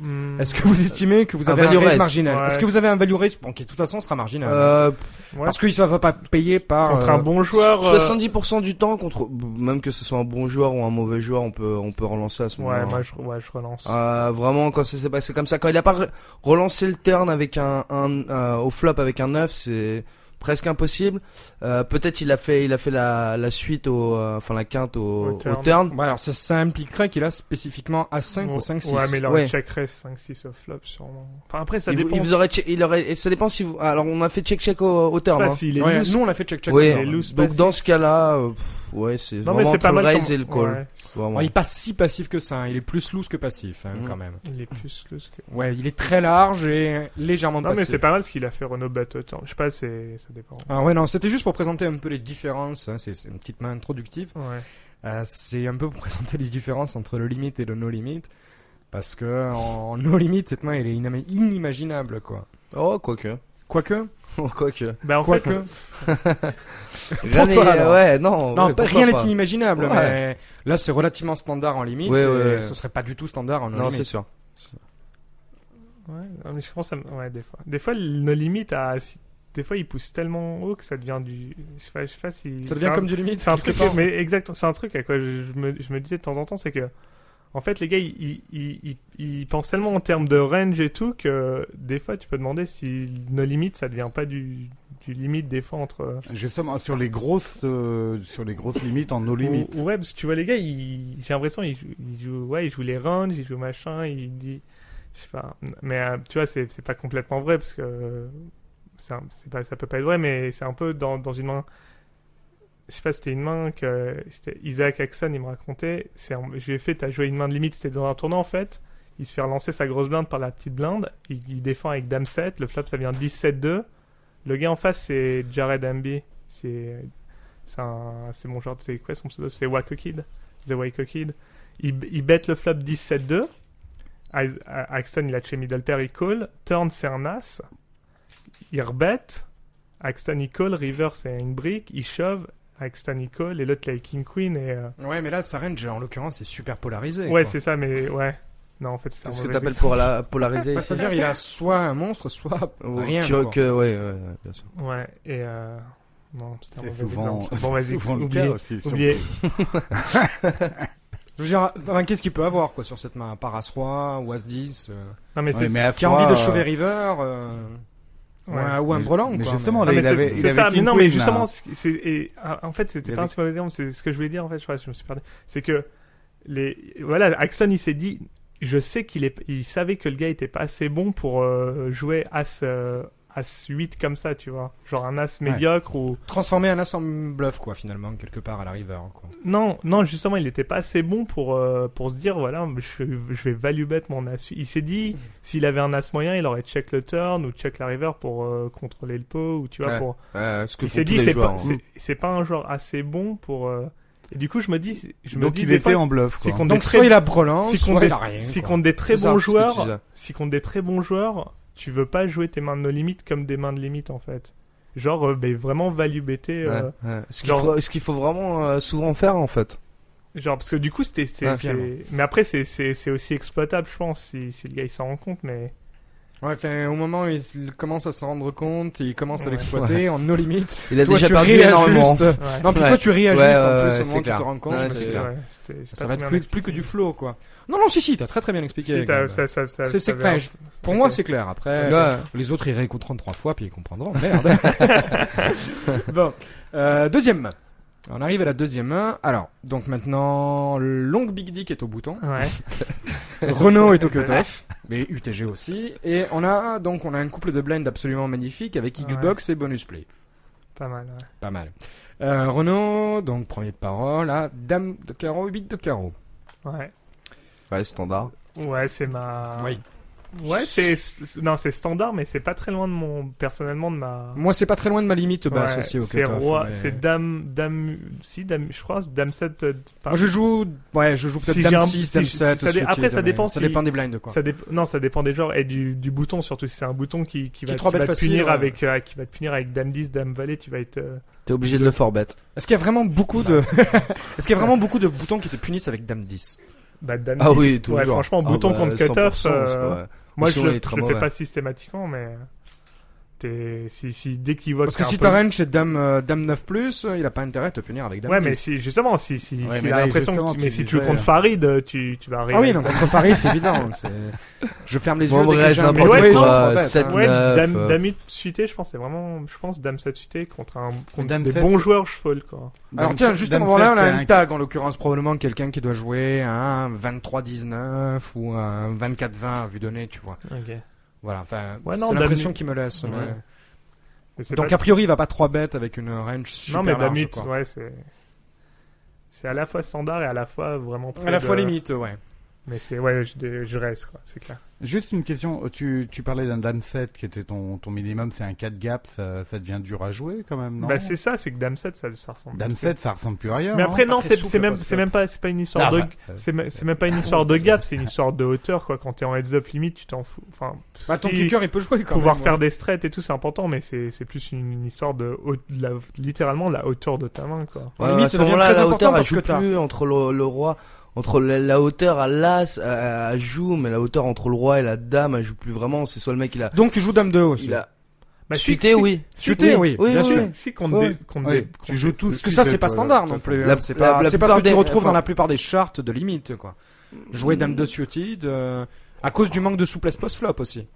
Hmm. Est-ce que vous estimez que vous Un avez un, value raise raise. marginal? Ouais. Est-ce que vous avez un value raise? Bon, qui de toute façon sera marginal. Euh, Ouais. Parce que ça va pas payer par. contre euh, un bon joueur. euh, 70% du temps contre, même que ce soit un bon joueur ou un mauvais joueur, on peut, on peut relancer à ce Ouais, moment-là. moi je, ouais, je relance. Euh, vraiment, quand ça s'est passé comme ça, quand il a pas re- relancé le turn avec un, un euh, au flop avec un 9, c'est presque impossible. Euh, peut-être il a fait, il a fait la, la suite au, euh, enfin la quinte au, Au au turn. turn. Bah alors ça, ça impliquerait qu'il a spécifiquement A5 ou 5-6. Ouais, mais là, Ouais. on checkerait 5-6 au flop, sûrement. Enfin, après, ça il, vous- dépend. il vous aurait, che- il aurait, et ça dépend si vous. Alors on a fait check check au, au turn. pas hein. s'il est Ouais, loose. nous on l'a fait check check. Oui, les loose donc passes. dans ce cas-là, euh, pff, ouais, c'est Non, vraiment mais c'est entre pas le mal. raise comme- et le call. Ouais, Vraiment. il est pas si passif que ça, hein. il est plus loose que passif hein, Mhm. quand même. il est plus loose que. Ouais, il est très large et légèrement Non, mais passif. c'est pas mal ce qu'il a fait Renault Battle Turn. Je sais pas, c'est... ça dépend. Ah ouais non, c'était juste pour présenter un peu les différences, hein. c'est c'est une petite main introductive. Ouais. Euh, c'est un peu pour présenter les différences entre le limite et le no limit parce que en, en no limit cette main elle est inima- inimaginable quoi. Oh, quoique. Oh, Quoique, quoique. Bah, en fait, quoique. toi, Rien n'est- alors. ouais, non. Non, ouais, pas- pourquoi rien n'est pas. inimaginable, Ouais. mais là c'est relativement standard en limite, Ouais, et ouais, ouais. ce serait pas du tout standard en no Non, limit. c'est sûr. ouais, non, mais je commence à. me- Ouais, des fois. Des fois, nos limites à. si- Des fois, il pousse tellement haut que ça devient du. Je sais pas, je sais pas si. Ça c'est devient un- comme du limite. C'est un quelque truc, part. mais exact, c'est un truc à quoi je, je me, je me disais de temps en temps, c'est que En fait, les gars, ils, ils, ils, ils pensent tellement en termes de range et tout que des fois, tu peux demander si nos limites, ça devient pas du, du limite des fois entre. Justement, sur les grosses, euh, sur les grosses limites en nos limites. Ou- Ouais, parce que tu vois, les gars, ils- j'ai l'impression ils, jouent- ils jouent, ouais, ils jouent les ranges, ils jouent machin, ils disent, je sais pas. Mais euh, tu vois, c'est c'est pas complètement vrai parce que euh, c'est un- c'est pas, ça peut pas être vrai, mais c'est un peu dans, dans une main. Je sais pas, c'était une main que j'étais- Isaac Axon il me racontait. C'est, en- je lui ai fait, t'as joué une main de limite, c'était dans un tournoi en fait. Il se fait relancer sa grosse blinde par la petite blinde. Il, il défend avec Dame 7. Le flop, ça vient 17-2. Le gars en face, c'est Jared Ambi. C'est c'est un- c'est mon genre, c'est quoi son pseudo C'est Waco Kid. The Waco Kid. Il, il bet le flop 17-2. Ais- A- Axton, il a chez middle pair, il call. Turn, c'est un as. Il rebet. Axton, il call. River, c'est une brique. Il shove. Axton, il call. Et l'autre, il a King Queen. Et, euh, Ouais, mais là, sa range, en l'occurrence, est super polarisée. Ouais, quoi. c'est ça, mais ouais. Non, en fait, c'est un C'est ce que mauvais t'appelles exemple. pour la polariser Bah, ici. C'est-à-dire, il a soit un monstre, soit Ou rien. que, quoi. que- ouais, ouais, ouais, bien sûr. Ouais, et. euh, Non, c'est un C'est mauvais souvent, exemple. Bon, vas-y, souvent le oubliez. cas aussi. sur- oubliez. Je veux dire, enfin, qu'est-ce qu'il peut avoir quoi sur cette main Par As-Roi ou As-10 euh, Non, mais Ouais, c'est. mais à Qui a Froid, envie de euh, chauver River euh, ou Ouais. un- Ou un mais- Brelan Mais quoi, justement, Ah, là, mais il c'est- avait, c'est il avait ça. mais King non, Queen, mais là. justement, c'est- c'est- et, ah, en fait, Il c'était y pas un avait- super exemple, c'est ce que je voulais dire, en fait, je crois, je me suis perdu. C'est que, les, voilà, Axon, il s'est dit, je sais qu'il est, il savait que le gars était pas assez bon pour euh, jouer As, euh, As 8 comme ça, tu vois. Genre un As Ouais. médiocre ou, Transformer un As en bluff, quoi, finalement, quelque part à la River. Quoi. non, non, justement, il n'était pas assez bon pour, euh, pour se dire, voilà, je, je vais value bet mon as. Il s'est dit, s'il avait un as moyen, il aurait check le turn ou check la river pour euh, contrôler le pot ou tu vois, Ouais. pour. Euh, ce que Il font s'est tous dit, les c'est pas, joueurs. hein. c'est- c'est pas un joueur assez bon pour. euh, Et du coup, je me dis, je me Donc dis il des était fois, en bluff. c'est quoi. qu'on- Donc, des très- soit il a Brelan, si soit contre il a des, rien. si quoi. contre des très C'est ça, bons ce que tu joueurs, disais. si contre des très bons joueurs, tu veux pas jouer tes mains de nos limites comme des mains de limite en fait. Genre, euh, ben, vraiment value bêter. Ouais, euh, ouais. Ce qu'il genre- faut, ce qu'il faut vraiment euh, souvent faire en fait. Genre, parce que du coup, c'était. c'est- Ouais, c'est- mais après, c'est- c'est c'est aussi exploitable, je pense, si, si le gars il s'en rend compte, mais. Ouais, enfin, au moment où il commence à s'en rendre compte, il commence à Ouais. l'exploiter en no limit. Il a Toi, déjà tu perdu réajustes. énormément. Ouais. Non, puis Ouais. toi, tu réajustes Ouais, en ouais, plus ouais, au moment c'est où tu clair. te rends compte. Ouais, je me c'est suis dit, clair. ouais, Ouais, c'était- j'ai Ça pas va très être bien plus, plus que du flow, quoi. Non, non, si, si, t'as très très bien expliqué. expliqué. Si, t'as- Gab. ça- ça- ça- C'est- ça c'est va- clair. Pour moi, Ok. c'est clair. Après, euh, Ouais. les autres, ils réécouteront trois fois, puis ils comprendront. Merde. bon, euh, deuxième main. On arrive à la deuxième main. Alors, donc maintenant, Long Big Dick est au bouton. Ouais. Renault est au cutoff. Mais UTG aussi. Et on a, donc, on a un couple de blinds absolument magnifique avec Xbox et Bonus Play. Pas mal, ouais. Pas mal. Euh, Renault, donc, premier de parole à Dame de carreau, 8 de carreau. Ouais. Ouais, standard. Ouais, c'est ma. Oui. Ouais, c'est. c'est- Non, c'est standard, mais c'est pas très loin de mon. Personnellement, de ma. Moi, c'est pas très loin de ma limite Ouais, basse aussi au c'est cutoff. roi, mais- c'est dame, dame, si dame, je crois, dame 7. euh, par- Moi, Ah, je joue, ouais, je joue peut-être Si dame j'ai un- 6, si dame je- 7. ça dé- aussi, après, qui- ça dépend Ça si- dépend des blinds, quoi. Ça dép- Non, ça dépend des genres et du, du bouton surtout. Si c'est un bouton qui, qui va, Qui trois qui va bêtes te faciles, punir ouais. avec, euh, qui va te punir avec dame 10, dame valet, tu vas être. euh, T'es obligé de le forbet. Est-ce qu'il y a vraiment beaucoup de, est-ce qu'il y a vraiment beaucoup de boutons qui te punissent avec dame 10? Bah, dame Ah 10. oui, toujours. Ouais, franchement, Ah bouton bah, contre cutoff. 100%, c'est euh, pas vrai. Moi, je Sinon, il le, est très je le fais mauvais. pas systématiquement, mais. euh, t'es- Si, si, dès qu'il voit Parce que que t'es si un peu- ta range c'est dame, euh, dame 9 plus, euh, il a pas intérêt à te punir avec dame Ouais, 10. mais si, justement, si, si, Ouais, si mais t'as là, l'impression que justement, tu- tu mais si tu disais, joues contre Farid, euh, tu, tu vas arriver. Ah oui, non, contre Farid, c'est évident. c'est- Je ferme les Moi, yeux dès moi, que je j'ai un n'importe bout- quoi, Ouais, je euh, comprends pas, sept- ça. Ouais, Neuf, dame, euh. dame 8 suité, je pense, c'est vraiment, je pense, dame 7 suité contre un, contre Dame des sept. bons joueurs, je fold, quoi. Alors Dame tiens, sept- juste Dame avant là, on a sept, un un- tag en l'occurrence probablement quelqu'un qui doit jouer à un 23-19 ou un 24-20 vu donné, tu vois. Ok. Voilà, enfin, Ouais, non, c'est dame- l'impression qui me laisse. Ouais. mais- Mais c'est Donc pas- a priori, il va pas 3 bêtes avec une range super non, mais dame large. 8, quoi. ouais, c'est, c'est à la fois standard et à la fois vraiment près À la de- fois limite, ouais. Mais c'est, ouais, je, je reste, quoi, c'est clair. Juste une question. Tu, tu parlais d'un dame 7 qui était ton, ton minimum. C'est un 4 gap. Ça, ça devient dur à jouer quand même, non Bah, c'est ça, c'est que dame 7, ça, ça ressemble. Dame c'est- 7, ça ressemble plus à rien. Mais hein. après, non, Après, c'est souple, c'est même, parce que- c'est même pas, c'est pas une histoire Non, de, enfin, euh, c'est me- c'est même pas une histoire de gap, c'est une histoire de hauteur, quoi. Quand t'es en heads up limite, tu t'en fous. Enfin, Bah, ton si- kicker, il peut jouer quand pouvoir même. faire des strats et tout, c'est important, mais c'est c'est plus une, une histoire de, haut- de la- littéralement de la hauteur de ta main, quoi. Ouais, Ouais, limite, à ça ce devient moment-là, très la important hauteur, elle parce que joue t'as- plus entre le, le roi, entre la, la hauteur à l'as, elle- elle joue, mais la hauteur entre le roi et la dame, elle joue plus vraiment. C'est soit le mec, il a, ouais. Donc tu joues dame 2 aussi. il a Bah, si- suité, si- oui. Suité, oui, oui, bien oui, sûr. oui. Si, contre Ouais. des, contre Ouais, des- contre tu joues des- tout Parce que ça, c'est pas standard non plus. hein. La- C'est la- pas, la c'est pas ce que plupart tu des- retrouves enfin- dans la plupart des chartes de limite, quoi. jouer Dame de Ciotti de- à cause du manque de souplesse post-flop aussi.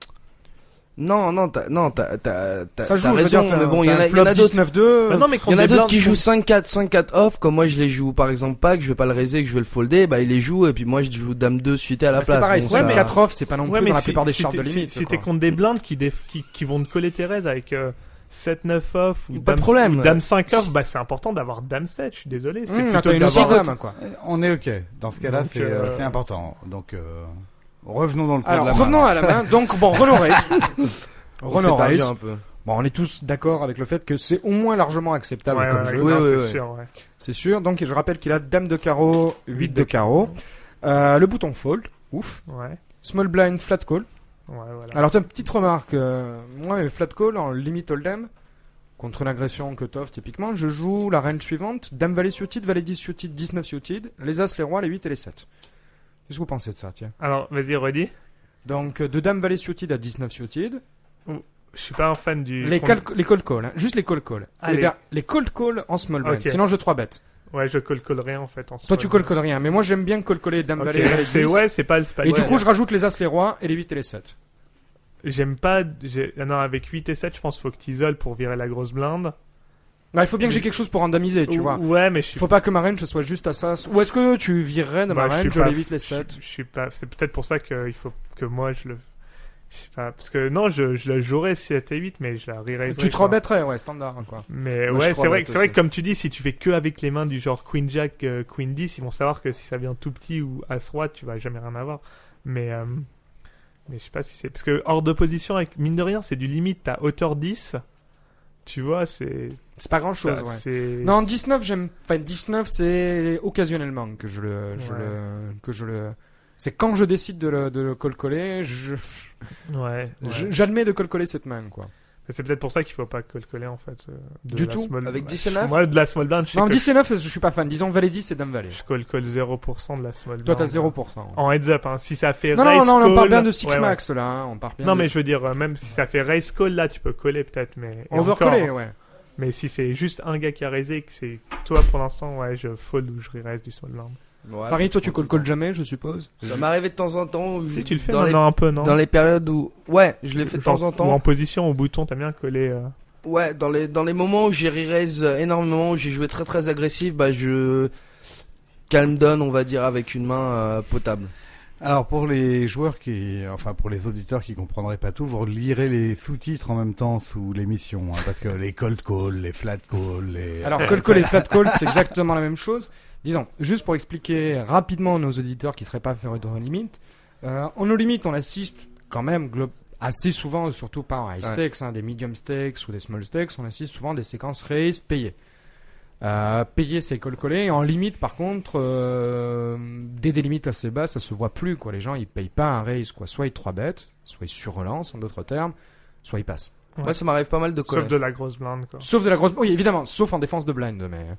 Non, non, t'as, non, t'as, t'as, t'as, Ça joue, t'as je veux raison, dire, t'as- mais bon, il y t'as en un a, il y en flop a d'autres. 19-2. Bah non, mais Il y en a Cramped d'autres Blanc, qui jouent 5-4, 5-4 off, comme moi je les joue par exemple pas, que je vais pas le raiser, que je vais le folder, bah il les joue, et puis moi je joue dame 2 suité à la Bah, place. c'est pareil, Bon, c'est ça- 4 off, c'est pas non plus Ouais, mais dans la si- plupart des si charts de t'es- si- limite. Si quoi. t'es contre des blindes qui, déf- qui, qui vont te coller tes raises avec euh, 7-9 off ou Pas de dame, problème. ou dame 5 off, bah c'est important d'avoir dame 7, je suis désolé. C'est Mmh, plutôt t'as une d'avoir- autre gamme, quoi. On est ok. Dans ce cas-là, Donc, c'est euh, euh, c'est important. Donc euh, revenons dans le cours Alors, de la main, revenons là. à la main. Donc, bon, Renault Race. on s'est Renault perdu Race. un peu. Bon, on est tous d'accord avec le fait que c'est au moins largement acceptable Ouais, comme ouais, jeu. ouais, non, Oui, c'est oui, oui. sûr, ouais. C'est sûr. Donc, je rappelle qu'il a dame de carreau, 8 de carreau, euh, le bouton fold, ouf, Ouais, small blind, flat call. ouais, voilà. Alors, t'as une petite remarque. euh, moi, mes flat call en limit hold'em, contre une agression que t'offres typiquement, je joue la range suivante dame valet suited, valet 10 suited, 19 suited, les as, les rois, les 8 et les 7. Qu'est-ce que vous pensez de ça, tiens Alors, vas-y, redis. Donc, euh, de dame valet suited à 19 suited, Je suis pas un fan du. les, con- cal- les call call, hein, juste les call call. Ah, les, les- der- les call call en small blind. Ok. Sinon, je 3 bête. Ouais, je colle-collerai en fait. En Toi, tu call call rien, mais moi, j'aime bien call coller dame valet valet 10. C'est ouais, c'est pas, c'est pas Et du ouais. coup, je rajoute les as, les rois et les 8 et les 7. J'aime pas. j'ai- ah Non, avec 8 et 7, je pense qu'il faut que t'isoles pour virer la grosse blinde. Bah, il faut bien que j'ai quelque chose pour randomiser, tu Ou- vois. Ouais, mais je suis Faut pas que ma range soit juste à ça. Ou est-ce que tu virerais de ma Bah, je suis range pas- les 8 les je suis- 7 Je, suis pas. C'est peut-être pour ça que il faut que moi je le. Je sais pas. Parce que non, je, je la jouerais si elle était 8, mais je la rirais. Tu te rebêterais, ouais, standard, quoi. Mais Moi, je ouais, suis c'est vrai, rebête que- c'est vrai aussi. que comme tu dis, si tu fais que avec les mains du genre Queen Jack, euh, Queen 10, ils vont savoir que si ça vient tout petit ou As Roi, tu vas jamais rien avoir. Mais. euh, Mais je sais pas si c'est. Parce que hors de position, avec... mine de rien, c'est du limite à hauteur 10. Tu vois, c'est. C'est pas grand chose, ça- ouais. c'est- Non, 19, j'aime. Enfin, 19, c'est occasionnellement que je le. Je Ouais. le que je le... C'est quand je décide de le, de le call-coller, je- Ouais. ouais. je- j'admets de call-coller cette main, quoi. C'est peut-être pour ça qu'il faut pas coller en fait. euh, de Du la tout. small- Avec bah, 10 et 9? Moi, de la small blind, je sais Non, que 10 et 9, je suis pas fan. Disons valet 10 et dame valet. je colle colle 0% de la small blind. Toi, t'as 0%. ouais. En heads up, hein. si ça fait Non, non, raise non, on parle call- bien de 6 ouais, ouais. max, là. hein, On parle bien Non, de- mais je veux dire, euh, même si ça fait raise call là, tu peux coller peut-être, mais. et On veut encore. hein. recoller, hein. ouais. Mais si c'est juste un gars qui a raisé et que c'est toi pour l'instant, ouais, je fold ou je raise du small blind. Ouais, Farid, toi, bon, tu bon, call-call jamais, je suppose Ça m'est arrivé de temps en temps. où- Si tu le fais dans les, maintenant un peu, non dans les périodes où, ouais, je l'ai fait de Genre, temps en Ou en temps. position, au bouton, t'as bien collé. euh, Ouais, dans les, dans les moments où j'ai re-raise énormément, où j'ai joué très très agressif, bah je calm down, on va dire, avec une main euh, potable. Alors pour les joueurs qui, enfin pour les auditeurs qui comprendraient pas tout, vous lirez les sous-titres en même temps sous l'émission, hein, parce que les cold calls, les flat calls, euh, les Alors, call call et flat call, c'est exactement la même chose. Disons, juste pour expliquer rapidement à nos auditeurs qui seraient pas férus de nos limites, euh, en nos limites, on assiste quand même glo- assez souvent, surtout pas en high Ouais. stakes, hein, des medium stakes ou des small stakes, on assiste souvent à des séquences raise payées. Euh, payer c'est call coller en limite par contre euh, dès des limites assez basses ça se voit plus quoi les gens ils payent pas un raise quoi soit ils 3 bêtes soit ils surrelancent en d'autres termes soit ils passent Ouais. Moi, ça m'arrive pas mal de coller. Sauf de la grosse blinde, quoi. Sauf de la grosse. Oui, évidemment, sauf en défense de blind, mais. euh.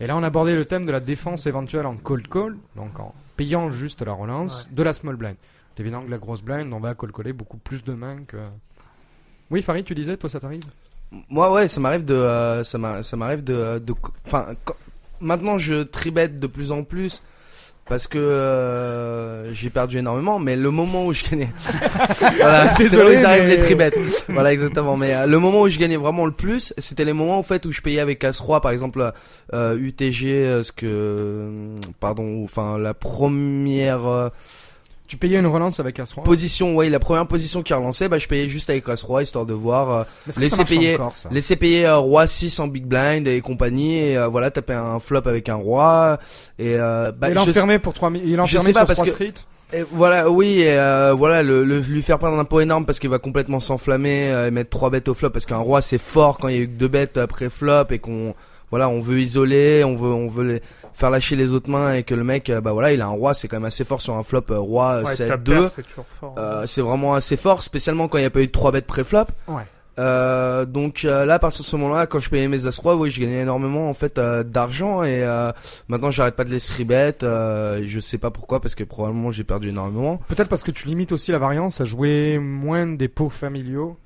Et là, on abordait le thème de la défense éventuelle en cold call, donc en payant juste la relance de la small blind. C'est évident que la grosse blind, on va cold coller beaucoup plus de mains que. Oui, Farid, tu disais, toi, ça t'arrive Moi, ouais, ça m'arrive de, euh, ça m'a- ça m'arrive de, euh, de, co- enfin, quand- maintenant je tribette de plus en plus parce que euh, j'ai perdu énormément, mais le moment où je gagnais, voilà, c'est là où Désolé, ils arrivent mais- les tribettes, voilà exactement. Mais euh, le moment où je gagnais vraiment le plus, c'était les moments en fait où je payais avec As-Roi, par exemple euh, UTG, euh, ce que, euh, pardon, enfin la première. euh, Tu payais une relance avec As-Roi position, ouais, la première position qui relancé, bah je payais juste avec As-Roi histoire de voir. euh, Mais est-ce que laissez ça marche payer- encore, ça Laissez payer euh, roi 6 en big blind et compagnie et euh, voilà, taper un flop avec un roi et euh, bah, Il est je- enfermé pour 3000. Il est enfermé sais pas, sur parce 3 que- streets. et voilà, oui, et, euh, voilà le, le- lui faire perdre un pot énorme parce qu'il va complètement s'enflammer euh, et mettre trois bêtes au flop parce qu'un roi c'est fort quand il y a eu que deux bêtes après flop et qu'on voilà, on veut isoler, on veut on veut les- faire lâcher les autres mains et que le mec euh, bah voilà, il a un roi, c'est quand même assez fort sur un flop euh, roi Ouais, 7 ta 2. paire, c'est toujours fort. hein. Euh, c'est vraiment assez fort, spécialement quand il n'y a pas eu de 3 bêtes pré-flop. Ouais. Euh, donc euh, là, à partir de ce moment-là, quand je payais mes as rois, oui, je gagnais énormément en fait euh, d'argent et euh, maintenant j'arrête pas de les 3 bêtes. Euh, je sais pas pourquoi parce que probablement j'ai perdu énormément. Peut-être parce que tu limites aussi la variance à jouer moins des pots familiaux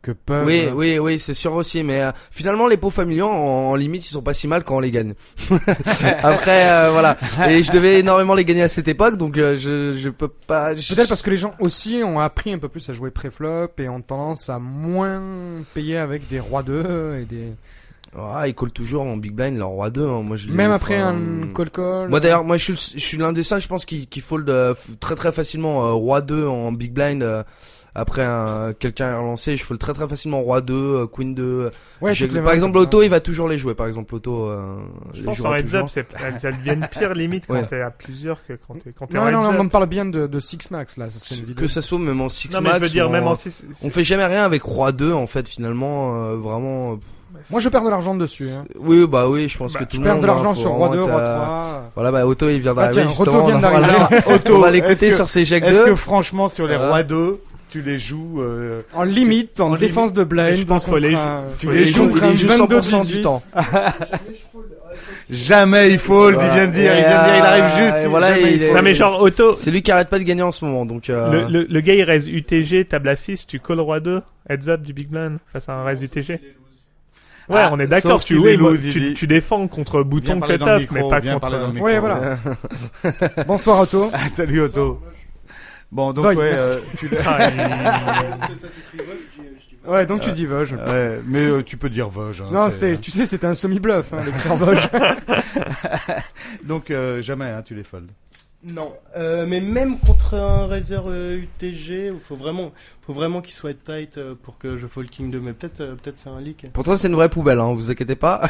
que peuvent. Oui, oui, oui, c'est sûr aussi. Mais euh, finalement, les pots familiaux, en, en limite, ils sont pas si mal quand on les gagne. Après, euh, voilà. Et je devais énormément les gagner à cette époque, donc euh, je, je peux pas. je- Peut-être parce que les gens aussi ont appris un peu plus à jouer préflop et ont tendance à moins payer avec des rois 2 et des. Ah, ils collent toujours en big blind leur roi 2. hein. Moi, je hein. l'ai Même eu, après enfin, un call-call. Moi d'ailleurs, moi je suis, le- je suis l'un des seuls, je pense, qui, qui fold euh, f- très très facilement euh, roi 2 en big blind euh, après un- quelqu'un est relancé. Je fold très très facilement roi 2, euh, queen 2. euh, Ouais, j'ai- toutes les par mains exemple, comme ça. Otto, il va toujours les jouer. Par exemple, Otto, euh, Je les pense en jouera heads toujours. up, c'est- elles elles deviennent pire limite quand Ouais. t'es à plusieurs que quand t'es quand t'es en Non, heads non, up. non, on parle bien de, de Six Max là. C'est une vidéo. que ça soit même en six Non, mais max. je veux dire, ou même en- en 6. On fait jamais rien avec roi 2 en fait finalement euh, vraiment. euh, Moi, je perds de l'argent dessus. Hein. Oui bah oui, je pense Bah, que tout Je le monde. perds de hein, l'argent faut sur roi vraiment 2, être, roi euh, 3. Voilà bah Otto il vient Ah, d'arriver. tiens, justement, Otto vient on va- d'arriver. voilà, on va l'écouter est-ce que- sur ses jacks 2. Est-ce que franchement sur les Euh. rois 2, tu les joues euh, En limite, en, en limite. défense de blind. Je pense contre qu'il faut les- un- tu Ouais, les Il joues joue, contre il un joue 100% 22-18. du temps. Jamais il fold, il vient de dire, il vient de dire, Ah, il arrive juste. Et voilà, jamais il est- fold. Non, mais genre, auto. C'est lui qui arrête pas de gagner en ce moment, donc. Le, Euh... le, le gars il raise UTG, table à 6, tu call roi 2, heads up du big blind face à un raise UTG. Ouais, Ah, on est sauf d'accord, tu, s'il est oui, lose, il tu, dit. tu défends contre bouton Viens parler dans le cut-off, micro, mais pas viens parler dans le contre. micro. Ouais, voilà. Bonsoir, Otto. Ah, salut Otto. Bon, donc Doyle, ouais, merci. euh, tu le- Ah, Ouais, donc tu dis Vosges. ouais, mais euh, tu peux dire Vosges. hein, Non, c'est- c'était, tu sais, c'était un semi-bluff, hein, les Victor Vosges. Donc euh, jamais, hein, tu les folds. Non, euh, mais même contre un Razer euh, UTG, faut vraiment, faut vraiment qu'il soit tight euh, pour que je fold King 2. Mais peut-être, euh, peut-être c'est un leak. Pourtant, c'est une vraie poubelle, hein, vous inquiétez pas.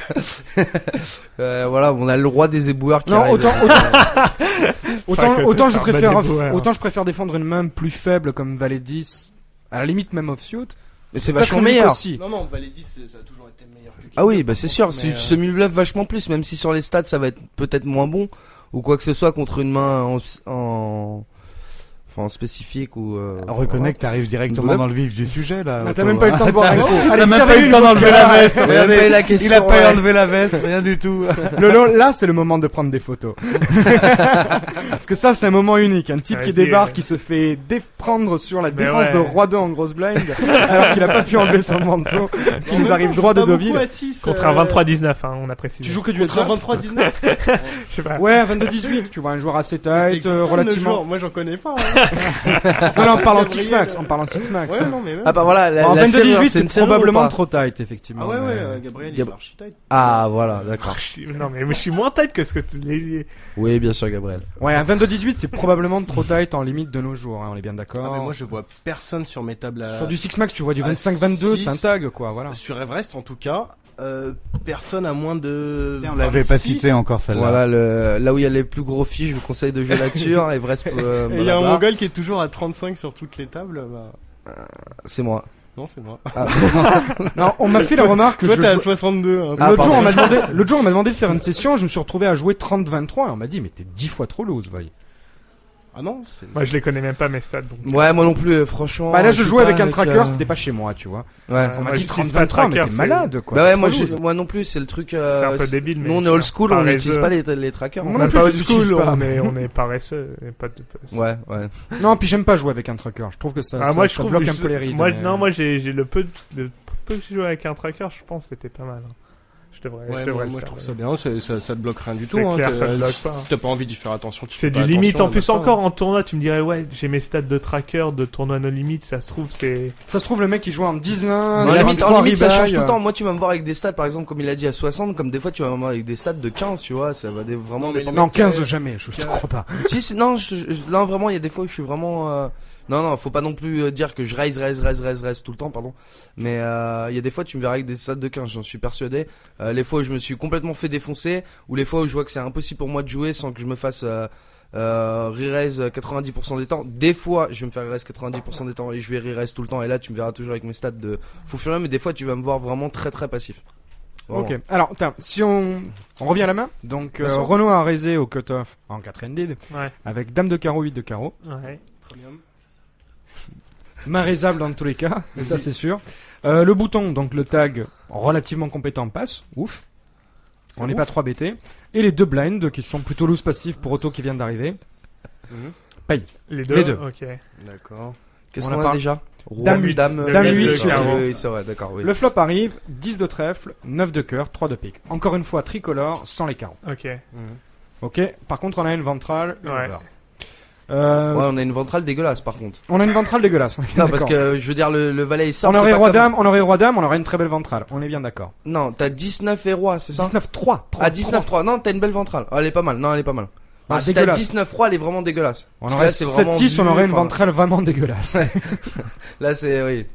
euh, voilà, on a le roi des éboueurs qui Non, arrive. autant, C'est autant, vrai que autant je ça remet préfère, des power. autant je préfère défendre une main plus faible comme Valet 10, à la limite même offsuit. Mais c'est Peut-être vachement une meilleur. aussi. Non, non, Valet 10, c'est- ça a toujours été meilleur. que King Ah oui, 2, bah c'est sûr, mais, c'est euh, ce bluff vachement plus, même si sur les stats ça va être peut-être moins bon ou quoi que ce soit contre une main en, en... Enfin, en spécifique ou. Euh... Ah, Reconnecte, t'arrives directement Voilà. dans le vif du sujet là. Ah, Otto, T'as même pas eu le temps de boire un coup. T'as Allez, même pas eu le temps d'enlever la veste. Il a regardez. pas eu la Il a question. pas ouais. enlevé la veste, rien du tout. Le- le- là, c'est le moment de prendre des photos. Parce que ça, c'est un moment unique. Un type qui Vas-y, débarque, euh. qui se fait dé- prendre sur la Mais défense ouais. de Roi 2 en grosse blind, alors qu'il a pas pu enlever son manteau, qui nous arrive droit de pas beaucoup Deauville. à 6, contre euh, un 23-19, hein, on a précisé. Tu joues que du Contre un heads-up 23-19. Je sais pas. Ouais, 22-18, tu vois, un joueur assez Ça tight, existe euh, pas de nos relativement. jours. Moi, j'en connais pas. hein. Non, non, on parle en Gabriel, 6 max, euh, on parle en 6 max. Ouais, non, mais même. Ah bah voilà, la, en la serrure, 22-18, c'est une c'est serrure ou probablement pas trop tight, effectivement. Ah ouais, mais- ouais, euh, Gabriel, il est Gab- archi tight. Ah voilà, d'accord. Non, mais je suis moins tête que ce que tu- les. Oui, bien sûr, Gabriel. Ouais, un 22-18, c'est probablement trop tight en limite de nos jours, hein, on est bien d'accord. Ah, mais moi, je vois personne sur mes tables à. Sur du 6 max, tu vois du à 25-22, six. c'est un tag, quoi, voilà. Sur Everest, en tout cas, euh, personne à moins de. On l'avait pas 26. cité encore celle-là. Voilà, le, là où il y a les plus gros fiches, je vous conseille de jouer là-dessus. hein, Everest, euh, Et il y a un blablabla. mongol qui est toujours à 35 sur toutes les tables. Bah... C'est moi. Non, c'est moi. Non, on m'a fait la remarque que Toi, je t'es à jouais- 62. hein. bah. Ah, L'autre jour, pardon. on m'a demandé, l'autre jour, on m'a demandé de faire une session, je me suis retrouvé à jouer 30-23, et on m'a dit, mais t'es 10 fois trop loose, voyez. Ah non, c'est. Moi, je les connais même pas, mes stats. Donc... Ouais, moi non plus, euh, franchement. Bah là, je suis jouais pas avec un tracker, euh, Ah, c'était pas chez moi, tu vois. Ouais. Euh, On m'a moi, dit j'utilise 30-23, mais pas tracker, t'es c'est- malade, quoi. bah ouais, Trop moi, loose. j'ai- moi non plus, c'est le truc. euh, C'est un peu c'est- débile, mais. Nous, on est old school, on n'utilise pas les, les trackers. Moi On non est plus, pas je old les utilise school, pas. on est, on est paresseux. et pas de- Ouais, ouais. Non, puis j'aime pas jouer avec un tracker, je trouve que ça, Ah, ça- moi, je ça trouve bloque je- un peu les rides. Moi, mais- non, moi, j'ai j'ai le peu, de- le peu que j'ai joué avec un tracker, je pense, que c'était pas mal. hein. Je devrais, Ouais, je devrais moi, le moi, faire, je trouve ouais. ça bien, c'est- ça, ça te bloque rien du C'est tout. hein, clair, t'es- ça te euh, bloque si pas. T'as pas envie d'y faire attention. tu C'est fais Bah, du pas limite. attention, En plus, basta. encore hein. en tournoi, tu me dirais, ouais, j'ai mes stats de tracker, de tournoi no limite, ça se trouve, c'est. Ça se trouve, le mec, il joue en 10-20, En sur un limite, en Ah, trois limite, ça rebuy, change tout le euh. temps. Moi, tu vas me voir avec des stats, par exemple, comme il a dit à 60, comme des fois, tu vas me voir avec des stats de 15, tu vois. Ça va dé- vraiment Non, mais dépendre. Non, 15 jamais, je te crois pas. si, si, non, je, je- non, vraiment, il y a des fois où je suis vraiment. euh, Non, non, faut pas non plus euh, dire que je raise, raise, raise, raise, raise tout le temps, pardon. Mais euh, il y a des fois, tu me verras avec des stats de 15, j'en suis persuadé. Euh, les fois où je me suis complètement fait défoncer, ou les fois où je vois que c'est impossible pour moi de jouer sans que je me fasse euh, euh, re-raise 90% des temps. Des fois, je vais me faire re-raise 90% des temps et je vais re-raise tout le temps. Et là, tu me verras toujours avec mes stats de fou furieux, mais des fois, tu vas me voir vraiment très, très passif. Vraiment. Ok. Alors, attends, si on... on revient à la main, donc euh, Bien sûr. Renault a raisé au cut-off en 4 ended Ouais. avec Dame de carreau 8 de carreau, Ouais. main raisable dans tous les cas, ça c'est sûr. Euh, le bouton, donc le tag relativement compétent passe, ouf. On n'est pas 3 BT. Et les deux blinds qui sont plutôt loose passifs pour Otto qui vient d'arriver. Les deux. Les deux. Ok. D'accord. Qu'est-ce On qu'on l'a a pas. déjà Dame huit. Dame, euh, Dame huit, huit, ok, sûrement. oui, c'est vrai, d'accord. Oui. Le flop arrive, 10 de trèfle, 9 de cœur, 3 de pique. Encore une fois tricolore, sans les carreaux. Ok. Ok Par contre, on a une ventrale, une Ouais. over. Euh, Ouais, on a une ventrale dégueulasse par contre. On a une ventrale dégueulasse. on est bien Non, Ah, parce d'accord. que je veux dire, le, le valet il sort. on c'est aurait pas roi comme- dame, on aurait roi dame, on aurait une très belle ventrale. On est bien d'accord. Non, t'as 19 et roi, c'est ça 19 3. Ah, 19-3. Non, t'as une belle ventrale. Ah, elle est pas mal. Non, elle est pas mal. Non, Ah, si t'as dégueulasse. 19 roi, elle est vraiment dégueulasse. On Parce que aurait là, c'est vraiment 7 6, on vu, aurait une enfin, ventrale vraiment dégueulasse. Là, c'est oui.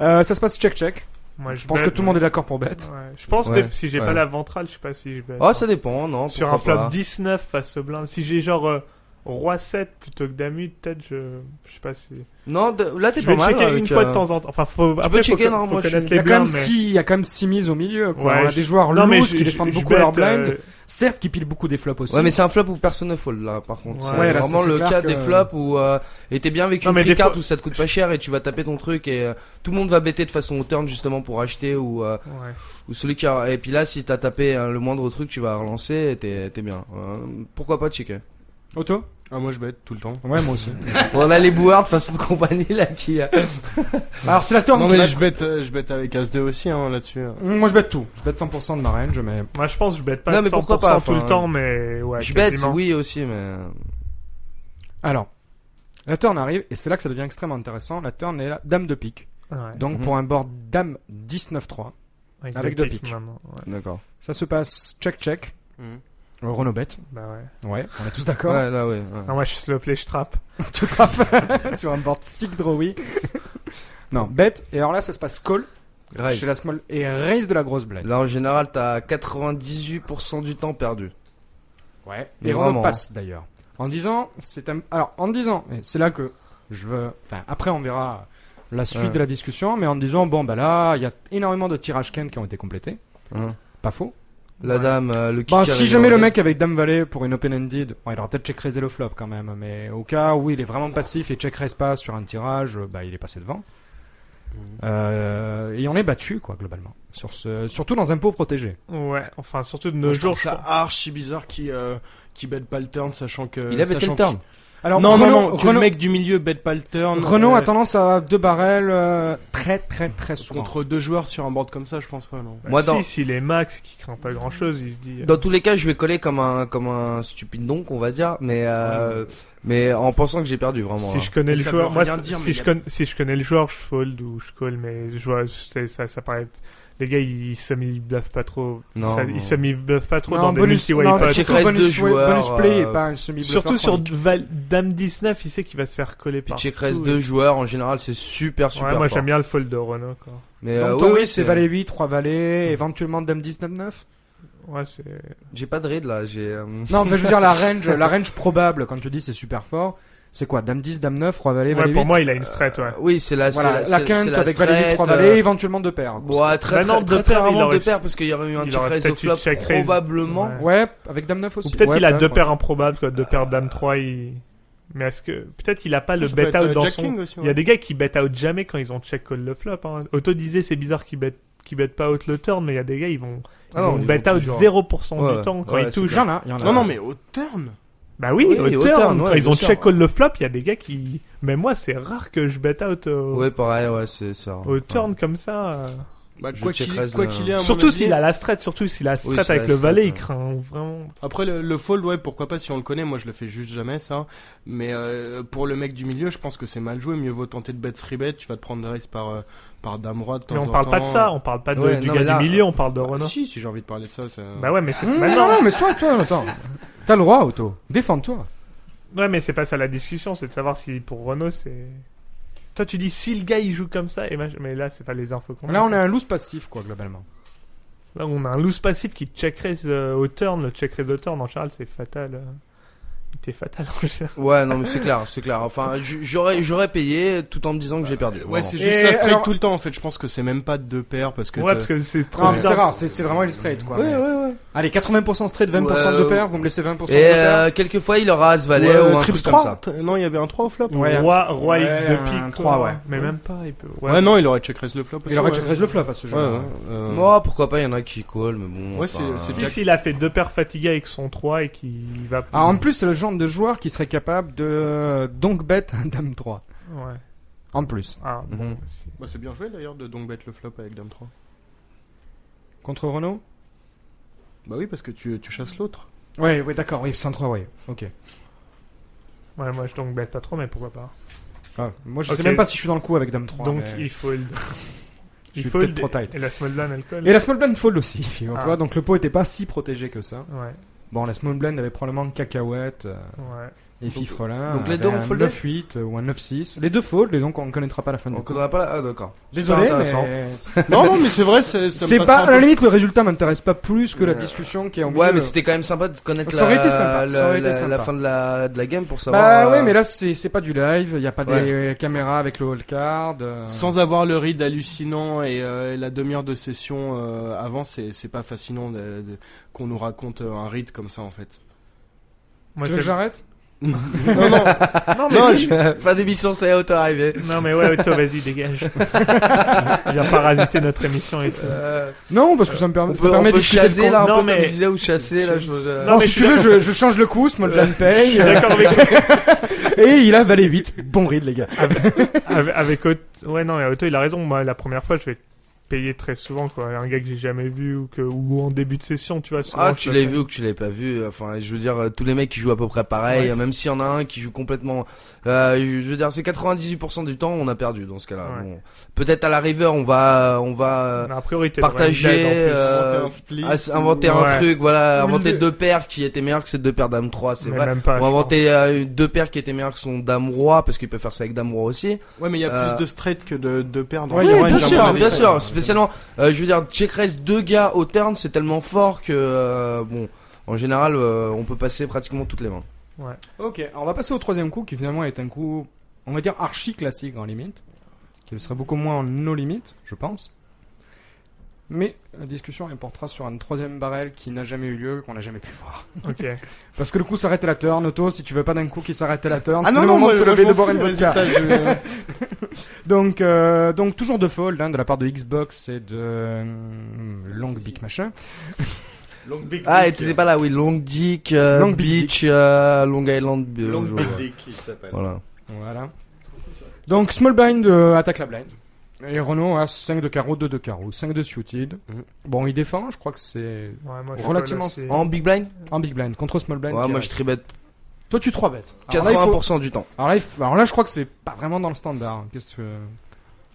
Euh, ça se passe check check. Moi, Je pense que tout le monde est d'accord pour bet. Ouais. Je pense Ouais, que si j'ai ouais. pas la ventrale, je sais pas si je vais. Oh, ça dépend, non Sur un pourquoi flop pas. 19 face au blind. Si j'ai genre euh, roi 7 plutôt que dame 8, peut-être je. Je sais pas si. Non, de- là t'es Je pas vais mal. checker avec, une fois euh, de temps en temps. Enfin, faut. peux Après, faut checker, que- non, faut moi, je connaître Il y, les a quand même blindes. mais- six, il y a quand même 6 mises au milieu. Quoi. Ouais, on a je- des joueurs Non, mais loose je- qui je- défendent je beaucoup leur bête, euh, blind. Certes, qui pilent beaucoup des flops aussi. Ouais, mais c'est un flop où personne ne fold là, par contre. Ouais, là, c'est ça, vraiment c'est le clair cas que- des flops où euh, et t'es bien avec Non, une mais free des card fois- où ça te coûte pas cher et tu vas taper ton truc et euh, tout le monde va bêter de façon au turn justement pour acheter ou euh, Ouais. ou celui qui a... et puis là si t'as tapé euh, le moindre truc tu vas relancer et t'es t'es bien. Euh, pourquoi pas checker. Auto Ah, moi je bête tout le temps. Ouais, moi aussi. On a les bouards de façon de compagnie là qui. euh, Alors, c'est la turn Non qui mais va- je bête, euh, je bête avec As2 aussi hein, là-dessus. hein. Moi, je bête tout. Je bête 100% de ma range, mais. Moi, je pense que je bête pas Non, mais 100% pourquoi pas, tout le enfin, temps, mais ouais. je bête quasiment. oui aussi mais. Alors, la turn arrive, et c'est là que ça devient extrêmement intéressant. La turn est la dame de pique. Ouais. Donc, Mhm. pour un board dame 19-3, avec le deux pic piques. maintenant, ouais. D'accord. ça se passe check-check. Mhm. Euh, Renobet. Bah ouais. Ouais, on est tous d'accord. Mm. Ouais là ouais. ouais. Non, moi, je suis slow play, je trappe. Tout frappe sur un board sick draw, oui. non, bet. Et alors là, ça se passe call Raise. chez la small et raise de la grosse blind. Là en général t'as 98% du temps perdu. Ouais. Mais Et on vraiment. hein. passe d'ailleurs. En disant, c'est un... alors en disant, et c'est là que je veux. Enfin, après on verra la suite Ouais. de la discussion, mais en disant bon bah là, il y a énormément de tirages Ken qui ont été complétés. Hein. Pas faux. La dame euh, le. Bah kicker, si il je mets est- le mec avec Dame Valet pour une open ended, bon, il aura peut-être check raisé le flop quand même, mais au cas où il est vraiment passif et check raise pas sur un tirage, euh, bah il est passé devant. Mhm. Euh, et on est battu quoi globalement. Sur ce, surtout dans un pot protégé. Ouais, enfin, surtout de Moi, nos je trouve jours. ça archi bizarre qui euh, qui bête pas le turn sachant que. Il a bêté sachant le turn. Euh, Alors Non, non, Renaud- non, que Renaud- le mec du milieu bête pas le turn. Renault euh, a tendance à deux barrels euh, très très très souvent. Contre deux joueurs sur un board comme ça, je pense pas, non. Moi, Moi, dans- Bah, si, s'il est max, qui craint pas grand chose, il se dit. euh, Dans tous les cas, je vais coller comme un comme un stupide donc, on va dire, mais euh, mais en pensant que j'ai perdu vraiment. euh, Si hein. je connais Mais le ça joueur, veut moi, rien si- dire, mais si, y je a- connais, si je connais le joueur, je fold ou je call, mais je vois, c'est- ça, ça paraît. Les gars, ils semi-bluffent pas trop. Non, Ça- non. Ils semi-bluffent pas trop Non, dans des bonus, multi-way non, pot. check surtout raise bonus, deux ouais, joueurs, bonus play euh, et pas un semi Surtout sur Val- Dame 19, il sait qu'il va se faire coller Puis par. check raise deux joueurs en général, c'est super super Ouais, moi, fort. j'aime bien le fold de Renault, quoi. Mais Donc euh, ouais, ton ouais, oui, c'est valet 8, 3 valets, éventuellement dame 19 9. Ouais, c'est. J'ai pas de raid là, j'ai euh, Non, mais je veux dire la range, la range probable quand tu dis c'est super fort, c'est quoi Dame 10, dame 9, roi valet, valet Ouais, pour 8. moi, il a une strat, ouais. Oui, c'est la voilà, c'est la c'est- c'est quinte la avec valet 8, 3 straight, valets, euh, éventuellement deux paires. quoi. Ouais, très Bah non, très, de très, paire, très il rarement aurait- de paire parce qu'il y aurait eu un il check aurait raise peut-être au flop eu check raise. probablement. Ouais. Ouais, avec dame 9 aussi. Ou peut-être Ouais, il bah, a deux ouais. paires improbables, quoi. Deux paires dame 3, il. Mais est-ce que. Peut-être il a pas le Ça peut bet être, out euh, dans Jack son. King aussi, Il y a ouais. des gars qui bet out jamais quand ils ont check call le flop. Hein. Auto disait c'est bizarre qu'ils bet, qu'ils bet pas out le turn, mais il y a des gars ils vont, ils Ah non, vont ils bet vont out toujours- 0% Ouais, du temps quand ouais, ils c'est Il touchent. y en a, il y en a. Non, non, mais au turn. Bah oui, Oui, au, au turn, turn, ouais, quand ils bien ont sûr. check call le flop, il y a des gars qui. Même moi, c'est rare que je bet out au, Ouais, pareil, ouais, c'est ça. au turn comme ça. Bah, Je quoi check qu'il raise, quoi euh, qu'il ait, à mon Surtout avis- s'il a la strat, surtout s'il a Oui, strat s'il a avec la le strat, valet, ouais. il craint vraiment. Après le, le fold, ouais, pourquoi pas si on le connaît. Moi, je le fais juste jamais ça. Mais euh, pour le mec du milieu, je pense que c'est mal joué. Mieux vaut tenter de bet free bet. Tu vas te prendre des raise par euh, par dame roi de temps Mais on en parle pas de temps. ça, on parle pas de, Ouais, du non, gars mais là- du milieu, on parle de Ah, Renault. si, si j'ai envie de parler de ça. ça... Bah ouais, mais c'est. Mmh, bah non, non. non, mais sois toi, attends. T'as le droit, Auto. Défends-toi. Ouais, mais c'est pas ça la discussion, c'est de savoir si pour Renault c'est. Toi, tu dis si le gars il joue comme ça, et mach- mais là c'est pas les infos qu'on Là, on a un loose passif, quoi, globalement. Là, on a un loose passif qui check raise euh, au turn, le check raise au turn en général c'est fatal. euh. Il était fatal en général. Ouais, non mais c'est clair, c'est clair. Enfin, j- j'aurais j'aurais payé tout en me disant que j'ai perdu. Ouais, vraiment. c'est juste Et la straight alors- tout le temps en fait. Je pense que c'est même pas de deux paires parce que ouais, t'as- parce que c'est trop Non, mais c'est bizarre. rare, c'est c'est vraiment une straight, quoi. mais- Allez, 80% straight, 20% de Ouais, paires, vous me laissez 20% de Et paires. euh, quelquefois il aura as valet euh, ou un triple truc comme 3. ça. T- Non, il y avait un 3 au flop. Ouais, un- Roi, roi ouais, X de un pique. trois, quoi. ouais. Mais même pas, il peut. Ouais, non, il aurait check raise le flop. aussi, Il aurait ouais. check raise le flop à ce jeu. Ouais, ouais, euh, Moi, pourquoi pas, il y en a qui call, mais bon. Ouais, enfin, c'est Si, Jack- si, il a fait deux paires fatiguées avec son 3 et qui va. euh, Ah, en plus, c'est le genre de joueur qui serait capable de donc bet un dame 3. Ouais. En plus. Ah, bon, Mhm. c'est- Bah, c'est bien joué d'ailleurs de donc bet le flop avec Dame 3. Contre Renault Bah oui, parce que tu, tu chasses l'autre. Ouais, ouais, d'accord, oui, 103, ouais. Ok. Ouais, moi je donc bête pas trop, mais pourquoi pas. Ah, moi, je sais Ok. même pas si je suis dans le coup avec Dame 3. donc mais il fold. je il suis fold peut-être trop tight. Et la small blind, elle colle. Et la small blind fold aussi, figure-toi. Ah. Donc le pot était pas si protégé que ça. Ouais, Bon, la small blind avait probablement cacahuète euh, ouais. et fifrelin. donc les Elle deux avait ont un foldé 9-8 euh, ou un 9-6. Les deux fold et donc on ne connaîtra pas la fin On du coup. connaît pas la... Ah d'accord. Désolé, Super intéressant. mais non, non, mais c'est vrai, c'est ça me c'est passera pas un à peu- la limite le résultat m'intéresse pas plus que la Euh, discussion qui est en Ouais, milieu. mais c'était quand même sympa de connaître Ça la, aurait été sympa, la- ça aurait été la- sympa. la fin de la, de la game pour savoir. Bah euh, ouais, mais là c'est c'est pas du live, il y a pas des caméras avec le hall card. euh, Sans avoir le read hallucinant et euh, la demi-heure de session euh, avant, c'est c'est pas fascinant de- de- qu'on nous raconte euh, un read comme ça en fait. Moi, Tu veux que j'aime- j'arrête non, non, Non, mais non, si. je- fin d'émission, c'est à haute arrivée. Non, mais ouais, toi, vas-y, dégage. Viens parasiter notre émission et tout. Euh, Non, parce que ça me permet On ça peut, on permet peut de discuter de chasser là, con- un peu Non, comme mais- je disais, ou chasser là. Je... euh, Non, Bon, mais oh, si je tu suis veux, je, je change le coup, Small Plan Je paye, suis euh, d'accord avec, et il a valet 8. Bon ride, les gars. avec, avec Otto. Ouais, non, mais Otto, il a raison. Moi, la première fois, je vais payer très souvent, quoi. Un gars que j'ai jamais vu ou, que, ou en début de session, tu vois. Souvent, Ah, je tu le l'as fais. vu ou que tu l'avais pas vu. Enfin, je veux dire, euh, tous les mecs qui jouent à peu près pareil, euh, Ouais, c'est- même s'il y en a un qui joue complètement. Euh, je veux dire, c'est 98% du temps, on a perdu dans ce cas-là. Ouais. Bon. Peut-être à la river, on va, on va euh, On a priorité. Partager, euh, Inventer un split as- ou- inventer Ouais. un truc, voilà, Ou inventer le- deux paires qui étaient meilleurs que ces deux paires dame 3, c'est vrai. Même pas, On je va inventer pense. euh, deux paires qui étaient meilleures que son dame roi, parce qu'il peut faire ça avec dame roi aussi. Ouais, mais il y a Euh, plus de straight que de, de paires. dans Ouais, le il y oui, jeu. aura bien une sûr, jambe bien avec- sûr. Spécialement, euh, je veux dire, check raise deux gars au turn, c'est tellement fort que euh, bon, en général, euh, on peut passer pratiquement toutes les mains. Ok, alors on va passer au troisième coup qui finalement est un coup, on va dire archi classique en limite, qui serait beaucoup moins en no limit, je pense. Mais la discussion elle portera sur un troisième barrel qui n'a jamais eu lieu, qu'on n'a jamais pu voir. Ok. Parce que le coup s'arrête à la turn, Auto, si tu veux pas d'un coup qui s'arrête à la turn, Ah c'est non, le non, moment moi, de te moi, lever je de m'en boire fous une du vodka. résultat, je- Donc, euh, donc toujours de fold hein, de la part de Xbox et de euh, Long Big Machin. Long Big Ah, et Dick. t'étais pas là, oui. Long Dick, euh, Long Big Beach, euh, Long Island. euh, Long je- Big Dick, il s'appelle. Voilà. Voilà. Donc Small Blind euh, attaque la blind. Et Renault a 5 de carreau, 2 de carreau, 5 de suited. Mm. Mhm. Bon, il défend, je crois que c'est Ouais, moi, je Relativement suis pas là, En Big Blind en big blind, contre small blind. Ouais, qui moi je reste. tribet Toi, tu 3 bêtes. Alors là, il faut- 80% du temps. alors là, il faut- alors là, je crois que c'est pas vraiment dans le standard. Qu'est-ce que...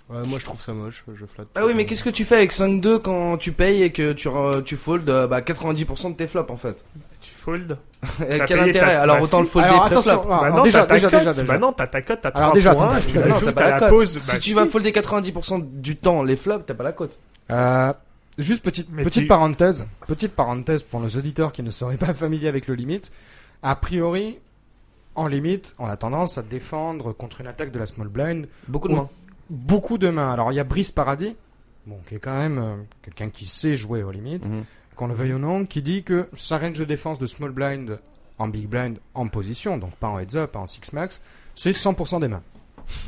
Ouais, moi je trouve ça moche, je flatte. Ah oui, mais qu'est-ce que tu fais avec 5-2 quand tu payes et que tu, re- tu fold euh, bah, 90% de tes flops en fait c'est- Tu fold. Quel payé intérêt ta- Alors bah, autant si. le folder alors pré-flop. attention, alors, Bah Ah, alors, non, déjà, t'as ta déjà, cote. déjà, déjà. Bah non, t'as ta cote, t'as Alors 3 déjà, points. t'as- et t'as- puis t'as- en non, plus, t'as pas t'as la la cote. pause. bah, si tu vas folder 90% du temps les flops, t'as pas la cote. Euh, juste petite, Mais petite tu- parenthèse, petite parenthèse pour nos auditeurs qui ne seraient pas familiers avec le limite. A priori, en limite, on a tendance à défendre contre une attaque de la small blind Beaucoup de Ou- moins. beaucoup de mains. Alors il y a Brice Paradis, bon, qui est quand même euh, quelqu'un qui sait jouer aux limites, Mhm. qu'on le veuille ou non, qui dit que sa range de défense de small blind en big blind en position, donc pas en heads up, pas en six max, c'est 100% des mains.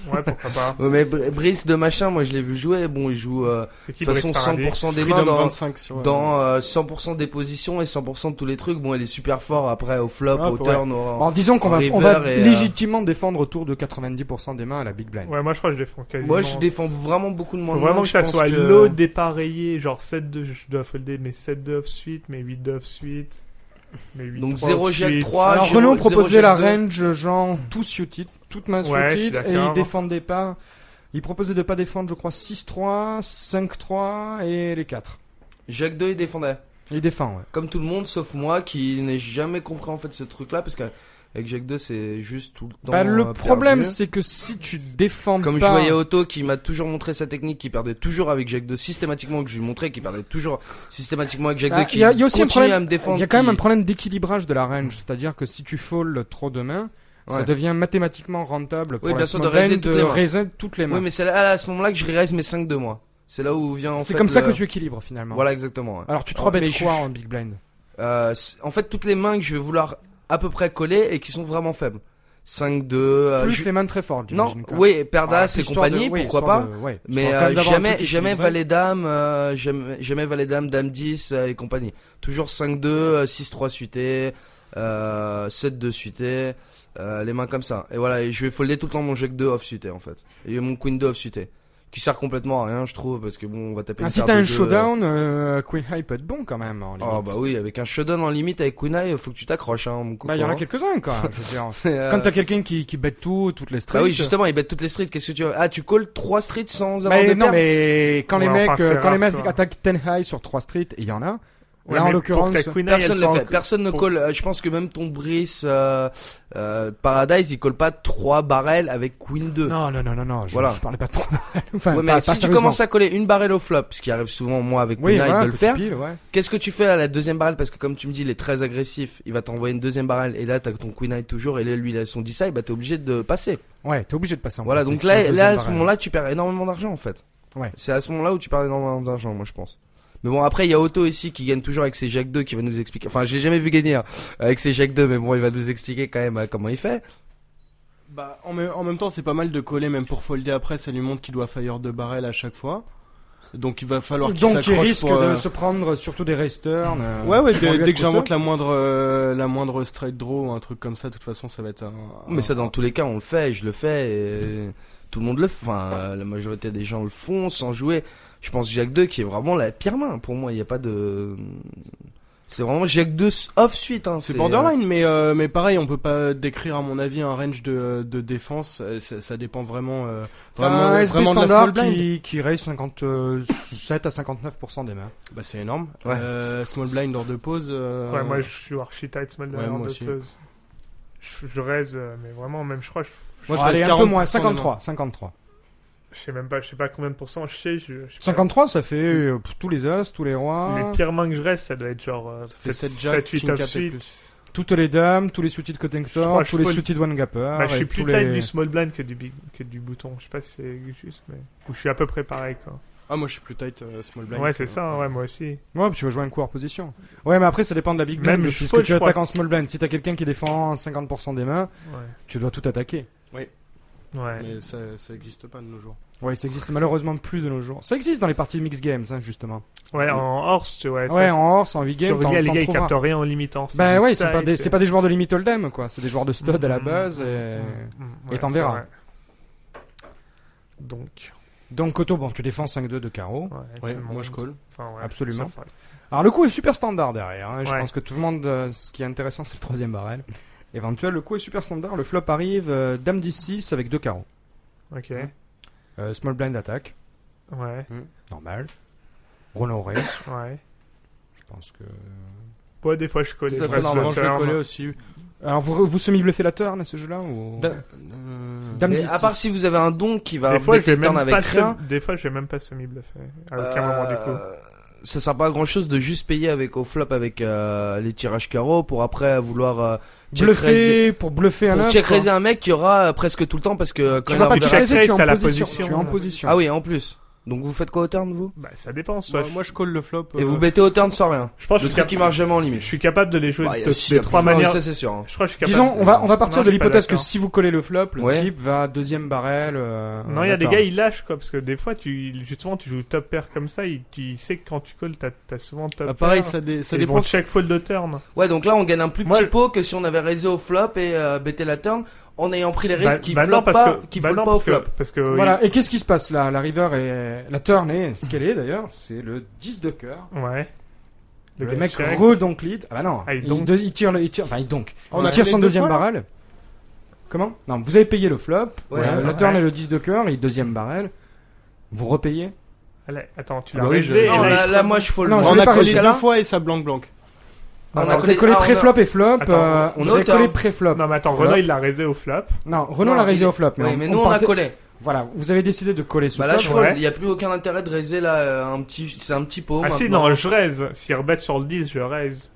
Ouais, pourquoi pas. Ouais, mais Br- Brice de machin, moi je l'ai vu jouer. Bon, il joue euh, C'est qui de toute façon Brice Paradis 100% des mains Freedom dans, 25 sur. dans euh, 100% des positions et 100% de tous les trucs. Bon, il est super fort après au flop, Hop, au ouais. turn, au- Bon, disons qu'on va, River on va et, euh, légitimement défendre autour de 90% des mains à la big blind. Ouais, moi, je crois que je défends quasiment. Moi, je défends vraiment beaucoup de moins. Faut de vraiment mains, que je ça pense soit que- low dépareillé, genre 7 de, je dois folder mes 7 de off suite, mes 8 de off suite, mes 8 Donc 0 0 jack 3. Alors zéro- Renault zéro proposait jack la deux. range genre tout suited, toute main Ouais, je suis suited, et il d'accord. défendait pas. Il proposait de pas défendre, je crois, 6-3, 5-3 et les 4. Jack 2 il défendait. Il défend, ouais. Comme tout le monde sauf moi qui n'ai jamais compris en fait ce truc là parce que avec Jack 2 c'est juste tout le temps. Bah, euh, le problème, perdu. c'est que si tu défends Comme je pas... voyais Otto qui m'a toujours montré sa technique, qui perdait toujours avec Jack 2 systématiquement, que je lui montrais, qui perdait toujours systématiquement avec Jack Ah, 2, qui il y a- il y a aussi un continue problème- à me défendre. Il y a quand même qui- un problème d'équilibrage de la range, c'est-à-dire que si tu falls trop de mains, ça Ouais. devient mathématiquement rentable pour Oui, la bien sûr, de small blind raiser toutes les mains. raiser toutes les mains. Oui, mais c'est là, à ce moment-là que je réalise mes 5 de moi. C'est là où vient en c'est fait. comme ça le- que tu Ah. équilibres finalement. Voilà, exactement. ouais. Alors tu 3 Mais bêtes je- quoi en big blind Euh, c'est- en fait, toutes les mains que je vais vouloir à peu près coller et qui sont vraiment faibles. 5, 2, euh, Plus je- les mains très fortes. Non, j'imagine, quoi. oui, Perdas Ah, et histoire compagnie, de- oui, pourquoi histoire pas. de- ouais, Mais histoire quand euh, même d'avoir un jamais, truc jamais équilibré. valet dame, euh, jamais, jamais valet dame, dame 10 euh, et compagnie. Toujours 5-2, euh, 6-3 suité, euh, 7 de suité, euh, les mains comme ça. Et voilà, et je vais folder tout le temps mon jack 2 off suité en fait. Et mon queen 2 off suité. Qui sert complètement à rien, je trouve, parce que bon, on va taper une Ah, si paire t'as de un deux, euh, showdown, euh, Queen High peut être bon quand même. En Oh limite. bah oui, avec un showdown en limite avec Queen Eye, faut que tu t'accroches, hein, mon copain. Bah, il y en a quelques-uns quand même. je veux dire. Et, euh, Quand t'as quelqu'un qui, qui bête tout, toutes les streets. Bah oui, justement, ils bête toutes les streets. Qu'est-ce que tu veux Ah, tu calls trois streets sans avoir Mais de Bah, non, perte mais quand les Ouais, mecs, enfin, euh, c'est quand rare, les mecs quoi. attaquent Ten High sur trois streets, et il y en a. Ouais, là, en mais pour l'occurrence, que ta Queen Eye, elle Personne soit ne fait. en- Personne ne pour- colle. Euh, Je pense que même ton Brice euh, euh, Paradise, il colle pas trois barrels avec Queen 2. Non, non, non, non, non. Je, Voilà. je parlais pas trop. mal. enfin, Ouais, mais pas, pas si tu sérieusement. commences à coller une barrel au flop, ce qui arrive souvent moi avec Queen oui, Eye voilà, de le coup faire, pile, ouais. qu'est-ce que tu fais à la deuxième barrel Parce que comme tu me dis, il est très agressif, il va t'envoyer une deuxième barrel et là t'as ton Queen Eye toujours et là, lui il a son 10 bah t'es obligé de passer. Ouais, t'es obligé de passer. en Voilà, fait, donc c'est là, la là à deuxième ce barre. moment-là, tu perds énormément d'argent en fait. Ouais. C'est à ce moment-là où tu perds énormément d'argent, moi je pense. Mais bon, après, il y a Otto ici qui gagne toujours avec ses Jacques 2 qui va nous expliquer. Enfin, j'ai jamais vu gagner hein, avec ses Jacques 2, mais bon, il va nous expliquer quand même euh, comment il fait. Bah, en, même, en même temps, c'est pas mal de coller, même pour folder après, ça lui montre qu'il doit fire de barrel à chaque fois. Donc il va falloir qu'il Donc, il s'accroche risque pour, de euh, se prendre surtout des resturns. euh, Ouais, ouais, qui dès, vont lui dès être que j'invente coûteux. la moindre, euh, la moindre straight draw ou un truc comme ça, de toute façon, ça va être un. Ah. Mais ça, dans tous les cas, on le fait, je le fais, et tout le monde le fait. Enfin, euh, la majorité des gens le font sans jouer. Je pense Jacques 2 qui est vraiment la pire main pour moi. Il n'y a pas de. C'est vraiment Jacques 2 off suite. Hein. C'est euh, borderline, mais, euh, mais pareil, on peut pas décrire, à mon avis, un range de, de défense. euh, Ça, ça dépend vraiment, euh, T'as vraiment, un SB vraiment de la small Ah, standard blind. qui, qui raise 57 à 59% des mains. Bah, c'est énorme. Ouais. Euh, small blind hors de pause. euh, Ouais, moi je suis archi tight small Ouais, dollar moi de aussi. teuse. Je, je raise, euh, mais vraiment, même je crois, je, moi, je Allez, reste un peu 40% moins, des mains. 53, 53. je sais même pas, je sais pas combien de pourcents je sais. Je, je sais pas. 53, ça fait euh, pour tous les os, tous les rois, Les pires mains que je reste, ça doit être genre euh, Ça fait peut-être 7 jacks, 7-8 king off cap et suite. plus. toutes les dames, tous les sous titres Je Cotector, crois que tous je les faut- sous-titres One Gapper. Ah Bah, je et suis plus tous tight les- du small blind que du big, que du bouton. Je sais pas si c'est juste, mais ou je suis à peu près pareil quoi. Ah, moi, je suis plus tight, euh, small blind. Ouais, c'est euh, ça. hein, Ouais, moi aussi. Ouais, puis tu vas jouer un coup hors position. Ouais, mais après, ça dépend de la big blind. Même mais le c'est ce que full, tu je crois attaques en small blind. Si t'as quelqu'un qui défend 50% des mains, Ouais. tu dois tout attaquer. Ouais. Mais ça, ça existe pas de nos jours. Ouais, ça existe malheureusement plus de nos jours. Ça existe dans les parties mix games, hein, justement. Ouais, en horse, tu vois. Ouais, en horse, en 8 Tu games, t'en regardes les t'en gars, ils trouveras. captent rien en limitant. Bah du ouais, c'est pas, tight, des, euh, c'est pas des joueurs de limit hold'em, quoi. C'est des joueurs de stud à la Mm, base. mm, Et... mm, mm, et ouais, t'en c'est verras. vrai. Donc, Donc, Koto, bon, tu défends 5-2 de carreau. ouais, tout Ouais, le moi, monde- je colle. Enfin, ouais, Absolument. ça, ouais. Alors, le coup est super standard derrière. hein. Je Ouais. pense que tout le monde, euh, ce qui est intéressant, c'est le troisième barrel. Éventuel, le coup est super standard. Le flop arrive, euh, dame 10-6 avec deux carreaux. Ok, Euh, small blind attaque, ouais, normal. Roland raise, ouais. je pense que. Ouais, des fois je colle. Tout à des fois, fait normal. Souvent, je je le turn. collais aussi. Alors, vous, vous semi-bluffez la turn à ce jeu-là ou... Da- euh, Dame Bah, Mais 10, à part si vous avez un don qui va Des fois, je vais update le turn même avec pas rien, semi- des fois, je vais même pas semi-bluffer. À aucun moment du coup. Euh, Ça sert pas à grand chose de juste payer avec au flop avec euh, les tirages carreaux pour après vouloir euh, check raise- Bluffer pour bluffer un pour œuf, check quoi. raiser un mec qui aura euh, presque tout le temps parce que euh, quand Tu il vas a pas tu check reverra- check raiser, tu es en raise, t'as la position. position. Tu es en position. Ah oui, en plus. Donc vous faites quoi au turn vous Bah, ça dépend. Soit moi, je... moi, je colle le flop. Et euh, vous mettez au turn sans rien. je pense que Le je suis, truc qui cap- marche jamais en je limite. suis capable de les jouer Bah, y a- de, si, de y a trois plus- non, manières. Ça c'est sûr. hein. Je crois que je suis capable. Disons, on va, on va partir Non, de je suis pas l'hypothèse que d'accord. si vous collez le flop, le Ouais. type va deuxième barrel. euh, Non, il y a des d'accord. gars, ils lâchent quoi, parce que des fois, tu justement, tu joues top pair comme ça, il, tu- il sait que quand tu colles, t'as as souvent top Ah, pareil, pair. ça, dé- ça Ils dépend. vont check fold de turn. Ouais, donc là on gagne un plus Moi, petit je- pot que si on avait raisé au flop et euh, bêté la turn en ayant pris les Bah- risques qui bah non, flopent parce pas, que- qui bah flopent non, pas au parce que- flop. Parce que Voilà, et qu'est-ce qui se passe là La river est. La turn est ce qu'elle est d'ailleurs, c'est le 10 de cœur. Ouais. Le, gars mec check. re-donc lead. Ah bah non, Ah, il il, donk. de- il tire, le- il tire, enfin il donc. On il a tire collé son deux deuxième fois, là barrel. Comment Non, vous avez payé le flop, Ouais, euh, ouais. la turn est le 10 de cœur, et deuxième barrel. Vous repayez Allez, attends, tu Ah l'as bah oui, raisé. je- et Non, là, là, il- là, moi je fold. Non, je on l'ai a pas collé réussi, deux là. fois et ça blanc-blanc. On Non, a vous avez collé- collé ah, on a- pré-flop et flop. Attends, euh, on vous a avez autant. collé pré-flop. Non, mais attends, Flop. Renaud, il l'a raisé au flop. Non, Renaud Non, l'a raisé il- au flop. Oui, mais nous on a partait- collé. Voilà, vous avez décidé de coller sous Bah là, flop. je ouais. fold. Il n'y a plus aucun intérêt de raiser là euh, un petit, c'est un petit pot. Ah si, maintenant. non, je raise. S'il rebête sur le 10, je raise.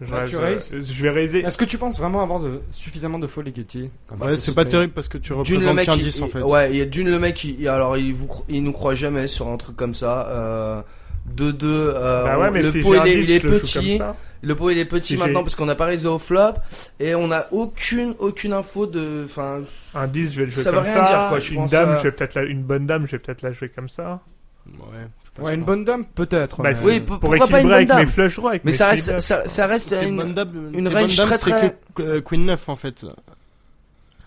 Je, Ah, Ouais, tu raise, raises. euh, je vais raiser. Est-ce que tu penses vraiment avoir de- suffisamment de fold equity quand tu Ouais, peux se c'est pas payer terrible parce que tu Dune le représentes mec, qu'un il- 10 en fait. il- ouais, il y a Dune le mec, il, alors il vous, cro- il nous croit jamais sur un truc comme ça. Euh, 2-2, euh, bah ouais, on- mais le si pot j'ai il un est, 10, il est je le joue petit, comme ça. le pot il est petit Si maintenant j'ai- parce qu'on n'a pas raisé au flop et on a aucune, aucune info de, enfin, Un 10, je vais le jouer Ça veut comme rien ça. dire, quoi, je une pense, dame, euh, je vais peut-être la... une bonne dame, je vais peut-être la jouer comme ça. Ouais, je pas Ouais, sûr. une bonne dame, peut-être. Bah, mais- si. Oui, pour- Pour pourquoi pas une équilibrer bonne avec dame mes flush draws, avec Mais mes ça straight reste, draws. ça, ça reste Tes une, bonnes dames- une range tes bonnes dames, très, c'est très- que- que- Queen 9 en fait.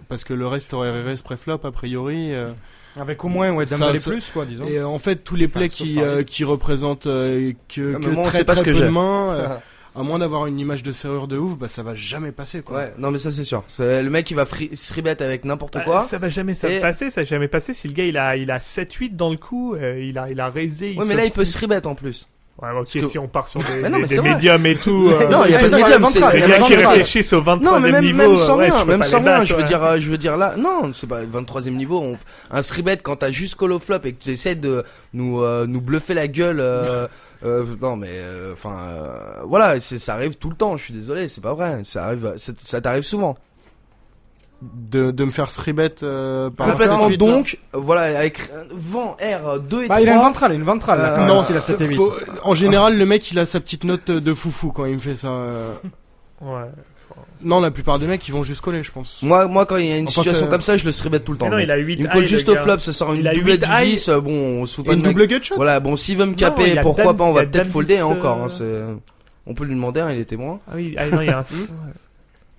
Parce que le reste aurait reste préflop a priori. euh, Avec au moins, ouais, dame Ça, valet ça- plus, quoi, disons. Et euh, en fait, tous les plays sauf qui, Harry. euh, qui représentent euh, que, Non, mais que moi, on très, sait pas très ce que peu j'ai. de mains, euh, à moins d'avoir une image de serrure de ouf, bah ça va jamais passer quoi. Ouais, non mais ça c'est sûr. C'est- Le mec il va free, free bet avec n'importe Bah, quoi. Ça va jamais ça Et- passer, ça va jamais passer. Si le gars il a, il a 7-8 dans le coup, euh, il a, il a raisé. Ouais, mais là il peut free bet en plus. Ouais, ok, que- si on part sur des, Mais non, des- mais des c'est vrai. médiums et tout. euh, non, il y a Ah, pas de non, médium. il y a c'est- Les il y a gars qui 23. réfléchissent au 23 Non, mais même, niveau. euh, même sans ouais, rien, je peux même pas sans les rien. battre, Je veux ouais. dire, euh, je veux dire là, non, c'est pas 23e niveau. On, f- un free bet quand t'as juste call of flop et que tu essaies de nous euh, nous bluffer la gueule. euh, euh, non, mais euh, enfin euh, voilà, c'est ça arrive tout le temps. Je suis désolé, c'est pas vrai. Ça arrive, ça, ça t'arrive souvent. De, de me faire sribet euh, par un Complètement 7-8, donc, euh, voilà, avec euh, vent, air 2 et Bah, 3. il a une ventrale, une ventrale, là, quand Euh, même, Non, s'il a c'est- 7 et 8. faut- en général, le mec il a sa petite note de foufou quand il me fait ça. euh. Ouais. Non, la plupart des mecs ils vont jusqu'au lait, je pense. Moi, moi, quand il y a une Enfin, situation c'est- comme ça, je le serais bête tout le temps. Mais non, mec. il a 8 il me colle high, juste le au gars. flop, ça sort une Il a doublette huit du high. 10. euh, Bon, on se fout pas Une de mec. double gutshot Voilà, bon, s'il veut me il caper, a pourquoi dame- pas, on il va a peut-être dame folder hein, dix, encore. euh, hein, c'est- on peut lui demander, hein, il est témoin. Ah oui, ah non, il y a un. Ouais.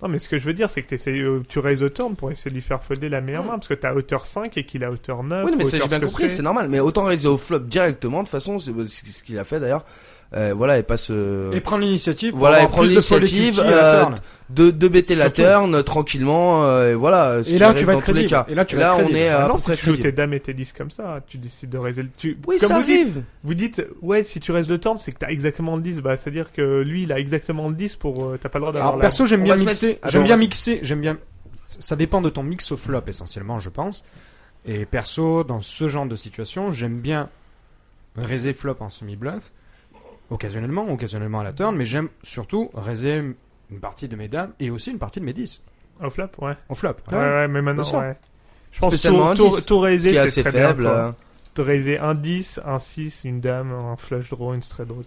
Non, mais ce que je veux dire, c'est que t'essayes, euh, tu raises au turn pour essayer de lui faire folder la meilleure main, parce que t'as hauteur 5 et qu'il a hauteur 9. Oui, non, mais ça, hauteur j'ai bien ce que compris, c'est normal. Mais autant raiser au flop directement, de toute façon, c'est c'est ce qu'il a fait d'ailleurs. Euh, voilà, et passe Et euh, prendre l'initiative. pour Voilà, avoir et prendre plus de folie l'initiative, culti à la euh, turn. de, de bêter la Surtout. turn euh, tranquillement, euh, et voilà. ce Et qui là, arrive tu vas dans être tous les euh, crédible. cas. Et là, tu Et vas là, être on crédible. est Ah à non, peu si près tu joues tes crédible. dames et tes 10 comme ça, tu décides de raiser le. Tu... Oui, comme ça vous dites, arrive. Vous dites, ouais, si tu raises le turn, c'est que t'as exactement le 10. Bah, c'est-à-dire que lui, il a exactement le 10 pour. euh, t'as pas le droit Ah, d'avoir Alors, la. perso, j'aime on bien va se mixer. mettre- Attends, J'aime on bien va se- mixer. J'aime bien. Ça dépend de ton mix au flop essentiellement, je pense. Et perso, dans ce genre de situation, j'aime bien raiser flop en semi-bluff, occasionnellement, occasionnellement à la turn, mais j'aime surtout raiser une partie de mes dames et aussi une partie de mes 10 bah. Au flop, ouais. au flop. Ah Ouais, ouais, mais maintenant, Bien sûr. ouais. Je pense Spécialement que un tout, tout, 10, tout Ce raisé, qui est c'est assez très faible. Bien, quoi. euh, Tout raisé, un 10, un 6, une dame, un flush draw, une straight draw.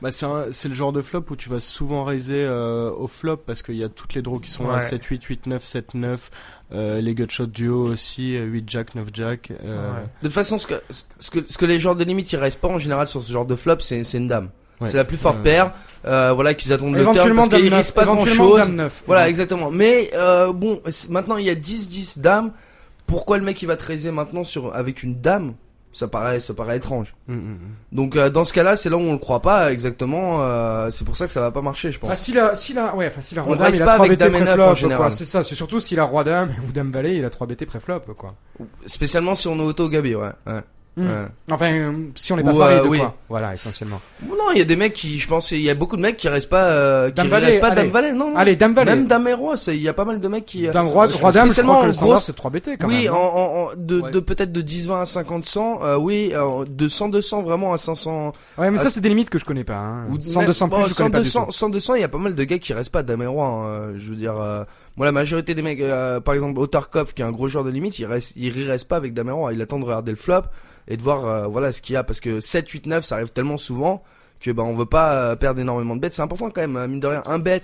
Bah, c'est un- c'est le genre de flop où tu vas souvent raiser euh, au flop parce qu'il y a toutes les draws qui sont Ouais. à 7 8 8 9 7 9 euh, les gutshots du haut aussi euh, 8 jack 9 jack euh, Ouais. De toute façon, ce que, ce que, ce que les joueurs de limite ils restent pas en général sur ce genre de flop, c'est c'est une dame. ouais. C'est la plus forte Euh, paire, euh, voilà, qu'ils attendent le turn Éventuellement parce dame qu'ils 9, risquent pas grand éventuellement chose. dame 9. Voilà, exactement. Mais euh, bon, c'est- maintenant il y a 10-10 dames. Pourquoi le mec il va te raiser maintenant sur, avec une dame ça paraît, ça paraît étrange. mm, mm, Donc euh, dans ce cas-là, c'est là où on le croit pas exactement. euh, c'est pour ça que ça va pas marcher, je pense. Ah, si la, si la, ouais, enfin, si la On roi dame, reste il a pas 3 BT avec dame et neuf, en préflop, quoi. général. C'est ça, c'est surtout si la roi dame ou dame valet, il a 3 BT préflop, quoi. Spécialement si on est auto gabi, ouais. ouais, Hmm. ouais. Enfin, euh, si on n'est pas Mm. Ou, faré euh, de oui. quoi. Voilà, essentiellement. Bon, non, il y a des mecs qui, je pense, il y a beaucoup de mecs qui restent pas, euh, qui Dame valet, restent pas allez. dame valet, non. non. Allez, dame valet. Même dame et roi, c'est- il y a pas mal de mecs qui. euh, Dame roi, je roi pense dame, je crois spécialement que en le standard grosse- c'est 3 BT quand Oui, même. hein. en, en- en- de, Ouais. de peut-être de 10-20 à 50-100, euh, oui, euh, de 100-200 vraiment à 500. Ouais, mais ça, Ah, c'est des limites que je connais pas. Hein. Ou Oh, 100, 200 plus, bon, je connais pas 100, du tout. 100, 200, il y a pas mal de gars qui restent pas dame et roi. hein, euh, je veux dire, euh, moi la majorité des mecs, euh, par exemple Otarkov qui est un gros joueur de limite, il reste, il y reste pas avec dame et roi. Il attend de regarder le flop et de voir euh, voilà ce qu'il y a parce que 7, 8, 9 ça arrive tellement souvent que ben on veut pas euh, perdre énormément de bêtes. C'est important quand même, euh, mine de rien, un bet.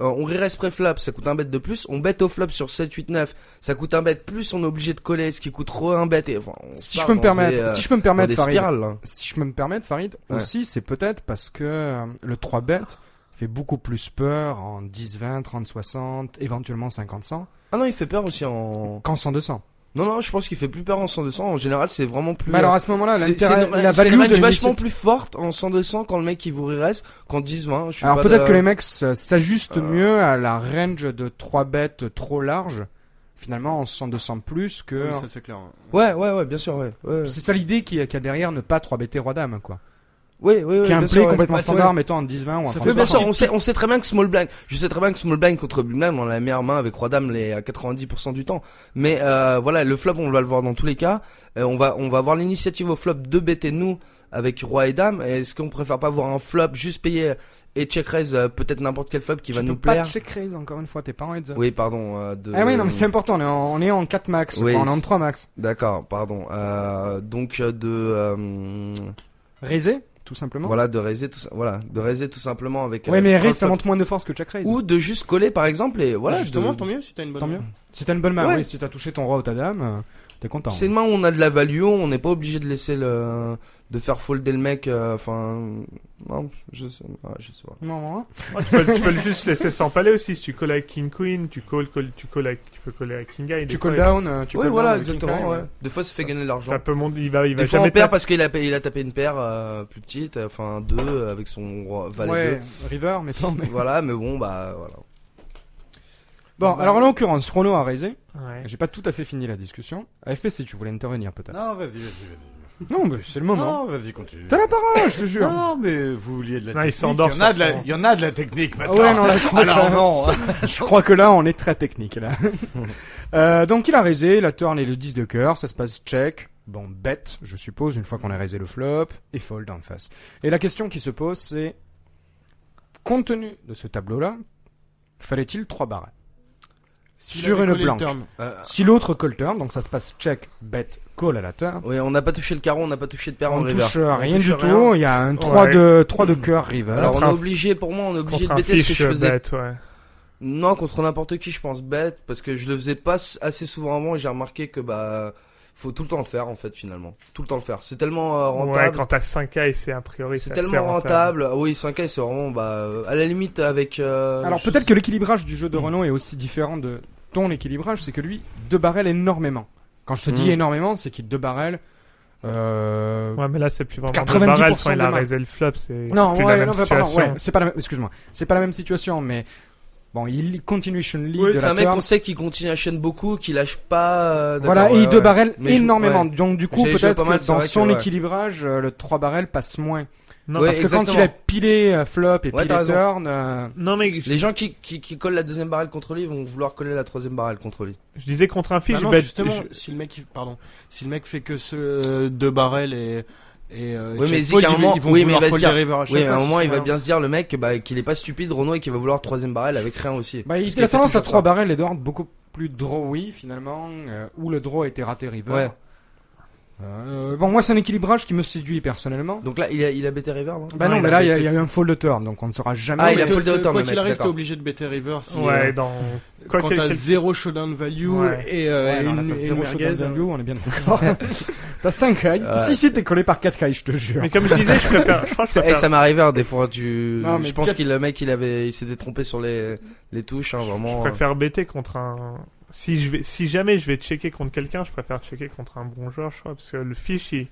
euh, on reste pré-flop, ça coûte un bet de plus. On bet au flop sur 7, 8, 9, ça coûte un bet plus. On est obligé de coller, ce qui coûte trop un bet. Et, enfin, on Si je part peux me dans permettre, des, euh, si je peux me dans permettre, des Farid, spirales. hein. là. si je peux me permettre, Farid, Ouais. aussi, c'est peut-être parce que euh, le 3 bet fait beaucoup plus peur en 10, 20, 30, 60, éventuellement 50, 100, Ah non, il fait peur aussi en. qu'en 100, 200. Non, non, je pense qu'il fait plus peur en 100-200. En général, c'est vraiment plus. euh, Mais Bah alors à ce moment-là, c'est c'est l'intérêt, une- la c'est une value range de vachement l'initiative- plus forte en 100-200 quand le mec il vous reste qu'en 10-20. je suis Alors pas peut-être de- que les mecs s- s'ajustent Euh. mieux à la range de 3 bêtes trop large, finalement en 100, 200 plus que. oui, ça c'est clair hein. Ouais, ouais, ouais, bien sûr, ouais. Ouais, c'est ça l'idée qui- qu'il y a derrière, ne pas 3 BT roi dame, quoi. ouais, ouais, ouais, qui est un bien play sûr, ouais. complètement Ouais, c'est standard, vrai. mettons en 10, 20 ou en Ça fait 30. Oui, bien Parce sûr, qu'il- on sait, on sait très bien que Small Blind, je sais très bien que Small Blind contre Big Blind, on a la meilleure main avec Roi Dame les à 90% du temps. Mais euh, voilà, le flop, on va le voir dans tous les cas. Euh, on va, on va voir l'initiative au flop de BT nous avec Roi et Dame. Est-ce qu'on préfère pas voir un flop juste payé et check raise euh, peut-être n'importe quel flop qui va Tu nous peux pas plaire check raise, encore une fois, t'es pas en heads up. Oui, pardon. euh, de... Ah oui, non, mais c'est important, on est en, on est en 4 max, Oui, on est en c'est- 3 max. D'accord, pardon. Euh, donc euh, de euh, Raisé, tout simplement. voilà de raiser tout ça- voilà de raiser tout simplement avec. Ouais, euh, mais un raise, ça flop. monte moins de force que check raise. Ou de juste coller par exemple et voilà. Bah, justement de- tant mieux si t'as une bonne Tant mieux. main. Si t'as une bonne main, Ouais. oui, si t'as touché ton roi ou ta dame, euh, t'es content. C'est une main où on a de la value, on n'est pas obligé de laisser le de faire folder le mec. euh, Enfin, non, je sais, ouais, je sais pas. Non, hein. non, non. Oh, tu, peux, tu peux le juste laisser s'empaler aussi. Si tu colles avec King Queen, tu colles, colles- tu colles avec- tu peux coller avec King Guy. des Tu fois, call down, euh, tu Oui, call voilà, down avec exactement. King Kai, ouais. Des fois, ça fait gagner de l'argent. Ça peut monter. Il va, il va Des fois, on jamais. perd taper- parce qu'il a, il a tapé une paire euh, plus petite, euh, enfin deux euh, avec son roi- valet Ouais, River, mettons. deux. Mais... Voilà, mais bon, bah voilà. Bon, alors en l'occurrence, Chrono a raisé. Ouais. J'ai pas tout à fait fini la discussion. AFP, si tu voulais intervenir peut-être. Non, vas-y, vas-y, vas-y. Non, mais c'est le Non, moment. vas-y, continue. T'as la parole, je te jure. Non, mais vous vouliez de la Non, technique. il s'endort il, y en a sur de la, son- il y en a de la technique Ah maintenant. ouais, non, là, je crois Alors que- non. Je crois que là, on est très technique, là. Euh, donc, il a raisé, la turn est le 10 de cœur, ça se passe check. Bon, bête, je suppose, une fois qu'on a raisé le flop, et fold en face. Et la question qui se pose, c'est, compte tenu de ce tableau-là, fallait-il trois barres S'il Sur avait une collé le planche. turn. Euh, Si l'autre call turn, donc ça se passe check, bet, call à la turn, oui, on n'a pas touché le carreau, on n'a pas touché de paire en on river. touche euh, rien touche du rien. tout, il y a un 3 Ouais. de, 3 de cœur river. Alors on Contre est un- obligé, pour moi, on est obligé Contre de un bêter ce que fiche je faisais. bête, ouais. Non, contre n'importe qui, je pense bête, parce que je le faisais pas s- assez souvent avant et j'ai remarqué que bah faut tout le temps le faire en fait finalement, tout le temps le faire. C'est tellement euh, Ouais, rentable. quand t'as 5K, c'est a priori. c'est assez tellement rentable. Ah Oui, 5K, c'est vraiment bah euh, à la limite avec. euh, Alors je- peut-être que l'équilibrage du jeu de Renault est aussi différent de ton équilibrage, c'est que lui, deux barrels énormément. Quand je te dis Mm. énormément, c'est qu'il deux barrels. Euh... Hmm. Ouais, mais là, c'est plus vraiment 90% barrel quand il des a mains. raisé le flop. C'est Non, c'est plus ouais, la même non, bah, pardon, situation. ouais, c'est pas la même. Excuse-moi, c'est pas la même situation, mais bon, il continuation lead Oui, de c'est la un mec turn. qu'on sait qui continue la chaîne beaucoup, qui lâche pas. euh, d'accord, Voilà, et ouais, il deux ouais. barrels Mais je- énormément. ouais. Donc du coup, J'ai joué peut-être pas mal, que c'est dans vrai que, son ouais. équilibrage, euh, le trois barrels passe moins. Non, Ouais, Parce que quand il exactement. a pilé euh, flop et Ouais, pilé t'as raison. turn, euh, Non, mais je, Les gens qui, qui, qui collent la deuxième barrel contre lui vont vouloir coller la troisième barrel contre lui. je disais contre un fiche Bah non, bête. justement, je- si le mec, il- pardon, si le mec fait que ce euh, deux barrels et et euh, Oui, mais check Zik, fold, à un ils- moment- ils vont oui, mais il vouloir va se fold des dire- rivers à Oui, chaque à un fois, moment, c'est il va normal. bien se dire le mec bah, qu'il est pas stupide, Renault, et qu'il va vouloir troisième barrel avec rien aussi. bah, il qu'il a fait tendance à toujours trois ça. barrels Edward beaucoup plus drawy finalement, euh, où le draw était raté river. Ouais. Euh, bon, moi, c'est un équilibrage qui me séduit personnellement. Donc là, il a, hein. il a bêté river, non Bah non, Ouais, mais il là, a il y, a- été- il y a eu un fold turn, donc on ne saura jamais. Ah, Non, il mais a t'es- fold t'es- the turn, Quoi le qu'il mec, arrive, t'es d'accord. obligé de bêter river si, Ouais, euh, dans. quoi quand quel- t'as quel- zéro showdown value Ouais. et euh, Ouais, non, là, une, t'as et zéro une showdown hein. merguez. value, on est bien d'accord. t'as 5 high. Si, si, t'es collé par 4 high, je te jure. Ah, Mais comme je disais, je préfère. Je crois que je Eh, préfère. ça m'est arrivé, hein, des fois, tu. Non, mais je pense quatre- que le mec, il avait, il s'était trompé sur les, les touches, hein, Je vraiment. préfère bêter contre un. Si, je vais... si jamais je vais checker contre quelqu'un, je préfère checker contre un bon joueur, je crois. Parce que le fiche, il,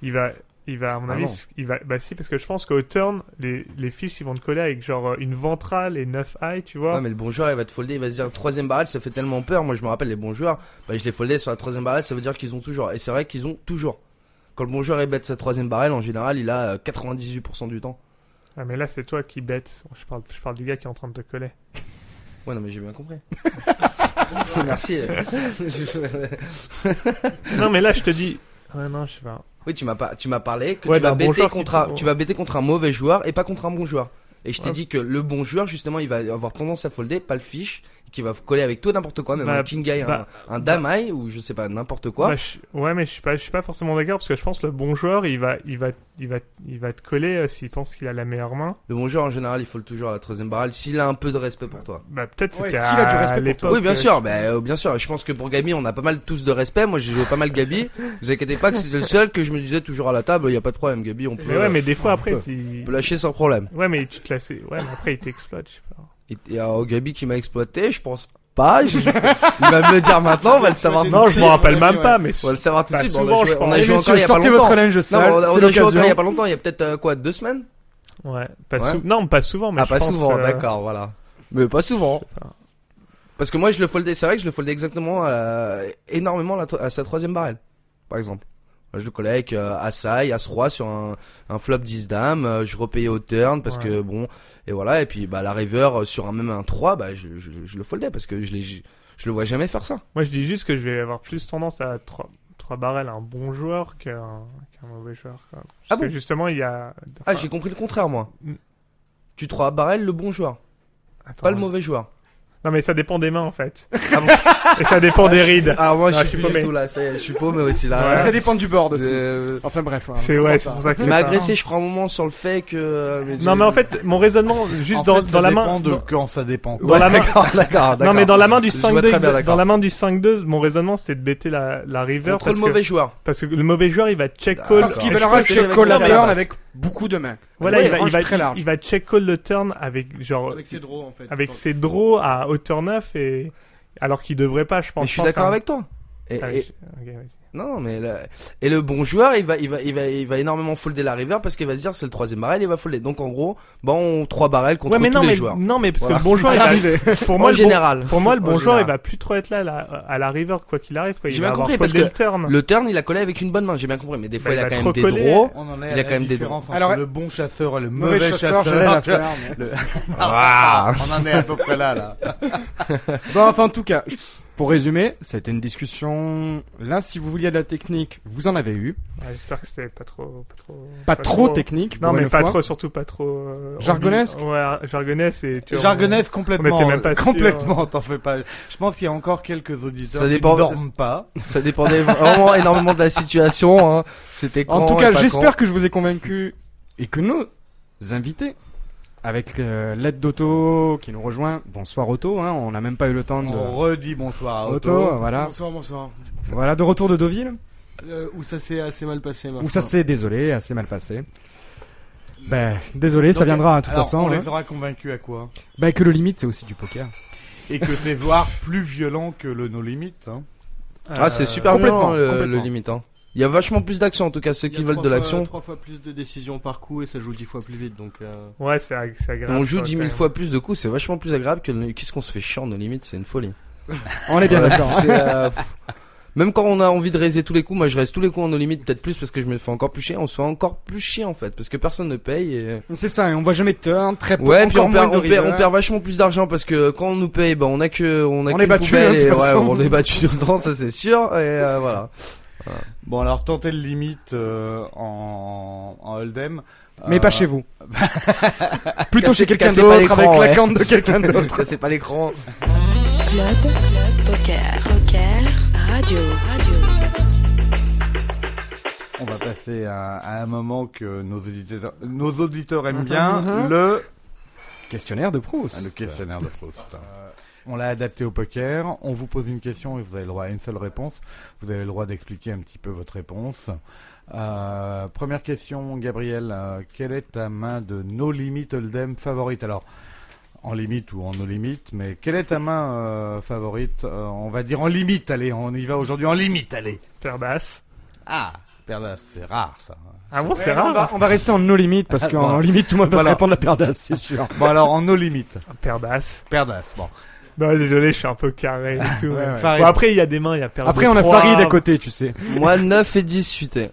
il va. Il va, à mon Ah avis, non. s- il va. Bah si, parce que je pense qu'au turn, les, les fiches, ils vont te coller avec genre euh, une ventrale et 9 high, tu vois. Ouais, mais le bon joueur, il va te folder, il va se dire troisième barrel, ça fait tellement peur. Moi, je me rappelle les bons joueurs, bah, je les foldais sur la troisième barrel, ça veut dire qu'ils ont toujours. Et c'est vrai qu'ils ont toujours. Quand le bon joueur est bête sa troisième barrel, en général, il a euh, 98% du temps. Ah, mais là, c'est toi qui bêtes. Je parle, je parle du gars qui est en train de te coller. Ouais, non, mais j'ai bien compris. Merci. non, mais là, je te dis. Ouais, non, je sais pas. oui, tu m'as pas, tu m'as parlé que Ouais, tu vas d'un bon bêter joueur qui contre te- un, tu vas bêter contre un mauvais joueur et pas contre un bon joueur. Et je t'ai Ouais. dit que le bon joueur, justement, il va avoir tendance à folder, pas le fiche, qui va coller avec tout et n'importe quoi, même Bah, un king guy, un- bah, un, dame high, ou je sais pas, n'importe quoi. Bah, je- ouais, mais je suis pas, je suis pas forcément d'accord parce que je pense que le bon joueur, il va, il va, il va, il va te coller euh, s'il pense qu'il a la meilleure main. Le bon joueur, en général, il fold toujours à la troisième barrel s'il a un peu de respect pour toi. Bah peut-être Ouais, c'était s'il a du à respect pour l'époque. Oui, bien euh, sûr, bah, euh, bien sûr. Je pense que pour Gabi, on a pas mal tous de respect. Moi, j'ai joué pas mal Gabi. Vous inquiétez pas que c'était le seul que je me disais toujours à la table. Il y a pas de problème, Gabi. On peut, Mais ouais, mais des fois on après, peut. tu... on peut lâcher sans problème. ouais, mais tu te lasses. Ouais, mais après il t'exploite, je sais pas. Et, et alors, Gabi qui m'a exploité, je pense pas. Je- il va me le dire maintenant. On va le savoir. Non, tout de je suite. m'en rappelle même ouais. pas, mais On va le savoir tout de Pas suite. souvent, on a je joué, on pense. a Et joué Eh, messieurs, encore il y a pas sortez longtemps. votre linge Non, mais sale, on a, c'est on a joué encore il y a l'occasion. pas longtemps. Il y a peut-être euh, quoi deux semaines ouais, pas Ouais. sou- non, pas souvent, mais Ah, je pas pense, souvent. euh, D'accord, voilà. Mais pas souvent. Parce que moi, je le foldais. C'est vrai que je le foldais exactement euh, énormément à la tro- à sa troisième barrel, par exemple. Moi, Je le collais avec euh, As-High, As-Roi sur un, un flop 10 dames. euh, je repayais au turn parce que Ouais. bon, et voilà. Et puis bah la river euh, sur un même un 3, bah je, je, je le foldais parce que je l'ai je, je le vois jamais faire ça. Moi, je dis juste que je vais avoir plus tendance à 3 trois barrels à un bon joueur qu'un qu'un mauvais joueur. Quoi. Parce Ah que bon justement, il y a Ah, enfin, j'ai compris le contraire moi. Mm. Tu 3 barrel le Ah bon joueur, attends, pas le mauvais joueur. Non, mais ça dépend des mains en fait. Et ça dépend des rides. Ah, moi, Ah, je suis pas du tout là. ça y est, Je suis paumé aussi là. Ouais. Ça dépend du board aussi. Euh, Enfin bref. hein, ça C'est ouais, sent c'est pas. pour ça que Il c'est m'a pas- agressé, je crois, un moment sur le fait que. euh, Non, j'ai- mais en fait, mon raisonnement, juste En dans, fait, ça dans la dépend main. de dans- quand ça dépend. dans la main- D'accord, d'accord, ah Non, d'accord. mais dans la main du Je vois 5-2, très bien, exa- d'accord. dans la main du 5-2, mon raisonnement c'était de bêter la, la river Contre parce le mauvais que, joueur. parce que le mauvais joueur il va check Ah, call. Parce qu'il Et va je leur pense un que- check call j'avais à compris turn la avec beaucoup de mains. Voilà, Ouais, il va, il range va, très large. il va check call le turn avec genre euh, Avec ses draws en fait. avec Donc, ses draws à hauteur 9 et alors qu'il devrait pas, je pense. Mais je suis pense d'accord qu'un- avec toi. Et, Ah, et- je- ok, vas-y. non, non, mais le, et le bon joueur, il va, il va, il va, il va énormément folder la river parce qu'il va se dire c'est le troisième barrel, il va folder. Donc en gros, bon, trois barrels contre Ouais, mais tous non, les mais joueurs. non, mais parce que Voilà. le bon joueur, il Ah, va- pour moi, en le bon- général, pour moi, le bon En joueur, il général. va plus trop être là, là, à la river quoi qu'il arrive, quoi. Il J'ai va bien avoir compris, parce foldé que le turn. le turn, il a collé avec une bonne main, j'ai bien compris. Mais des fois, Bah, il il a va quand même trop des coller. draws. On en est Il à y a la quand même des différence entre Alors- le bon chasseur et le Mauvais chasseur, j'allais la chasseur. faire. mais- Ah, on en est à peu près là, là. Bon, enfin, en tout cas, je- pour résumer, ça a été une discussion. Là, si vous vouliez de la technique, vous en avez eu. Ouais, J'espère que c'était pas trop, pas trop, Pas trop technique. Non, pour mais une pas fois. trop, surtout pas trop. euh, Jargonesque ambi- Ouais, jargonesque et tu vois, Jargonnaise on complètement. euh, était même pas sûr. complètement, t'en fais pas. Je pense qu'il y a encore quelques auditeurs Ça qui dépend- ne dorment pas. Ça dépendait vraiment énormément de la situation. hein. C'était En quand tout et cas, pas j'espère que je vous ai convaincu et que nos invités, avec euh, l'aide d'Otto qui nous rejoint, bonsoir Otto, hein, on n'a même pas eu le temps de... On redit bonsoir à Otto, Oh, Otto. voilà. Bonsoir, bonsoir. Voilà, de retour de Deauville, Euh, où ça s'est assez mal passé. où ça s'est désolé, assez mal passé. Ben, désolé, ça viendra de toute Alors, façon. On hein. les aura convaincus à quoi Ben, que le limite, c'est aussi du poker. Et que c'est voire plus violent que le no limit. Hein. quand. Ah, c'est super complètement, bien le, complètement. le limitant. Il y a vachement plus d'action en tout cas ceux qui veulent de l'action. Trois fois plus de décisions par coup et ça joue dix fois plus vite. Donc euh, Ouais, c'est ag- c'est agréable. On ça, joue quand 10 000 même. fois plus de coups, c'est vachement plus agréable que le- qu'est-ce qu'on se fait chiant nos limites, c'est une folie. On est bien Ouais, d'accord. c'est, euh, pff. Même quand on a envie de raiser tous les coups, moi je raise tous les coups en nos limites, peut-être plus parce que je me fais encore plus chier, on se fait encore plus chier en fait, parce que personne ne paye. Et... C'est ça, et on voit jamais de turn, très peu, Ouais, puis encore on perd, moins on, de perd, river. on perd vachement plus d'argent parce que quand on nous paye, ben on a que, on a On qu'une est battu, poubelle hein, de et, toute ouais, façon. on est battu dedans, ça c'est sûr, et euh, voilà. Bon, alors tentez le limite euh, en, en Hold'em. Mais Euh, pas chez vous. Plutôt Cassez- chez quelqu'un cassez pas d'autre, l'écran, avec ouais. la cante de quelqu'un d'autre. Ça c'est pas l'écran. Club, Club Poker, Poker, Radio, Radio. On va passer à, à un moment que nos auditeurs, nos auditeurs aiment bien, le, Questionnaire ah, de le Proust. questionnaire de Proust. Euh, On l'a adapté au poker. On vous pose une question et vous avez le droit à une seule réponse. Vous avez le droit d'expliquer un petit peu votre réponse. Euh, première question, Gabriel. euh, quelle est ta main de No Limit Hold'em favorite Alors, en limite ou en No Limit, mais quelle est ta main euh, favorite Euh, On va dire en limite, allez, on y va aujourd'hui en limite, allez. Paire d'as. Ah, Perlas, c'est rare ça. Ah bon, c'est Ouais, On va, rare. on va rester en no limit parce qu'en Voilà. limite tout le monde va te Voilà. répondre la paire d'as, c'est sûr. Bon alors, en nos limites. Paire d'as. Perdas, bon. Non, désolé, je suis un peu carré et tout. Ouais, mais- ouais. Farid. Bon, après, il y a des mains, il y a paire Après de on a trois. Farid à côté, tu sais. Moi 9 et 18 eh,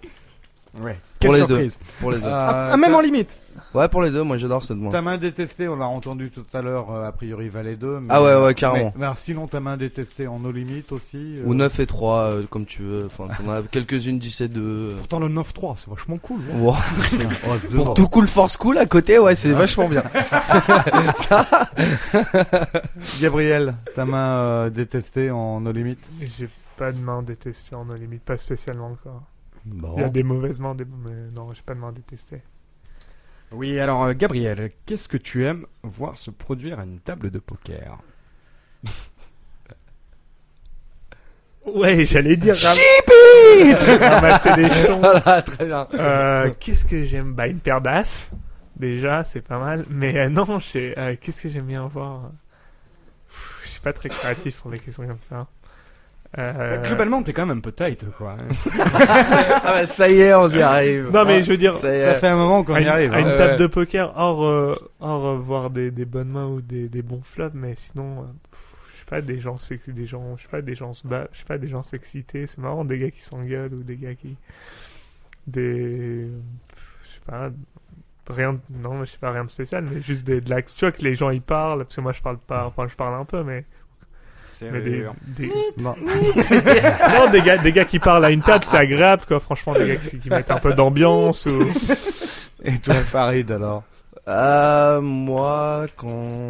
Ouais. Pour Quelle les surprise. pour les deux. Ah, même en limite. Ouais pour les deux, moi j'adore cette main. Ta main détestée, on l'a entendu tout à l'heure, euh, a priori Valet 2. Mais, euh, Ah ouais, ouais, carrément. Mais, mais alors, sinon, ta main détestée en nos limites aussi euh, Ou 9 et 3 euh, comme tu veux, enfin t'en as quelques-unes 10 et 2. euh. Pourtant le 9-3, c'est vachement cool. ouais. Wow. Oh, zut. Pour tout cool force cool à côté, ouais, c'est vachement bien. Gabriel, ta main euh, détestée en nos limites J'ai pas de main détestée en no limite, pas spécialement encore. Bon. Il y a des mauvaises mains, des... mais non, j'ai pas de main détestée. Oui, alors euh, Gabriel, qu'est-ce que tu aimes voir se produire à une table de poker Ouais, j'allais dire. Ramasser des jetons. voilà, très bien. Euh, qu'est-ce que j'aime Bah, une paire d'as. Déjà, c'est pas mal. Mais euh, non, je sais, euh, qu'est-ce que j'aime bien voir Pff, Je suis pas très créatif pour des questions comme ça. Euh, Globalement, t'es quand même un peu tight quoi. hein, Ah bah ça y est, on y arrive. Non, mais je veux dire, Ça y Ça est. fait un moment qu'on à y une, arrive. à une hein. Ouais, table ouais. de poker, hors, euh, hors euh, voir des, des bonnes mains ou des, des bons flops, mais sinon, euh, pff, je sais pas, des gens, sex- des gens, je sais pas, des gens se battent, je sais pas, des gens s'exciter, c'est marrant, des gars qui s'engueulent ou des gars qui, des, pff, je sais pas, rien, de- non, mais je sais pas, rien de spécial, mais juste des, de l'action, tu vois, que les gens ils parlent, parce que moi je parle pas, enfin je parle un peu, mais, mais des, des- Non. non, des gars, des gars qui parlent à une table, c'est agréable, quoi, franchement, des gars qui, qui mettent un peu d'ambiance ou, Et toi, Farid, alors Euh, moi, quand,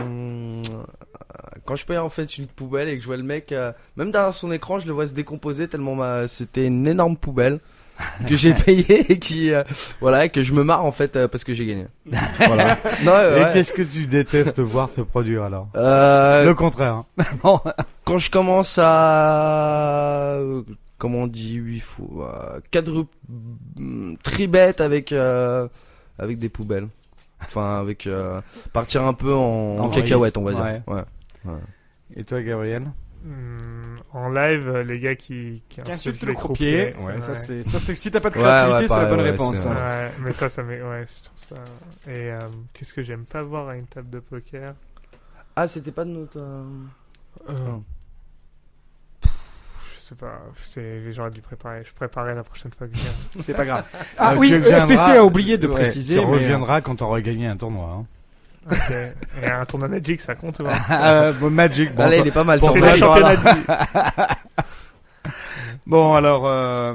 quand je paye en fait une poubelle et que je vois le mec, euh, même derrière son écran, je le vois se décomposer tellement ma- c'était une énorme poubelle que j'ai payé et qui euh, voilà et que je me marre en fait euh, parce que j'ai gagné. Voilà. Non, euh, Et ouais. qu'est-ce que tu détestes voir se produire alors Euh, Le contraire. hein. quand je commence à comment on dit huit euh, fois quadruple tribet mm, avec euh, avec des poubelles enfin avec euh, partir un peu en, en vrille. cacahuète on va dire Ouais. Ouais. Et toi, Gabriel Hmm, en live, euh, les gars qui, qui Qui insulte les le croupier. croupiers. Ouais, ça Ouais. c'est, ça c'est, si t'as pas de Ouais, créativité, c'est ouais, la pareil, bonne ouais, réponse. c'est hein. Ouais, mais ça, ça m'est. Ouais, je trouve ça. Et euh, qu'est-ce que j'aime pas voir à une table de poker ah c'était pas de notre euh, Je sais pas, c'est- j'aurais dû préparer. Je préparais la prochaine fois que je viens. C'est pas grave. Ah Euh, oui, tu reviendras- FPC a oublié de Ouais, préciser. Tu mais, euh, reviendras quand t'auras gagné un tournoi. hein. Ok. Et un tournoi Magic, ça compte ou pas Euh, bon, Magic. Bon, toi- Allez, Ah, il est pas mal. Bon, C'est bah, le championnat de vie. bon, alors, euh,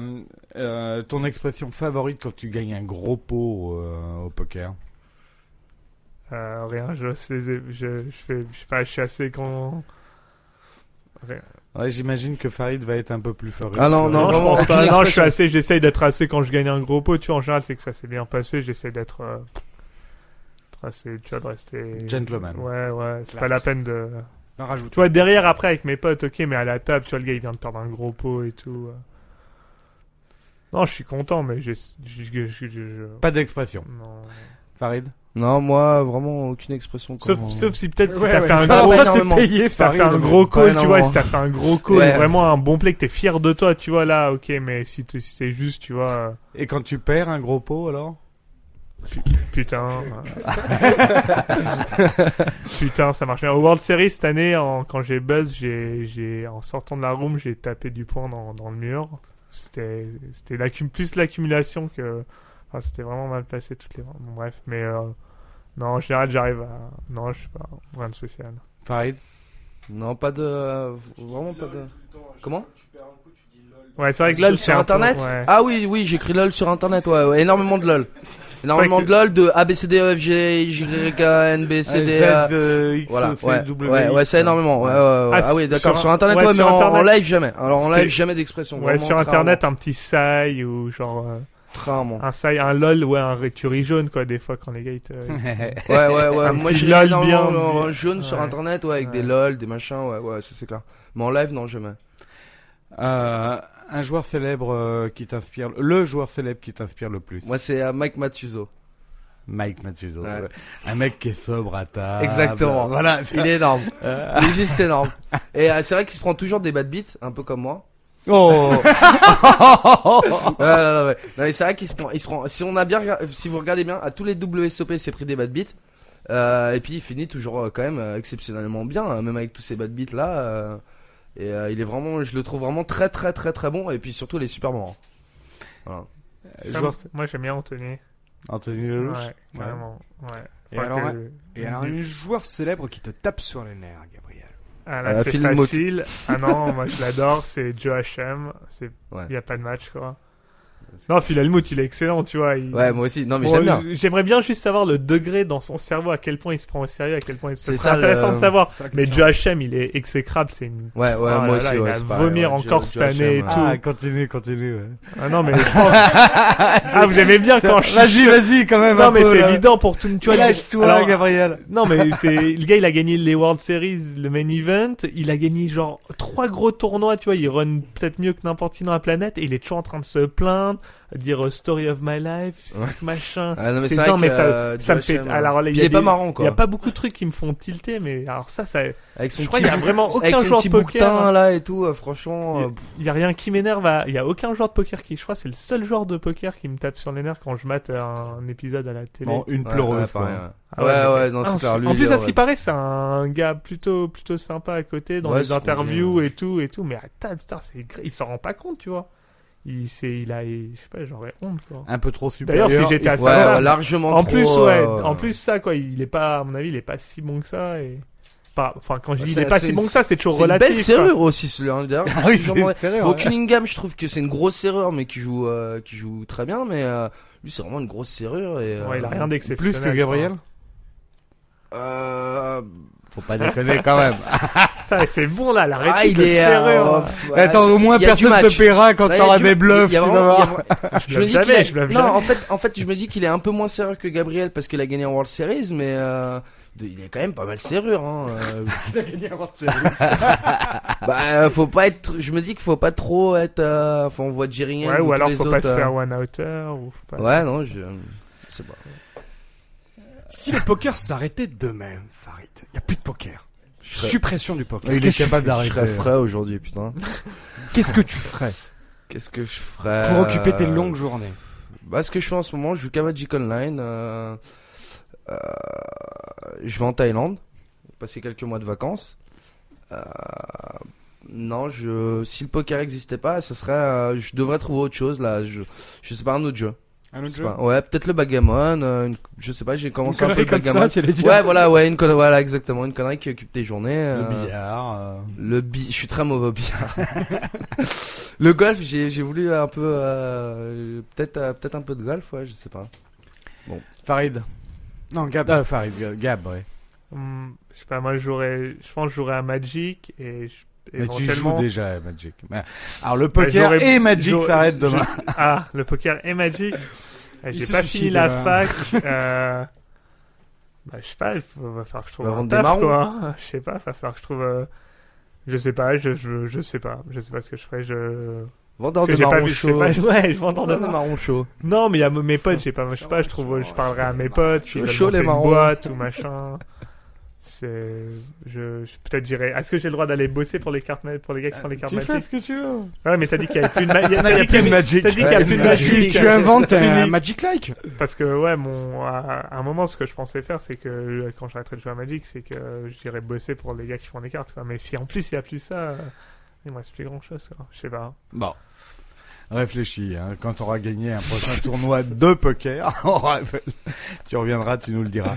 euh, ton expression favorite quand tu gagnes un gros pot euh, au poker Euh, rien, je, sais- je, je fais, je sais pas, je suis assez con. Rien. Ouais, j'imagine que Farid va être un peu plus fort. Ah non, Non, je vraiment, pense aucune pas. Non, je suis expression. assez, j'essaye d'être assez quand je gagne un gros pot. Tu vois, en général, c'est que ça s'est bien passé. J'essaie d'être, euh, d'être assez, tu vois, de rester. Gentleman. Ouais, ouais, c'est pas Classe. la peine de. N'en rajoute. Tu vois, derrière, après, avec mes potes, ok, mais à la table, tu vois, le gars, il vient de perdre un gros pot et tout. euh. Non, je suis content, mais j'ai. je- je- je- je- Pas d'expression. non. Farid Non, moi, vraiment, aucune expression. Sauf, comme- sauf si peut-être si Ouais, t'as ouais, fait un ça, gros ça, ça, c'est payé, si t'as Paris, fait un non, mais gros pas call, tu vois, énormément. si t'as fait un gros call, Ouais. vraiment un bon play que t'es fier de toi, tu vois, là, ok, mais si, t'es- si c'est juste, tu vois, euh, Et quand tu perds un gros pot alors putain, euh, putain, ça marche bien. Au World Series cette année, en- quand j'ai buzz, j'ai, j'ai, en sortant de la room, j'ai tapé du poing dans, dans le mur. C'était, c'était l'accu- plus l'accumulation que, enfin, c'était vraiment mal passé toutes les, bon, bref, mais euh, non, en général, j'arrive à, non, je sais pas, rien de spécial. Farid Non, pas de. euh, Vraiment pas de. Comment Ouais, c'est vrai que là, Sur- c'est Sur un peu- internet ouais. Ah oui, oui, j'écris lol sur internet, ouais, ouais, énormément de lol. Énormément C'est de lol de ABCDEFG, NBCD. Z, euh, X, Eh Voilà, E, C, ouais, W, ouais, ouais, X. hein. c'est énormément. Ouais, ouais, ouais. Ah, sur- oui, d'accord. sur- Sur internet, ouais, ouais, mais sur en, en Internet. live jamais. Alors en C'était- live jamais d'expression. Ouais, vraiment, sur très internet, un petit sai ou genre euh, rarement. un sai, un lol ou un ré- tu ris jaune quoi des fois quand les gars ils te Euh, Très rarement. Ouais, ouais, ouais. Un Moi, petit j'ai lol énormément bien- en jaune sur Ouais. internet, ouais, avec des Ouais. lol, des machins, ouais, ouais, ça c'est clair. Mais en live, non, jamais. Euh, un joueur célèbre euh, qui t'inspire, le joueur célèbre qui t'inspire le plus. Moi, c'est euh, Mike Matsuzo. Mike Matsuzo. Ouais. ouais. Un mec qui est sobre à table. Exactement. Voilà. c'est- Il est énorme. Euh, Il est juste énorme. Et euh, c'est vrai qu'il se prend toujours des bad beats, un peu comme moi. Oh. Ouais, ouais, ouais, ouais. Non, mais c'est vrai qu'il se prend, il se prend. Si on a bien, regard- si vous regardez bien, à tous les WSOP, il s'est pris des bad beats. Euh, et puis il finit toujours euh, quand même euh, exceptionnellement bien, hein, même avec tous ces bad beats là. euh, et euh, il est vraiment, je le trouve vraiment très très très très bon. Et puis surtout, il est super marrant. Joueur- Moi j'aime bien Anthony. Anthony Ouais, Lelouch. carrément. Ouais. Et Faut alors, que- Et alors, un joueur célèbre qui te tape sur les nerfs, Gabriel. Ah là Euh, c'est Phil facile. ah non, moi je l'adore, c'est Joe H.M. C'est il Ouais. y a pas de match quoi. Non, Phil Hellmuth, il est excellent, tu vois. il- Ouais, moi aussi. Non, mais Bon, j'aime bien. J'aimerais bien juste savoir le degré dans son cerveau, à quel point il se prend au sérieux, à quel point il... ça C'est serait ça, intéressant le- de savoir. C'est ça la Mais question. Joe H.M. il est exécrable, c'est une Ouais, ouais, Oh là moi Ah là, aussi. il ouais, va c'est pareil, vomir ouais, encore Joe- cette Joe année et Hacham, ouais. Ah, continue, continue. ouais. Ah non, mais je pense. ah, vous aimez bien quand je. Vas-y, vas-y, quand même. un Non, mais peu, c'est là. évident pour tout. Tu vois, Lâche-toi, alors- Gabriel. Non, mais c'est le gars, il a gagné les World Series, le main event. Il a gagné genre trois gros tournois. Tu vois, il run peut-être mieux que n'importe qui dans la planète. Et il est toujours en train de se plaindre, dire euh, Story of my life, c'est Ouais. machin. Ah, non, mais C'est c'est vrai dingue, mais que, ça- euh, ça me Joe fait. Hacham, Alors, là, ouais. il il y a est pas des- marrant Il y a quoi. pas beaucoup de trucs qui me font tilter, mais alors ça, ça. Avec son Je crois qu'il y a petit- vraiment avec aucun son joueur petit de bout de teint, poker. hein. là et tout. euh, Franchement, euh, Il y a rien qui m'énerve. à- Il y a aucun joueur de poker qui, je crois, c'est le seul joueur de poker qui me tape sur les nerfs quand je mate un épisode à la télé. Bon, une ouais, pleureuse, ouais, pareil, quoi. ouais. Ah mais- Ouais, ouais, non, c'est Ah, clair, lui, en plus, il est- à ce qui paraît, c'est un gars plutôt, plutôt sympa à côté dans Ouais, les c'est ce qu'on dit, interviews ouais. et tout, et tout. Mais attends, putain, c'est gr- il s'en rend pas compte, tu vois. Il, c'est, il a, il- je sais pas, j'aurais honte, quoi. Un peu trop supérieur. D'ailleurs, si j'étais Ah, à Ouais, sa femme- ouais, largement en trop, plus, euh, ouais, en plus, ça, quoi, il est pas, à mon avis, il est pas si bon que ça, et, pas, enfin, quand je dis C'est- il est pas c'est si une- bon que ça, c'est toujours C'est une relatif. belle quoi. serrure aussi celui-là. D'ailleurs, Ah oui, je c'est me demandais- sérieux. Bon, Cunningham, je trouve que c'est une grosse serrure, mais qui joue, euh, qui joue très bien. Mais euh, lui, c'est vraiment une grosse serrure. Et, euh, Ouais, il a rien d'exceptionnel. Plus que Gabriel euh, Faut pas déconner quand même. Putain, C'est bon là, la réplique Ah, il de est. serreur. euh, pff, ouais, Attends, au moins il y a du personne te match. paiera quand Là, il y a t'auras du- des bluffs, il tu y a vas vraiment- voir. il y a vraiment- Je me bluffe dis jamais, qu'il a- je bluffe Non, jamais. en fait, en fait, je me dis qu'il est un peu moins sérieux que Gabriel parce qu'il a gagné en World Series, mais euh, de- il est quand même pas mal sérieux. Hein. euh. bah, euh, faut pas être. Je me dis qu'il faut pas trop être. euh, Enfin, on voit Jerry Yang Ouais, ou tous alors les faut autres, pas se euh, faire one outer ou faut pas. Ouais, non, je. je sais pas. Si le poker s'arrêtait demain, Farid, il n'y a plus de poker. serais- Suppression du poker. Il est Qu'est-ce que tu capable Je d'arrêter. serais frais aujourd'hui, putain. fais Qu'est-ce que tu ferais Qu'est-ce que je ferais pour occuper tes euh, longues journées Bah, ce que je fais en ce moment, je joue qu'à Magic Online. euh, euh, je vais en Thaïlande, passer quelques mois de vacances. Euh, non, je, si le poker n'existait pas, ça serait, euh, je devrais trouver autre chose là. Je, je sais pas un autre jeu. Un Je sais pas. ouais, peut-être le backgammon. euh, une- je sais pas, j'ai commencé un peu le comme backgammon. ça, tu allais dire. ouais, voilà, ouais, une connerie, voilà, exactement, une connerie qui occupe tes journées. euh, Le billard. euh, le bi, je suis très mauvais au billard. le golf, j'ai j'ai voulu un peu, euh, peut-être, euh, peut-être un peu de golf, ouais, je sais pas. Farid. Non, Gab. Ah, Farid, euh, Ga- Gab, ouais. Hum, je sais pas, moi j'aurais. Je pense que j'aurais à Magic et. je- Mais tu joues éventuellement- déjà à Magic. Mais- Alors le Bah, poker j'aurais- et Magic j'aurais- s'arrêtent demain. je- Ah, le poker et Magic. Euh, Il J'ai se pas suicide, fini la là. fac. euh, Bah, je sais pas, il faut- va falloir que je trouve Va un vendre taf, des marrons. quoi. hein. Je sais pas, va falloir que je trouve. euh, Je sais pas, je, je, je sais pas, je sais pas ce que je ferais, je... Parce Vendeur que de j'ai pas marron vu, je sais chaud. pas, ouais, je vendeur de Vendeur de marron chaud. Non, mais il y a m- mes potes, j'ai pas, je sais pas, je trouve, je parlerai à mes potes, Je s'ils veux veulent chaud, monter les une marrons. boîte ou machin. C'est, je, je- peut-être j'irai. Est-ce que j'ai le droit d'aller bosser pour les cartes, ma- pour les gars qui font les cartes Euh, Tu fais ce magiques que tu veux. Ouais, mais t'as dit qu'il y avait plus de, ma- il y a- Il t'as n'y a dit qu'il plus de y avait- Magic. t'as dit qu'il y a plus de Magic. Tu inventes un Fini. Magic Like Parce que ouais, mon, à, à un moment, ce que je pensais faire, c'est que euh, quand j'arrêterai de jouer à Magic, c'est que euh, j'irai bosser pour les gars qui font les cartes. Quoi. Mais si en plus il y a plus ça, euh, il me reste plus grand chose. Je sais pas. Bon. Réfléchis, hein. quand tu auras gagné un prochain tournoi de poker, on rappelle. tu reviendras, tu nous le diras.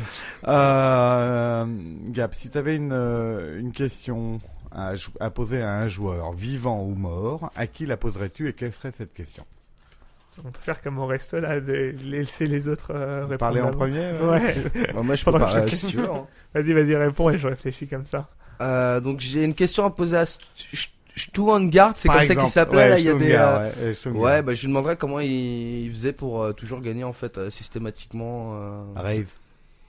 Euh, Gab, si tu avais une, euh, une question à, jou- à poser à un joueur, vivant ou mort, à qui la poserais-tu et quelle serait cette question On peut faire comme au reste là, de laisser les autres euh, répondre. Parler en d'abord. premier euh, Ouais. Bah, moi, je peux Pendant pas, que euh, je- si tu veux. hein. Vas-y, vas-y, réponds et je réfléchis comme ça. Euh, donc, j'ai une question à poser à Stuangard, c'est Par comme ça exemple. qu'il s'appelait, Ouais, là, il y a des, Stuttgart, euh, ouais, et Stuttgart. Ouais, bah, je lui demanderais comment il, il faisait pour euh, toujours gagner, en fait, euh, systématiquement. euh. Raise.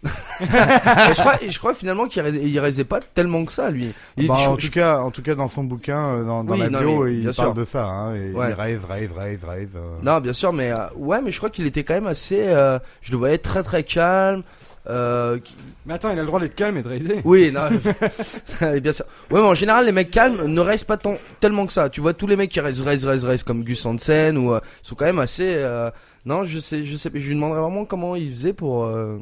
Et je crois, et je crois finalement qu'il ré- il raisait pas tellement que ça, lui. Il, Bah, je- en, je- tout cas, en tout cas, dans son bouquin, euh, dans, dans Oui, la non, bio, mais il bien parle sûr. de ça. Hein, et Ouais. Il raise, raise, raise, raise. euh. Non, bien sûr, mais euh, ouais, mais je crois qu'il était quand même assez. euh, je le voyais très très calme. Euh, qui- Mais attends, il a le droit d'être calme et de raiser. oui, non, mais bien sûr. Ouais, mais en général, les mecs calmes ne restent pas tant, tellement que ça. Tu vois, tous les mecs qui restent, restent, restent, restent, comme Gus Hansen ou euh, sont quand même assez. euh, non, je sais, je sais, je lui demanderais vraiment comment il faisait pour. Euh,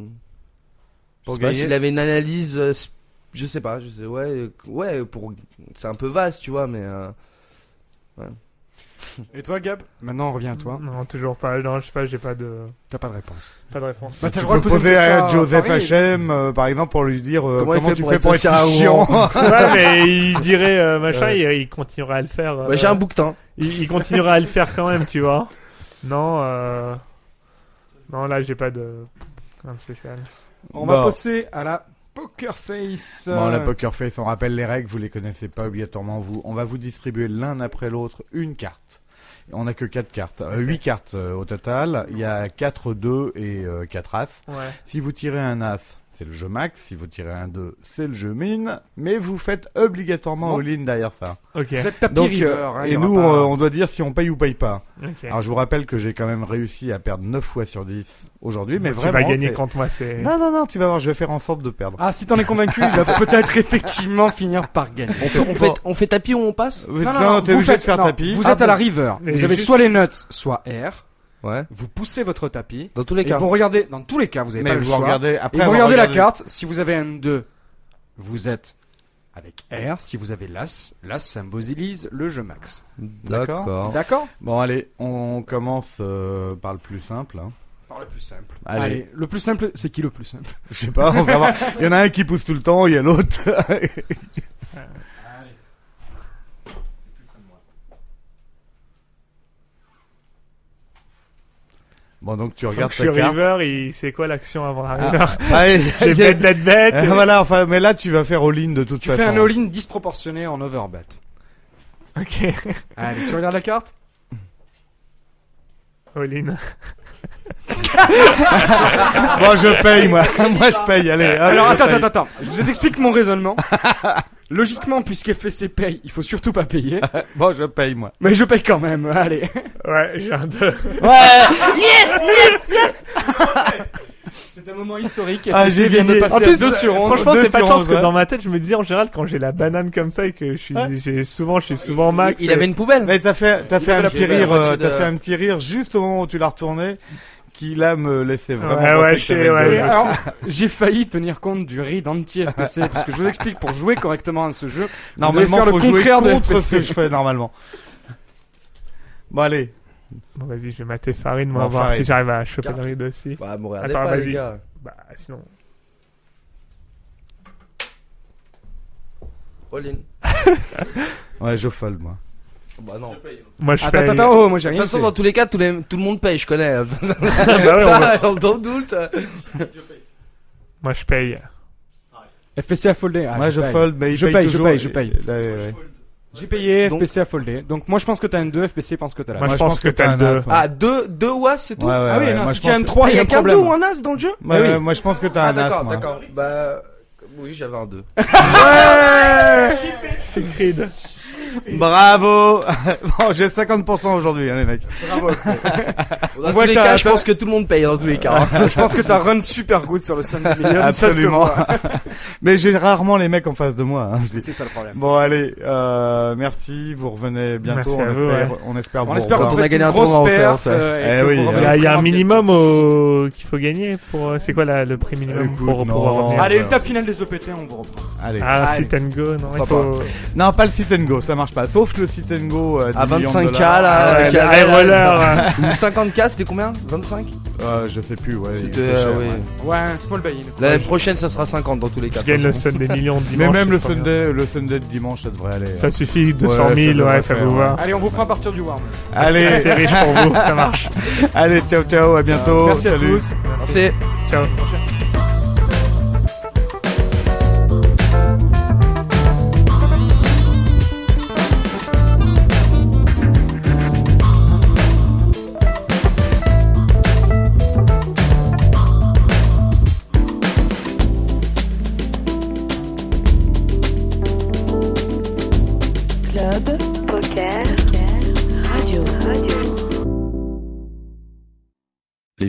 Pour je sais pas gagner. s'il avait une analyse. euh, sp- je sais pas, je sais, ouais, euh, ouais, pour. C'est un peu vaste, tu vois, mais. euh, Et toi, Gab Maintenant, on revient à toi. Non, toujours pas. Non, je sais pas, j'ai pas de, T'as pas de réponse. pas de réponse. Bah, Tu t'as le droit peux de poser poser une question à à Joseph Paris. Hachem, euh, par exemple, pour lui dire euh, Comment comment, il fait tu pour fais être pour aussi être si arrogant chiant. ouais, mais il dirait euh, machin, il, il continuera à le faire. euh, bah, j'ai un bouquetin. il, il continuera à le faire quand même, tu vois. Non, euh... non, là, j'ai pas de. rien de spécial. On Bon. va passer à la Poker Face. Bon, la poker face, on rappelle les règles, vous les connaissez pas obligatoirement vous. On va vous distribuer l'un après l'autre une carte. On n'a que quatre cartes, euh, huit cartes euh, au total. Il y a quatre 2 et euh, quatre as. Ouais. Si vous tirez un as, c'est le jeu max. Si vous tirez un 2, c'est le jeu min. Mais vous faites obligatoirement Bon. all in derrière ça. Ok. Cette tapis Donc, river. euh, hein, il y et aura nous, pas- euh, on doit dire si on paye ou paye pas. ok. Alors je vous rappelle que j'ai quand même réussi à perdre 9 fois sur 10 aujourd'hui, mais tu vraiment. vas gagner c'est- contre moi, c'est. Non, non, non, tu vas voir, je vais faire en sorte de perdre. Ah, si t'en es convaincu, il va peut-être effectivement finir par gagner. On fait, on fait, on fait tapis ou on passe Euh, t'es obligé de faire tapis. Vous Ah êtes à la river. Mais vous avez juste- soit les nuts, soit air. Ouais. Vous poussez votre tapis. Dans tous les Et cas. vous regardez, dans tous les cas, vous avez Mais pas le vous choix. regardez, après et vous avoir regardez la regardé- carte. Si vous avez un 2, vous êtes avec air. Si vous avez l'as, l'as symbolise le jeu max. D'accord. D'accord. D'accord Bon, allez, on commence euh, par le plus simple. hein. Par le plus simple. Allez. Allez. le plus simple, c'est qui le plus simple Je sais pas, on va voir. Il y en a un qui pousse tout le temps, il y a l'autre. Bon, donc tu Donc, regardes je ta suis carte. river, il sait quoi l'action avant la Ah, river ah, et- J'ai et- bête d'être bête. Ah, voilà, enfin, mais là tu vas faire all-in de toute Tu façon. fais un all-in disproportionné en overbat. Ah. Ok. Allez, tu regardes la carte All-in. Bon, je paye moi. moi je paye, allez. hop, Alors je attends, paye. attends, attends. Je t'explique mon raisonnement. Logiquement, puisqu'FSC paye, il faut surtout pas payer. Bon, je paye moi. Mais je paye quand même, allez. Ouais, j'ai un 2. C'est un moment historique. Ah, FSC j'ai vient de gagné. passer En à plus, 2 sur 11. Franchement, deux c'est pas de sur chance onze, que ouais. dans ma tête, je me disais en général quand j'ai la banane comme ça et que je suis, j'ai souvent, je suis souvent max. euh, Il, avait une poubelle. Mais t'as fait, t'as fait avait un la petit poubelle, rire, la moitié euh, t'as de- fait un petit rire juste au moment où tu l'as retourné, qui là me laissait vraiment. Ouais, penser ouais, que je sais, t'avais ouais, gagné. Et alors, j'ai failli tenir compte du read anti-FPC, parce que je vous explique, pour jouer correctement à ce jeu, Normalement, Vous devez faire faut jouer le contraire de contre ce FPC. que je fais normalement. Bon allez, Bon, vas-y, je vais mater Farine, moi, Bon, voir Farine. si j'arrive à choper Carte. le ride aussi. Bah, me regardez Attends, pas, vas-y. les gars. Bah, sinon. All in. ouais, je fold moi. Bah, non. De Moi, je Attends, paye. attends, attends, oh, moi j'ai toute rien façon, fait. dans tous les cas, tout, les- tout le monde paye, je connais. Bah ouais, on- Ça, on le tombe d'où, t'as- Moi, je paye. FPC a foldé. Ah, moi je paye. fold, mais il Je paye, paye, je toujours. paye, je paye. Là, ouais, ouais. J'ai payé, Donc- FPC a foldé. Donc moi je pense que t'as un 2, FPC pense que t'as la. Moi, Moi, je pense que t'as un le deux. as, moi. Ah, deux, deux was, c'est tout Ouais, ouais, ah oui, ouais, non, moi, si je tu as un pense- 3, Ah, il y a un qu'un deux problème. Eh ou un as dans le jeu Ouais, ouais, moi je pense que t'as Ah, un as. d'accord, moi. d'accord. Bah, oui, j'avais un deux. C'est Creed. Bravo. bon, j'ai 50% aujourd'hui, hein, les mecs. Dans voit tous les que t'as- cas, je t'as- pense que tout le monde paye dans tous les cas. hein. Je pense que t'as run super good sur le 5 millions. Absolument. mais j'ai rarement les mecs en face de moi. hein, je dis. C'est ça le problème. Bon allez, euh, merci, vous revenez bientôt, Merci à on, vous, espère, bah, on espère On vous espère revoir. qu'on on a fait gagné une un grosse tournoi en perte. séance, ouais. euh, et Eh que oui, vous hein. Il revenez y a, il y a un encore minimum au... qu'il faut gagner pour. euh, C'est quoi la- le prix minimum Écoute, pour, pour non. revenir Allez, le tap final des OPT, E on vous reprend. Allez. Ah, Allez. sit and go, non, il Pourquoi faut. Non, pas le sit and go, ça marche pas. Sauf le sit and go euh, À 10 millions de 25K, dollars. là. Ah, Ouais, avec le hein. la- high roller. Ou 50K, c'était combien 25 Euh, je sais plus, ouais. il C'était, était cher, euh, oui. ouais. Ouais, un small buy-in. L'année prochaine, ça sera 50 dans tous les cas. Je de toute gagne le façon. Sun des millions dimanche. Mais même le c'est pas bien. Sunday, le Sunday de dimanche, ça devrait aller. Ça hein. suffit, 200 Ouais, ça 000, ouais, devrait ça faire, vous va. Allez, on vous prend à partir du warm. C'est Allez, assez riche pour vous, ça marche. allez, ciao, ciao, à bientôt. Merci à salut. tous. C'est Ciao. Club Poker Radio Radio Les